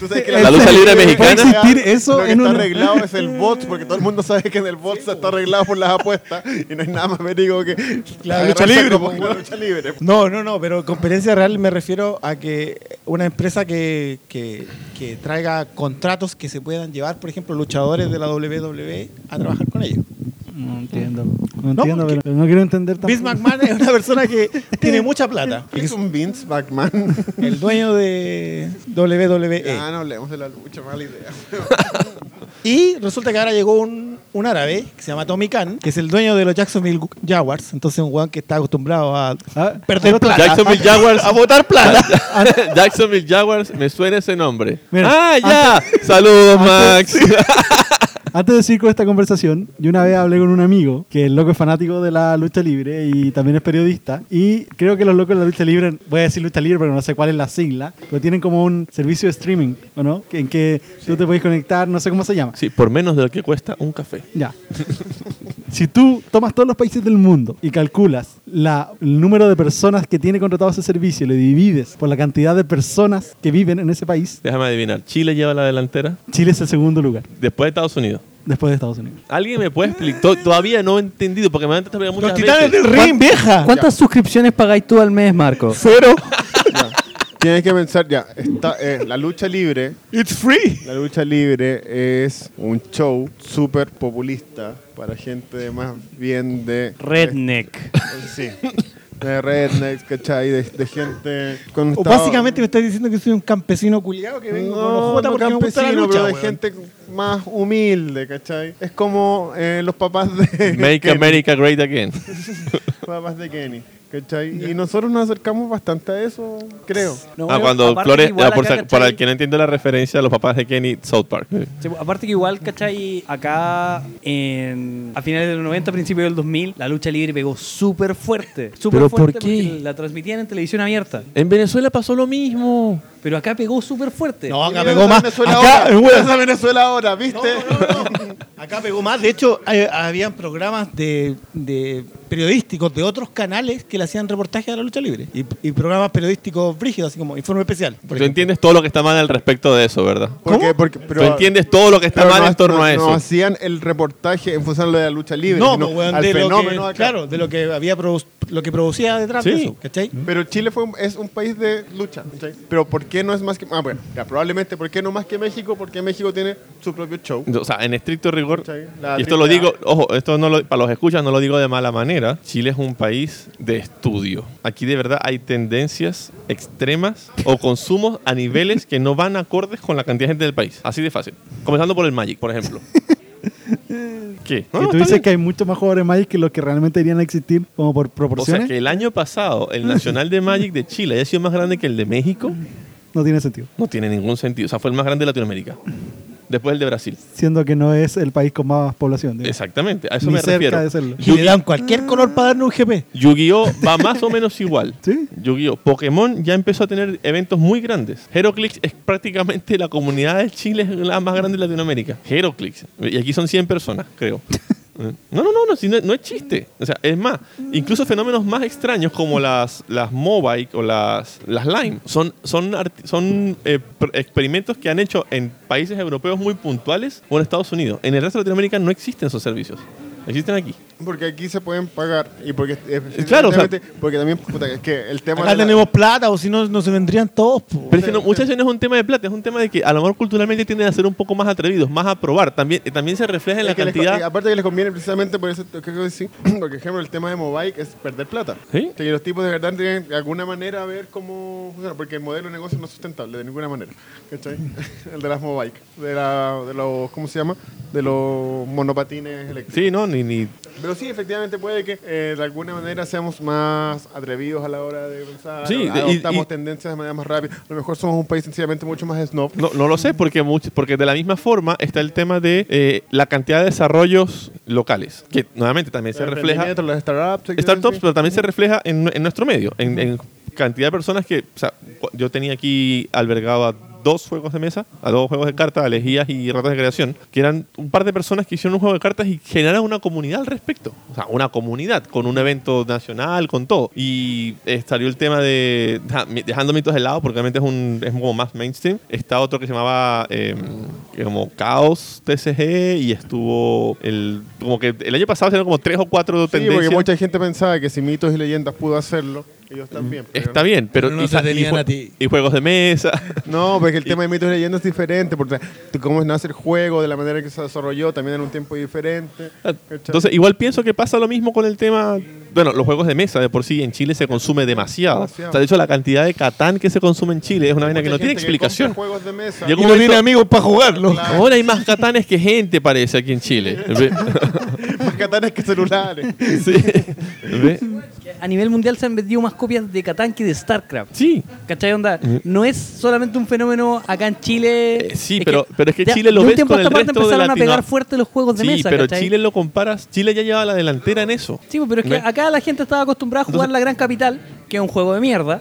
Speaker 3: Tú sabes que
Speaker 4: La lucha libre mexicana.
Speaker 3: puede
Speaker 1: existir eso
Speaker 3: Lo que
Speaker 1: en
Speaker 3: está
Speaker 1: un-
Speaker 3: arreglado es el bot, porque todo el mundo sabe que en el bot se está arreglado por las apuestas y no hay nada más verídico que
Speaker 2: La
Speaker 3: agarrarse
Speaker 2: lucha libre,
Speaker 3: como
Speaker 2: po,
Speaker 3: la lucha libre.
Speaker 2: No, no, no, pero competencia real me refiero a que una empresa que, que- que traiga contratos que se puedan llevar, por ejemplo, luchadores de la WWE a trabajar con ellos.
Speaker 1: No entiendo. No entiendo,
Speaker 2: porque-
Speaker 1: pero no quiero entender tampoco.
Speaker 2: Vince McMahon es una persona que tiene mucha plata.
Speaker 3: ¿Qué es un Vince McMahon? <laughs>
Speaker 2: El dueño de E.
Speaker 3: Ah,
Speaker 2: WWE.
Speaker 3: no hablemos de la lucha, mala idea.
Speaker 2: Y resulta que ahora llegó un, un árabe que se llama Tommy Khan, que es el dueño de los Jacksonville Jaguars. Entonces un weón que está acostumbrado a
Speaker 1: Ah,
Speaker 2: perder plata.
Speaker 4: Jacksonville Jaguars. A votar plata. <laughs> Jacksonville Jaguars, me suena ese nombre.
Speaker 1: Mira,
Speaker 4: ah, ya. Saludos, Max.
Speaker 1: antes- Antes de seguir con esta conversación, yo una vez hablé con un amigo que el loco es fanático de la lucha libre y también es periodista. Y creo que los locos de la lucha libre, voy a decir lucha libre, pero no sé cuál es la sigla, pero tienen como un servicio de streaming, ¿o no? Que- En que tú te puedes conectar, no sé cómo se llama.
Speaker 4: <laughs> Sí, por menos de lo que cuesta un café.
Speaker 1: Ya. si tú tomas todos los países del mundo y calculas la, el número de personas que tiene contratado ese servicio y lo divides por la cantidad de personas que viven en ese país,
Speaker 4: Déjame adivinar. Chile lleva la delantera
Speaker 1: Chile es el segundo lugar,
Speaker 4: después de Estados Unidos.
Speaker 1: después de Estados Unihan
Speaker 4: ¿Alguien me puede explicar? To- Todavía no he entendido porque me han tratado muchas
Speaker 2: Los titanes
Speaker 4: veces.
Speaker 2: del ring, vieja.
Speaker 5: ¿Cuántas suscripciones pagáis tú al mes, Marco?
Speaker 2: Cero.
Speaker 3: Ya. <laughs> Tienes que pensar, ya, está, eh, la lucha libre,
Speaker 2: It's free.
Speaker 3: la lucha libre es un show súper populista para gente de más bien de...
Speaker 5: Redneck.
Speaker 3: Sí. De rednecks, ¿cachai? De, de gente con...
Speaker 2: O
Speaker 3: estado-
Speaker 2: básicamente me estás diciendo que soy un campesino culiado que vengo con
Speaker 3: No,
Speaker 2: ojota
Speaker 3: no
Speaker 2: porque me gusta la
Speaker 3: campesino,
Speaker 2: lucha,
Speaker 3: pero de
Speaker 2: weón.
Speaker 3: gente más humilde, ¿cachai? Es como eh, los papás de...
Speaker 4: Make
Speaker 3: <laughs> Kenny,
Speaker 4: America Great
Speaker 5: <laughs>
Speaker 4: Again.
Speaker 3: Los papás de Kenny, ¿cachai? Y nosotros nos acercamos bastante a eso, creo.
Speaker 4: ah, cuando
Speaker 5: aparte
Speaker 4: Flores,
Speaker 5: igual
Speaker 4: ah, por
Speaker 5: acá,
Speaker 4: sa- para
Speaker 5: ¿cachai?
Speaker 4: el que no entiende la referencia, los papás de Kenny, South Park.
Speaker 5: Sí, pues, aparte que igual, ¿cachai? Acá en, a finales de los 90, principios del 2000, la lucha libre pegó súper fuerte. Súper
Speaker 4: ¿Pero por
Speaker 5: fuerte
Speaker 4: qué?
Speaker 5: porque la transmitían en televisión abierta.
Speaker 4: En Venezuela pasó lo mismo.
Speaker 5: Pero acá pegó súper fuerte.
Speaker 2: No, acá
Speaker 3: Mira
Speaker 2: pegó
Speaker 3: esa
Speaker 2: más.
Speaker 3: Venezuela
Speaker 2: Acá,
Speaker 3: ahora,
Speaker 2: weón.
Speaker 3: mira esa Venezuela ahora, ¿viste?
Speaker 7: Acá pegó más. De hecho, eh, habían programas de, de periodísticos de otros canales que le hacían reportajes a la lucha libre. Y, y programas periodísticos brígidos, así como informe especial. por
Speaker 4: Tú
Speaker 7: ejemplo.
Speaker 4: entiendes todo lo que está mal al respecto de eso, ¿verdad?
Speaker 3: ¿Por qué? <laughs> Porque, pero,
Speaker 4: Tú entiendes todo lo que está
Speaker 3: pero
Speaker 4: mal
Speaker 3: no-
Speaker 4: en torno
Speaker 3: no-
Speaker 4: a
Speaker 3: No
Speaker 4: eso.
Speaker 3: hacían el reportaje en función de lo de la lucha libre,
Speaker 7: No,
Speaker 3: sino
Speaker 7: pues, weón,
Speaker 3: al
Speaker 7: de
Speaker 3: fenómeno
Speaker 7: lo que,
Speaker 3: acá.
Speaker 7: claro, de lo que había produ- lo que producía detrás de
Speaker 4: Sí.
Speaker 7: eso, ¿cachai?
Speaker 3: Pero Chile fue un- es un país de lucha. ¿cachai? Pero ¿por qué no es más que.? Ah, bueno, ya, probablemente, ¿por qué no más que México? Porque México tiene su propio show.
Speaker 4: O sea, en estricto rigor,
Speaker 3: Sí, la
Speaker 4: y esto lo
Speaker 3: AAA.
Speaker 4: digo, ojo, esto no lo- para los escuchas no lo digo de mala manera, Chile es un país de estudio. Aquí de verdad hay tendencias extremas o consumos a niveles que no van acordes con la cantidad de gente del país. Así de fácil. Comenzando por el Magic, por ejemplo. ¿Qué? No,
Speaker 1: y
Speaker 4: no,
Speaker 1: tú
Speaker 4: está
Speaker 1: dices
Speaker 4: bien.
Speaker 1: que hay muchos más jugadores Magic que los que realmente irían a existir, como por
Speaker 4: O sea,
Speaker 1: proporciones,
Speaker 4: que el año pasado el Nacional de Magic de Chile haya sido más grande que el de México,
Speaker 1: no tiene sentido.
Speaker 4: no tiene ningún sentido. O sea, fue el más grande de Latinoamérica. Después el de Brasil.
Speaker 1: Siendo que no es el país con más población. digamos.
Speaker 4: Exactamente, a eso
Speaker 1: Ni
Speaker 4: me
Speaker 1: cerca
Speaker 4: refiero.
Speaker 1: de serlo.
Speaker 7: Y le dan
Speaker 3: Mm.
Speaker 7: cualquier color para darnos un GP.
Speaker 4: <laughs> Yu-Gi-Oh va más o menos igual.
Speaker 1: Sí.
Speaker 4: Yu-Gi-Oh. Pokémon ya empezó a tener eventos muy grandes. Heroclix es prácticamente la comunidad de Chile la más grande de Latinoamérica. Heroclix. Y aquí son 100 personas, creo. ¿Eh? No, no, no, no, si no, no es chiste. O sea, es más, incluso fenómenos más extraños como las, las Mobike o las, las Lime son, son, arti- son eh, pr- experimentos que han hecho en países europeos muy puntuales o en Estados Unidos. En el resto de Latinoamérica no existen esos servicios. Existen aquí.
Speaker 3: Porque aquí se pueden pagar. Y porque. eh,
Speaker 4: Claro, o sea-
Speaker 3: Porque también. puta, es que el tema.
Speaker 7: Acá
Speaker 3: de la-
Speaker 7: tenemos plata, o si no, no se vendrían todos. po.
Speaker 4: Pero es que no, muchas veces no es un tema de plata, es un tema de que a lo mejor culturalmente tienden a ser un poco más atrevidos, más a probar. También, eh, también se refleja en la
Speaker 3: es que les- eh,
Speaker 4: cantidad.
Speaker 3: aparte que les conviene precisamente por eso que creo que sí, <clears throat> porque ejemplo el tema de Mobike es perder plata.
Speaker 4: Sí.
Speaker 3: O sea, que los tipos de verdad tienen de alguna manera a ver cómo funciona, porque el modelo de negocio no es sustentable de ninguna manera. ¿Cachai? <laughs> el de las Mobike, de, la, de los, ¿cómo se llama? De los monopatines eléctricos.
Speaker 4: Sí, no, ni, ni.
Speaker 3: Pero sí, efectivamente puede que eh, de alguna manera seamos más atrevidos a la hora de pensar,
Speaker 4: Sí,
Speaker 3: sí,
Speaker 4: de- y-
Speaker 3: adoptamos
Speaker 4: y-
Speaker 3: tendencias de manera más rápida. A lo mejor somos un país sencillamente mucho más snob.
Speaker 4: No, no lo sé, porque, much- porque de la misma forma está el tema de eh, la cantidad de desarrollos locales, que nuevamente también se
Speaker 3: El
Speaker 4: refleja.
Speaker 3: emprendimiento, Los startups. y cosas
Speaker 4: Startups,
Speaker 3: así.
Speaker 4: pero también se refleja en, en nuestro medio, en, en cantidad de personas que. O sea, cu- yo tenía aquí albergado a dos juegos de mesa, a dos juegos de cartas, a Lejías y Ratas de Creación, que eran un par de personas que hicieron un juego de cartas y generaron una comunidad al respecto. O sea, una comunidad, con un evento nacional, con todo. Y eh, salió el tema de. deja- mi- Dejando mitos de lado, porque realmente es, un, es como más mainstream. Está otro que se llamaba. eh, que como Caos TCG y estuvo el como que el año pasado eran como tres o cuatro
Speaker 3: Sí, porque
Speaker 4: tendencias
Speaker 3: mucha gente pensaba que si mitos y leyendas pudo hacerlo, ellos también. pero
Speaker 4: Está
Speaker 3: no.
Speaker 4: bien, pero,
Speaker 2: Pero no
Speaker 4: y,
Speaker 2: se
Speaker 4: sa- y
Speaker 2: tenían
Speaker 4: jue-
Speaker 2: a ti.
Speaker 4: y juegos
Speaker 2: <laughs>
Speaker 4: de mesa.
Speaker 3: No, porque el tema de mitos y leyendas es diferente, porque tú- cómo nace el juego, de la manera que se desarrolló, también en un tiempo diferente.
Speaker 4: Ah, Entonces, igual pienso que pasa lo mismo con el tema. Bueno, los juegos de mesa de por sí en Chile se consume demasiado.
Speaker 3: Demasiado.
Speaker 4: O sea, de hecho, la cantidad de Catán que se consume en Chile es una vaina
Speaker 3: Mucha
Speaker 4: que no tiene
Speaker 3: gente compra
Speaker 4: explicación.
Speaker 3: juegos de mesa.
Speaker 4: Llega
Speaker 3: <laughs>
Speaker 2: Y
Speaker 4: un
Speaker 2: no tiene
Speaker 4: momento-
Speaker 2: amigos para jugarlo.
Speaker 4: <laughs> Ahora hay más Catanes que gente,
Speaker 2: <laughs>
Speaker 4: parece, aquí en Chile. ¿Ve?
Speaker 3: Más catanes que celulares.
Speaker 4: Sí. ¿Ve?
Speaker 5: a nivel mundial se han vendido más copias de Catán que de StarCraft.
Speaker 4: Sí.
Speaker 5: ¿Cachai onda?
Speaker 4: Mm.
Speaker 5: No es solamente un fenómeno acá en Chile.
Speaker 4: Eh, sí, pero- pero es que Chile lo
Speaker 5: de un
Speaker 4: ves
Speaker 5: tiempo
Speaker 4: con
Speaker 5: a esta
Speaker 4: el
Speaker 5: parte
Speaker 4: resto de
Speaker 5: empezaron
Speaker 4: Latino-
Speaker 5: a pegar fuerte los juegos de
Speaker 4: sí,
Speaker 5: mesa,
Speaker 4: pero
Speaker 5: ¿cachai?
Speaker 4: Chile lo comparas. Chile ya lleva la delantera en eso.
Speaker 5: Sí, pues, pero es que
Speaker 4: ¿Ves?
Speaker 5: acá la gente estaba acostumbrada a jugar
Speaker 4: Entonces-
Speaker 5: la Gran Capital, que es un juego de mierda.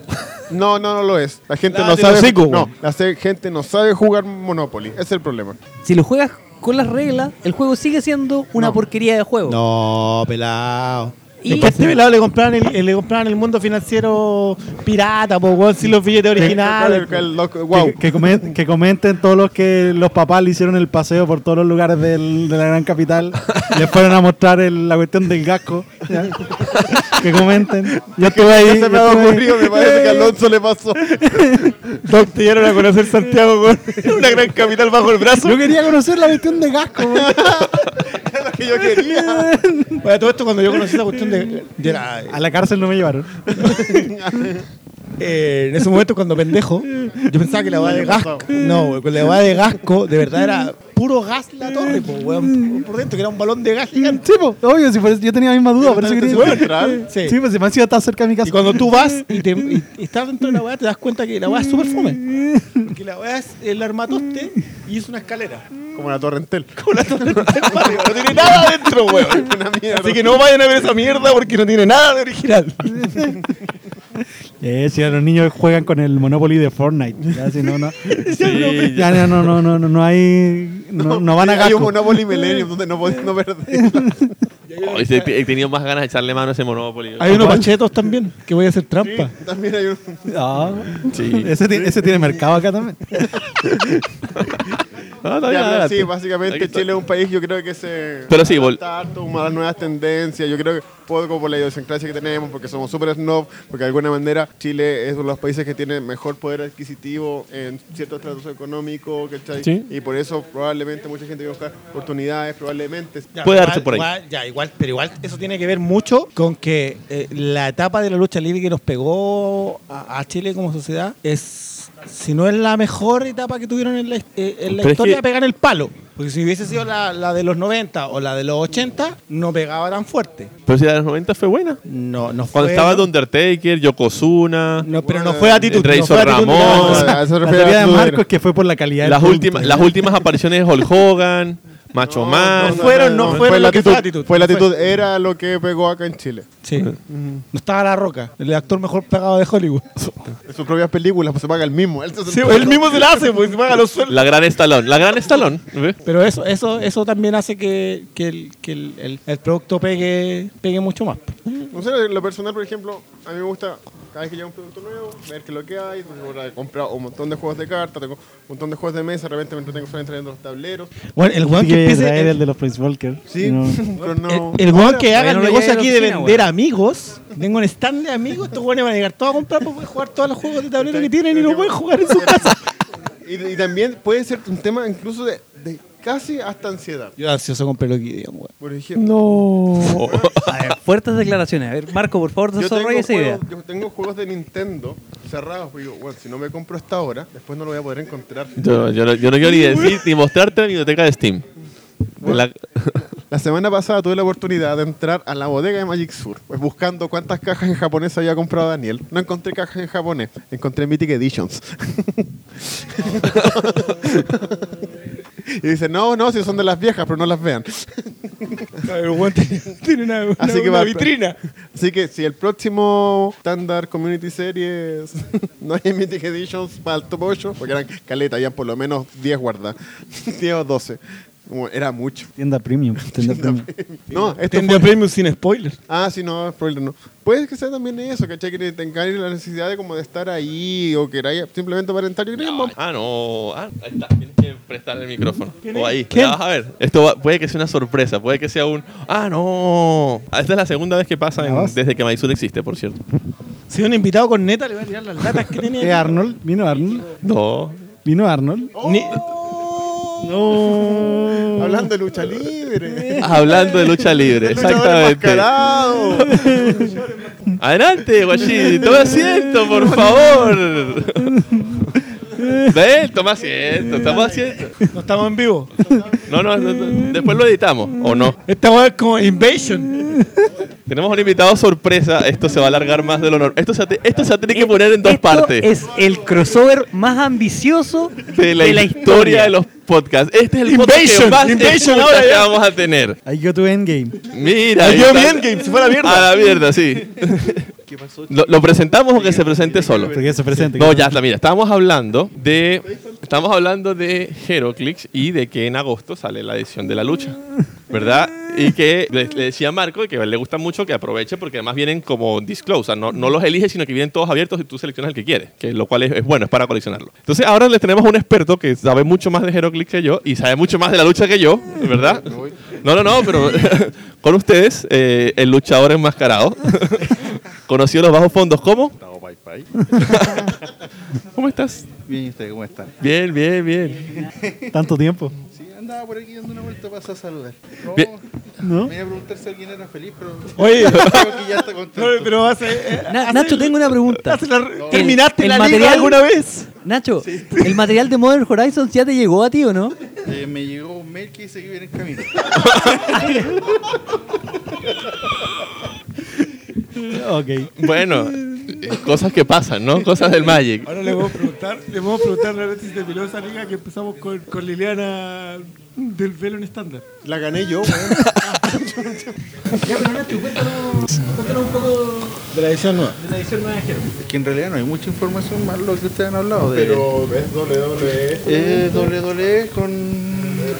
Speaker 3: No, no, no lo es. La gente
Speaker 4: Lávate
Speaker 3: no
Speaker 4: el
Speaker 3: sabe.
Speaker 4: hocico,
Speaker 3: no,
Speaker 4: weón.
Speaker 3: la se- gente no sabe jugar Monopoly. Ese es el problema.
Speaker 5: Si lo juegas con las reglas, el juego sigue siendo una
Speaker 3: No.
Speaker 5: porquería de juego.
Speaker 2: No, pelado.
Speaker 5: Y-
Speaker 2: Es que a este pelado le compraban el, le compraban el mundo financiero pirata, po, weón, sin los billetes originales.
Speaker 3: El- el- el- wow.
Speaker 1: Que, que comen- que comenten todos los que los papás le hicieron el paseo por todos los lugares del- de la gran
Speaker 2: <laughs>
Speaker 1: capital. Les fueron a mostrar el- la cuestión del gasco. ¿ya? que comenten. Yo estuve ahí.
Speaker 3: Ya se me
Speaker 1: yo estuve
Speaker 3: ha
Speaker 1: ahí. Eh.
Speaker 3: ocurrido, me parece que a Alonso le pasó.
Speaker 2: Doc, te llegaron a conocer Santiago con <laughs> una gran capital bajo el brazo.
Speaker 1: Yo quería conocer la cuestión de gasco. weón.
Speaker 3: Lo que yo quería.
Speaker 2: Bueno, todo esto cuando yo conocí esa cuestión de. yo era,
Speaker 1: a la cárcel no me llevaron.
Speaker 2: eh, en ese momento, cuando pendejo, yo pensaba que la va de Gasco. No, güey, con la va de Gasco, de verdad era puro gas la torre, po, weón, por dentro, que era un balón de gas gigante.
Speaker 1: <laughs> Sí, po, obvio, si fuese- yo tenía la misma duda. Por eso
Speaker 3: ¿Te
Speaker 1: quería
Speaker 3: puedes entrar?
Speaker 2: Sí.
Speaker 1: Sí, pues si me han sido tan cerca de mi casa.
Speaker 2: Y cuando tú vas y, te, y- y estás dentro de la weá, te das cuenta que la weá es súper fome. Que la weá es el armatoste y es una escalera.
Speaker 3: Como la torre Entel.
Speaker 2: Con la torre del barrio, No tiene nada adentro, weón.
Speaker 3: Una mierda.
Speaker 2: Así que no vayan a ver esa mierda porque no tiene nada de original.
Speaker 1: <laughs> Eh, si a los niños juegan con el Monopoly de Fortnite. Ya, si no, no.
Speaker 4: Sí,
Speaker 1: Ya, no, no, no, no, no, no hay. No, no van a
Speaker 3: Hay un
Speaker 1: gasco.
Speaker 3: Monopoly Millennium donde no podés no perder.
Speaker 1: <laughs>
Speaker 4: Oh, ese- he tenido más ganas de echarle mano a ese Monopoly.
Speaker 2: Hay unos pachetos también que voy a hacer trampa.
Speaker 3: También hay un.
Speaker 1: Ah,
Speaker 4: Sí.
Speaker 1: Ese, ti- ese tiene mercado acá también.
Speaker 4: No, Ah, está bien,
Speaker 3: Ya, pero
Speaker 4: adelante.
Speaker 3: sí,
Speaker 4: Aquí
Speaker 3: básicamente
Speaker 4: está.
Speaker 3: Chile es un país, yo creo que se
Speaker 4: Pero sí, vol-
Speaker 3: adapta harto a las nuevas tendencias, yo creo que poco por la idiosincrasia que tenemos, porque somos súper snob, porque de alguna manera Chile es uno de los países que tiene mejor poder adquisitivo en ciertos tratos económicos, ¿cachai?
Speaker 4: Sí.
Speaker 3: Y por eso probablemente mucha gente que busca oportunidades, probablemente.
Speaker 2: Ya,
Speaker 4: Puede
Speaker 2: igual-
Speaker 4: darse por ahí.
Speaker 2: igual- ya, igual, pero igual eso tiene que ver mucho con que eh, la etapa de la lucha libre que nos pegó a, a Chile como sociedad es, si no es la mejor etapa que tuvieron en la, his- eh, en la
Speaker 4: Pero es
Speaker 2: historia,
Speaker 4: que-
Speaker 2: pegar el palo. Porque si hubiese sido la, la de los 90 o la de los 80, no pegaba tan fuerte.
Speaker 4: Pero si la de los 90 fue buena.
Speaker 2: No, no
Speaker 4: Cuando
Speaker 2: fue-
Speaker 4: estaba The Undertaker, Yokozuna,
Speaker 2: no, pero no fue actitud.
Speaker 4: Rey
Speaker 2: no fue
Speaker 4: Sor
Speaker 2: actitud de
Speaker 4: Ramón.
Speaker 2: nada.
Speaker 4: O sea,
Speaker 3: a eso se
Speaker 1: La
Speaker 3: refiere
Speaker 1: teoría de
Speaker 3: Tudor.
Speaker 1: Marco es que fue por la calidad. del
Speaker 4: las
Speaker 1: producto.
Speaker 4: últimas, las últimas apariciones de Hulk Hogan, Macho Man.
Speaker 2: no, fueron- no fueron
Speaker 3: fue la
Speaker 2: lo que fue
Speaker 3: actitud,
Speaker 2: actitud.
Speaker 3: Fue la
Speaker 2: No fue.
Speaker 3: actitud, era lo que pegó acá en Chile.
Speaker 2: Sí. No estaba La Roca, el actor mejor pagado de
Speaker 4: <laughs>
Speaker 2: Hollywood.
Speaker 3: En sus propias películas, pues se paga el mismo. Él se-
Speaker 2: él mismo se la hace, porque se paga los sueldos.
Speaker 4: La gran estalón, la gran estalón. ¿ves?
Speaker 2: Pero eso, eso, eso también hace que, que el, que el, el- el producto pegue, pegue mucho más.
Speaker 3: No sé, en lo personal, por ejemplo, a mí me gusta cada vez que llega un producto nuevo, ver qué es lo que hay. Por ejemplo, ahora he comprado un montón de juegos de cartas, tengo un montón de juegos de mesa, de repente me entretengo solamente en los tableros.
Speaker 2: Bueno, el
Speaker 1: Sí, que
Speaker 2: weón que
Speaker 1: traer
Speaker 2: empiece,
Speaker 1: el,
Speaker 2: el,
Speaker 1: de los Prince Walker.
Speaker 3: Sí,
Speaker 1: No.
Speaker 3: <laughs> pero no.
Speaker 2: el weón que haga
Speaker 5: todavía
Speaker 2: el
Speaker 5: no lo
Speaker 2: negocio
Speaker 5: lleve a
Speaker 2: aquí
Speaker 5: la
Speaker 2: de
Speaker 5: oficina,
Speaker 2: vender
Speaker 5: weón.
Speaker 2: amigos, tengo un stand de amigos, estos weones van a llegar todos a comprar para poder jugar todos los juegos de tablero que tienen y no pueden jugar en su casa.
Speaker 3: <laughs> Y, y también puede ser un tema incluso de, de casi hasta ansiedad.
Speaker 2: Yo ansioso compré lo que weón.
Speaker 3: Por ejemplo,
Speaker 2: No.
Speaker 5: <laughs> A ver, fuertes declaraciones. A ver, Marco, por favor,
Speaker 3: yo,
Speaker 5: desarrolla
Speaker 3: tengo
Speaker 5: esa idea.
Speaker 3: juegos, yo tengo juegos de Nintendo cerrados, porque digo, bueno, si no me compro esta hora, después no lo voy a poder encontrar.
Speaker 4: Yo, yo no, yo no quiero ni decir ni mostrarte la biblioteca de Steam. La-
Speaker 3: La semana pasada tuve la oportunidad de entrar a la bodega de Magic Sur, pues buscando cuántas cajas en japonés había comprado Daniel. No encontré cajas en japonés, encontré Mythic Editions. <laughs> y dice, no, no, si son de las viejas, pero no las vean.
Speaker 2: El weón tiene, tiene una, una-
Speaker 3: Así que
Speaker 2: una
Speaker 3: va-
Speaker 2: vitrina.
Speaker 3: Así que si el próximo Standard Community Series <laughs> no hay Mythic Editions para el top 8, porque eran caleta, habían por lo menos 10 <laughs> guardadas, 10 o 12. Como Era mucho. <laughs>
Speaker 1: Tienda premium. Tienda premium.
Speaker 3: No, esto
Speaker 2: Tendría
Speaker 3: fue
Speaker 2: premium sin spoiler.
Speaker 3: Ah, sí, no, spoiler no. Puede que sea también eso, ¿cachai? Que tengáis la necesidad de como de estar ahí o queráis simplemente para entrar. Yo creo que vamos-
Speaker 4: <laughs> Ah, no. Ah, ahí está. Tienes que prestar el micrófono. O ahí.
Speaker 2: ¿Quién?
Speaker 4: Ya vas a ver. Esto va- puede que sea una sorpresa. Puede que sea un. Ah, no. Ah, Esta es la segunda vez que pasa en- desde que Maizul existe, por cierto.
Speaker 2: Si un invitado con neta le va a tirar las latas que tiene.
Speaker 1: <laughs> Eh, Arnold? ¿Vino Arnold?
Speaker 4: No.
Speaker 1: ¿Vino Arnold?
Speaker 2: Ni-
Speaker 8: eh.
Speaker 1: No.
Speaker 3: Hablando de lucha libre.
Speaker 4: Hablando de lucha
Speaker 2: <laughs>
Speaker 4: libre. Exactamente.
Speaker 3: Enmascarado. <laughs>
Speaker 4: Adelante, Guachín. Toma asiento, por favor. Ven, toma asiento, estamos haciendo.
Speaker 2: No estamos en vivo.
Speaker 4: No, no, no, no, después lo editamos, ¿o no?
Speaker 2: Esta weá es como Invasion.
Speaker 4: Tenemos un invitado sorpresa, esto se va a alargar más de lo normal. Esto se, te- esto se tiene que
Speaker 5: Eh,
Speaker 4: poner en dos
Speaker 5: esto
Speaker 4: partes.
Speaker 5: Es el crossover más ambicioso
Speaker 4: de la, historia de los podcasts. Este es el podcast que
Speaker 2: Invasion,
Speaker 4: más
Speaker 2: Invasion
Speaker 4: escuchas
Speaker 2: ahora
Speaker 4: que
Speaker 2: ya.
Speaker 4: vamos a tener.
Speaker 1: Ahí yo tuve Endgame.
Speaker 4: Mira.
Speaker 2: Ahí
Speaker 4: ahí
Speaker 2: quedó
Speaker 4: está.
Speaker 2: bien, Game, si fuera mierda.
Speaker 4: A la mierda, sí. ¿Lo, lo presentamos o que se presente solo?
Speaker 1: Porque se presente.
Speaker 4: No, ya está, mira, estábamos hablando de. Estamos hablando de Heroclix y de que en agosto sale la edición de la lucha. ¿Verdad? Y que le, le decía a Marco que le gusta mucho que aproveche porque además vienen como disclose, o sea, no, no los eliges, sino que vienen todos abiertos y tú seleccionas el que quieres, que lo cual es, es bueno, es para coleccionarlo. Entonces ahora les tenemos un experto que sabe mucho más de Heroclix que yo y sabe mucho más de la lucha que yo, ¿verdad? No, no, no, pero <laughs> con ustedes, eh, el luchador enmascarado, <laughs> conocido en los bajos fondos como... ¿Cómo estás?
Speaker 8: Bien, ¿y ustedes cómo están?
Speaker 4: Bien, bien, bien.
Speaker 1: Tanto tiempo.
Speaker 8: Sí, andaba por aquí dando una vuelta para saludar. No,
Speaker 4: Bien.
Speaker 1: ¿No?
Speaker 8: me iba a preguntar si alguien era feliz, pero
Speaker 2: Oye,
Speaker 8: <laughs> creo que ya está contento.
Speaker 2: <laughs> no, pero hace. eh,
Speaker 5: Na- Nacho, tengo una pregunta.
Speaker 2: hace la-
Speaker 5: El-
Speaker 2: ¿Terminaste
Speaker 5: el
Speaker 2: la
Speaker 5: material-
Speaker 2: liga alguna vez?
Speaker 5: Nacho, ¿el material de Modern Horizons ya te llegó a ti o no?
Speaker 8: Eh, me llegó un mail que dice que viene en camino.
Speaker 1: Ok.
Speaker 4: Bueno, cosas que pasan, ¿no? Cosas del Magic.
Speaker 2: Ahora le vamos a preguntar, le vamos a preguntar realmente si terminó esa liga que empezamos con, con Liliana del velo en estándar.
Speaker 3: La gané yo,
Speaker 7: De la edición nueva.
Speaker 8: Es que en realidad no hay mucha información más lo que ustedes han hablado. De,
Speaker 3: Pero es WWE.
Speaker 8: eh, WWE con,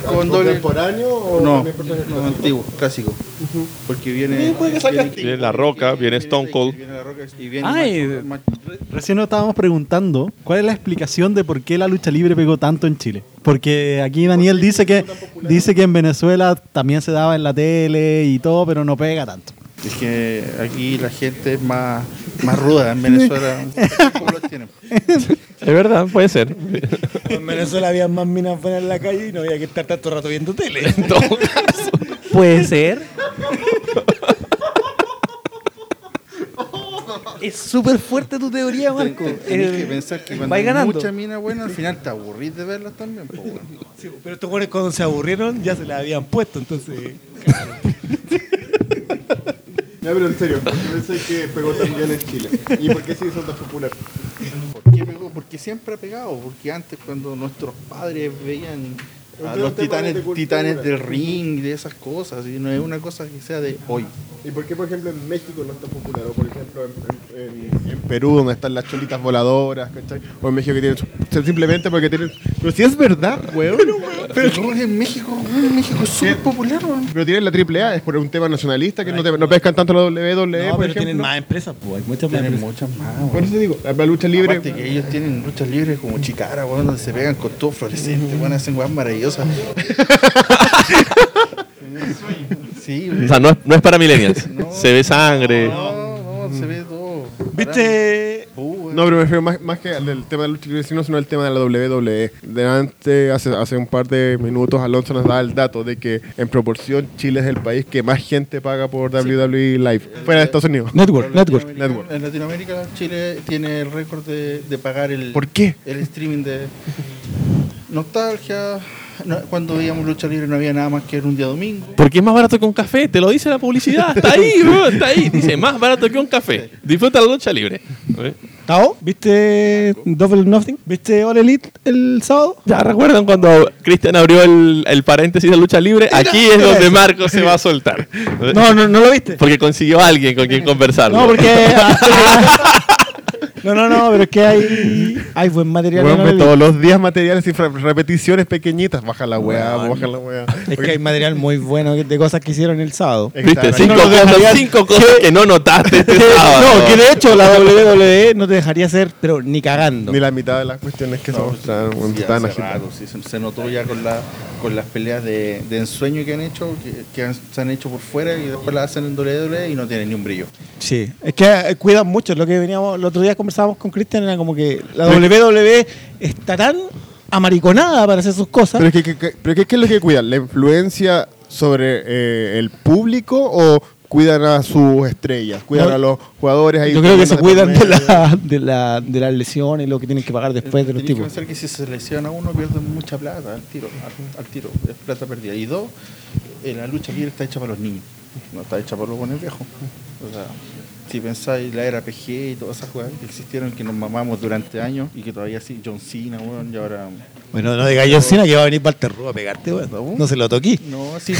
Speaker 8: con doble.
Speaker 3: ¿Contemporáneo o
Speaker 8: No,
Speaker 3: también pertenece-
Speaker 8: no, antiguo, clásico. Porque viene. este-
Speaker 4: Viene La Roca, Ah, viene Stone Cold.
Speaker 8: Viene la roca y viene.
Speaker 5: Ay.
Speaker 8: Macho- Macho-
Speaker 1: Recién nos estábamos preguntando cuál es la explicación de por qué la lucha libre pegó tanto en Chile. Porque aquí Daniel dice que dice que en Venezuela también se daba en la tele y todo, pero no pega tanto.
Speaker 8: Es que aquí la gente es más, más ruda en Venezuela. ¿Cómo lo tienen?
Speaker 4: Es verdad, puede ser.
Speaker 2: En Venezuela había más minas buenas en la calle y no había que estar tanto rato viendo tele.
Speaker 4: En todo caso.
Speaker 5: Puede ser. Es súper fuerte tu teoría, Marco.
Speaker 8: Tenés que
Speaker 5: Eh,
Speaker 8: pensar que cuando
Speaker 5: vais
Speaker 8: hay
Speaker 5: ganando.
Speaker 8: mucha mina buena, al final te aburrís de verlas también. po, weón.
Speaker 2: Sí, pero estos jóvenes cuando se aburrieron ya se la habían puesto, entonces.
Speaker 3: Ya, pero en serio, ¿por qué pensé que pegó también en Chile? ¿Y por qué sigue siendo tan popular?
Speaker 8: ¿Por qué pegó? Porque siempre ha pegado. Porque antes, cuando nuestros padres veían a
Speaker 3: Es
Speaker 8: los
Speaker 3: un tema
Speaker 8: titanes,
Speaker 3: de cultura.
Speaker 8: titanes del ring, de esas cosas, y no es una cosa que sea de hoy.
Speaker 3: ¿Y por qué, por ejemplo, en México no es tan popular? O, por ejemplo, en, en- en- en Perú, donde están las cholitas voladoras, ¿cachai? O en México que tienen... su- Simplemente porque tienen... Pero si es verdad, weón.
Speaker 8: Pero en México, weón, en México es súper popular. weón.
Speaker 3: Pero tienen la AAA, es por un tema nacionalista, que no, te- no pescan tanto la WWE, por ejemplo.
Speaker 2: empresas, pues, hay muchas
Speaker 8: Tienen muchas más.
Speaker 3: Por
Speaker 8: weón.
Speaker 3: eso te digo, la lucha libre...
Speaker 8: Aparte que ellos tienen luchas libres como Chicara, weón, donde se pegan con todo fluorescente, weón, hacen weas <laughs> maravillosas. sí,
Speaker 4: O
Speaker 8: weón.
Speaker 4: sea, no es, no es para millennials. Se ve sangre.
Speaker 8: no, no, se ve todo.
Speaker 2: ¿Viste?
Speaker 8: Uh,
Speaker 3: No, pero me refiero más, más que al del tema de la lucha libre, sino, sino al tema de la WWE. Delante, hace, hace un par de minutos, Alonso nos da el dato de que en proporción Chile es el país que más gente paga por WWE Live, fuera de Estados Unidos.
Speaker 2: Network,
Speaker 8: Latinoamérica- En Latinoamérica, Chile tiene el récord de, de pagar el,
Speaker 3: ¿Por qué?
Speaker 8: el streaming de nostalgia. No, cuando veíamos lucha libre no había nada más que era un día domingo.
Speaker 4: Porque es más barato que un café, te lo dice la publicidad. Está <laughs> ahí, bro, está ahí. Dice, más barato que un café. Disfruta la lucha libre. ¿Eh?
Speaker 2: ¿Tao? ¿Viste Double Nothing? ¿Viste All Elite el sábado?
Speaker 4: ¿Ya recuerdan cuando Cristian abrió el, el paréntesis de lucha <laughs> libre? Aquí es donde Marco se va a soltar. ¿Eh?
Speaker 2: No, no, no lo viste.
Speaker 4: Porque consiguió a alguien con quien conversar. <laughs>
Speaker 2: No, porque. ah, <laughs> no, no, no, pero es que hay, hay buen material.
Speaker 3: Bueno,
Speaker 2: en
Speaker 3: ve
Speaker 2: All
Speaker 3: todos los días materiales y fra- repeticiones pequeñitas. Baja la weá, baja la weá.
Speaker 2: Elite. Es que hay material muy bueno de cosas que hicieron el sábado.
Speaker 4: ¿Viste?
Speaker 3: Exacto.
Speaker 4: Cinco,
Speaker 2: No lo
Speaker 4: cosas,
Speaker 2: dejaría-
Speaker 4: cinco cosas que <laughs> no notaste este sábado.
Speaker 2: no, que de hecho la WWE E no te dejaría hacer, pero ni cagando.
Speaker 3: Ni la mitad de las cuestiones que se mostraron
Speaker 8: Sí,
Speaker 3: cuando
Speaker 8: hace
Speaker 3: estaban agitadas.
Speaker 8: rato, sí, se, se notó ya con, la, con las peleas de, de ensueño que han hecho, que, que han- se han hecho por fuera y después las hacen en WWE y no tienen ni un brillo.
Speaker 2: Sí, es que eh, cuidan mucho. Lo que veníamos, el otro día conversábamos con Cristian era como que la
Speaker 3: Pero-
Speaker 2: WWE está tan amariconada para hacer sus cosas.
Speaker 3: Pero es que, que- que- pero es que- ¿qué es lo que cuidan? ¿La influencia sobre eh, el público o cuidan a sus estrellas, cuidan
Speaker 2: No,
Speaker 3: a los jugadores. Hay
Speaker 2: Yo creo que se cuidan de,
Speaker 3: torneos.
Speaker 2: la, de, la, de las lesiones y lo que tienen que pagar después de los
Speaker 8: Tenés que
Speaker 2: tipos.
Speaker 8: pensar que si se lesiona uno pierden mucha plata al tiro, al, al tiro, es plata perdida. Y dos, eh, la lucha libre está hecha para los niños, no está hecha para los buenos viejos. O sea, si pensáis la era PG y todas esas cosas que existieron, que nos mamamos durante años y que todavía sí, John Cena, weón, y ahora...
Speaker 2: Bueno, no digas yo Cena que va a venir Walter Roo a pegarte, weón. No se lo toqué.
Speaker 8: No,
Speaker 2: <laughs>
Speaker 8: sí.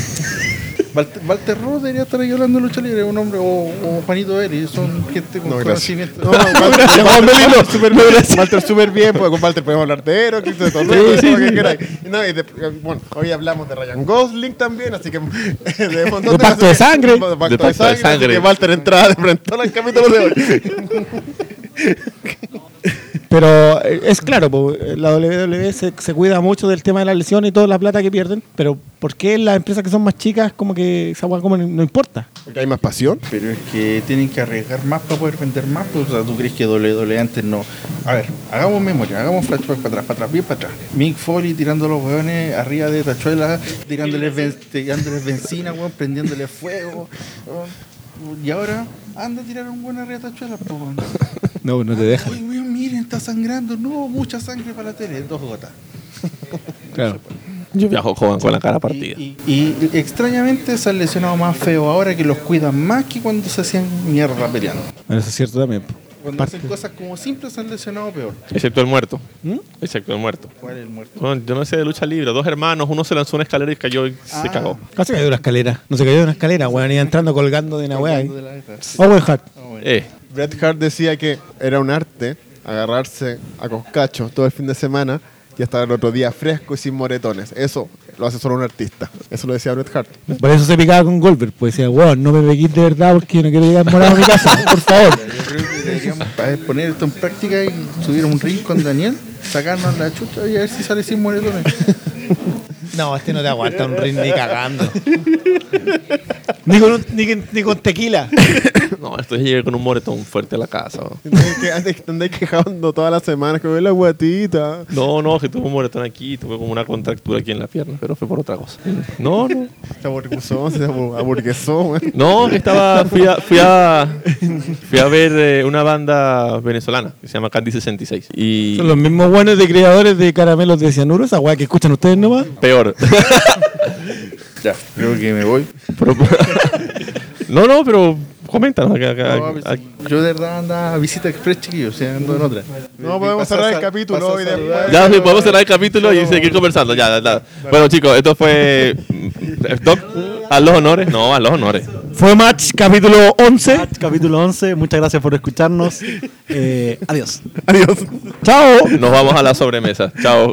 Speaker 8: Walter, Walter Ross debería estar ahí hablando de lucha libre, un hombre, o, o Juanito Vélez, son gente con
Speaker 3: No, gracias.
Speaker 8: conocimiento.
Speaker 3: No,
Speaker 2: <laughs>
Speaker 3: Walter, Walter, super, Walter, súper bien, porque con Walter podemos hablar de Ero, de todo, todo lo que queráis. No, y de- bueno, hoy hablamos de Ryan Gosling también, así que. <laughs> De, un montón
Speaker 2: De pacto de
Speaker 3: cosas.
Speaker 2: sangre.
Speaker 3: De pacto de, sangre. así que Walter entraba de frente al capítulo de hoy. <laughs>
Speaker 2: Pero eh, es claro, po, eh, la WWE se, se cuida mucho del tema de las lesiones y toda la plata que pierden. Pero ¿por qué las empresas que son más chicas, como que esa weá como no- no importa?
Speaker 3: Porque hay más pasión.
Speaker 8: Pero es que tienen que arriesgar más para poder vender más. pues, o sea, ¿tú crees que WWE antes no? A ver, hagamos memoria, hagamos flashback para atrás, para atrás, bien para atrás. Mick Foley tirando los hueones arriba de tachuelas, tirándoles, ben- tirándoles benzina, weón, prendiéndoles fuego. weón. Y ahora, anda a tirar un buen arriba de tachuelas, po, weón.
Speaker 2: No, no te dejan.
Speaker 8: Ay, weón, miren, está sangrando. No, mucha sangre para la tele, dos gotas.
Speaker 2: Claro.
Speaker 4: Yo viajo joven con la cara partida.
Speaker 8: Y, y- y extrañamente se han lesionado más feo ahora que los cuidan más que cuando se hacían mierda peleando.
Speaker 2: Bueno, eso es cierto también. po.
Speaker 8: Cuando hacen cosas como simples se han lesionado peor.
Speaker 4: Excepto el muerto. Excepto el muerto.
Speaker 8: ¿Cuál es el muerto?
Speaker 4: Bueno, yo me sé de lucha libre. Dos hermanos, uno se lanzó una escalera y cayó y se
Speaker 8: Ah.
Speaker 4: cagó.
Speaker 2: Casi cayó de una escalera. No se cayó de una escalera, weón. Iba entrando colgando de una weá. ahí.
Speaker 8: De la guerra. Sí.
Speaker 2: Owen Hart.
Speaker 8: Ah, bueno.
Speaker 4: Eh,
Speaker 3: Bret Hart decía que era un arte agarrarse a coscachos todo el fin de semana y estar el otro día fresco y sin moretones. Eso lo hace solo un artista. Eso lo decía Bret Hart.
Speaker 2: Por eso se picaba con Goldberg. Pues decía, weón, no me peguís de verdad porque no quiero llegar morado a mi casa. Por favor.
Speaker 8: Yo creo que deberíamos <laughs> pa- poner esto en práctica y subir un ring con Daniel, sacarnos la chucha y a ver si sale sin moretones.
Speaker 2: No, este no te aguanta un ring ni cagando. ni, con un- ni, con- ni con tequila.
Speaker 4: no, esto ya llegué con un moretón fuerte a la casa. ¿no?
Speaker 3: Andáis que- antes que andáis quejando todas las semanas que ve la guatita.
Speaker 4: No, no, que tuve un moretón aquí, tuve como una contractura aquí en la pierna, pero fue por otra cosa. No, no.
Speaker 3: Se aburguesó, se abu- aburguesó. güey.
Speaker 4: No, que estaba. Fui a, fui a, fui a ver eh, una banda venezolana que se llama Candy 66. Y.
Speaker 2: Son los mismos buenos de creadores de caramelos de cianuro, esa weá que escuchan ustedes nomás.
Speaker 4: Peor.
Speaker 8: <laughs> Ya, creo que me voy.
Speaker 4: <laughs> Pero- no, no, pero coméntanos. acá- acá- acá-
Speaker 8: yo de verdad andaba a visita express, chiquillos, o sea, ando en otra.
Speaker 3: No podemos
Speaker 8: Pasas
Speaker 3: cerrar el
Speaker 8: a-
Speaker 3: capítulo
Speaker 8: pasas
Speaker 3: hoy
Speaker 8: a
Speaker 3: después.
Speaker 8: saludar.
Speaker 4: Ya sí, podemos cerrar el capítulo y seguir conversando. Ya, ya, ya. Bueno, chicos, esto fue. eh, Doc, a los honores. No, a los honores.
Speaker 2: Fue Match, capítulo 11.
Speaker 1: Capítulo 11, muchas gracias por escucharnos. Eh, adiós.
Speaker 3: Adiós.
Speaker 2: Chao.
Speaker 4: Nos vamos a la sobremesa. Chao.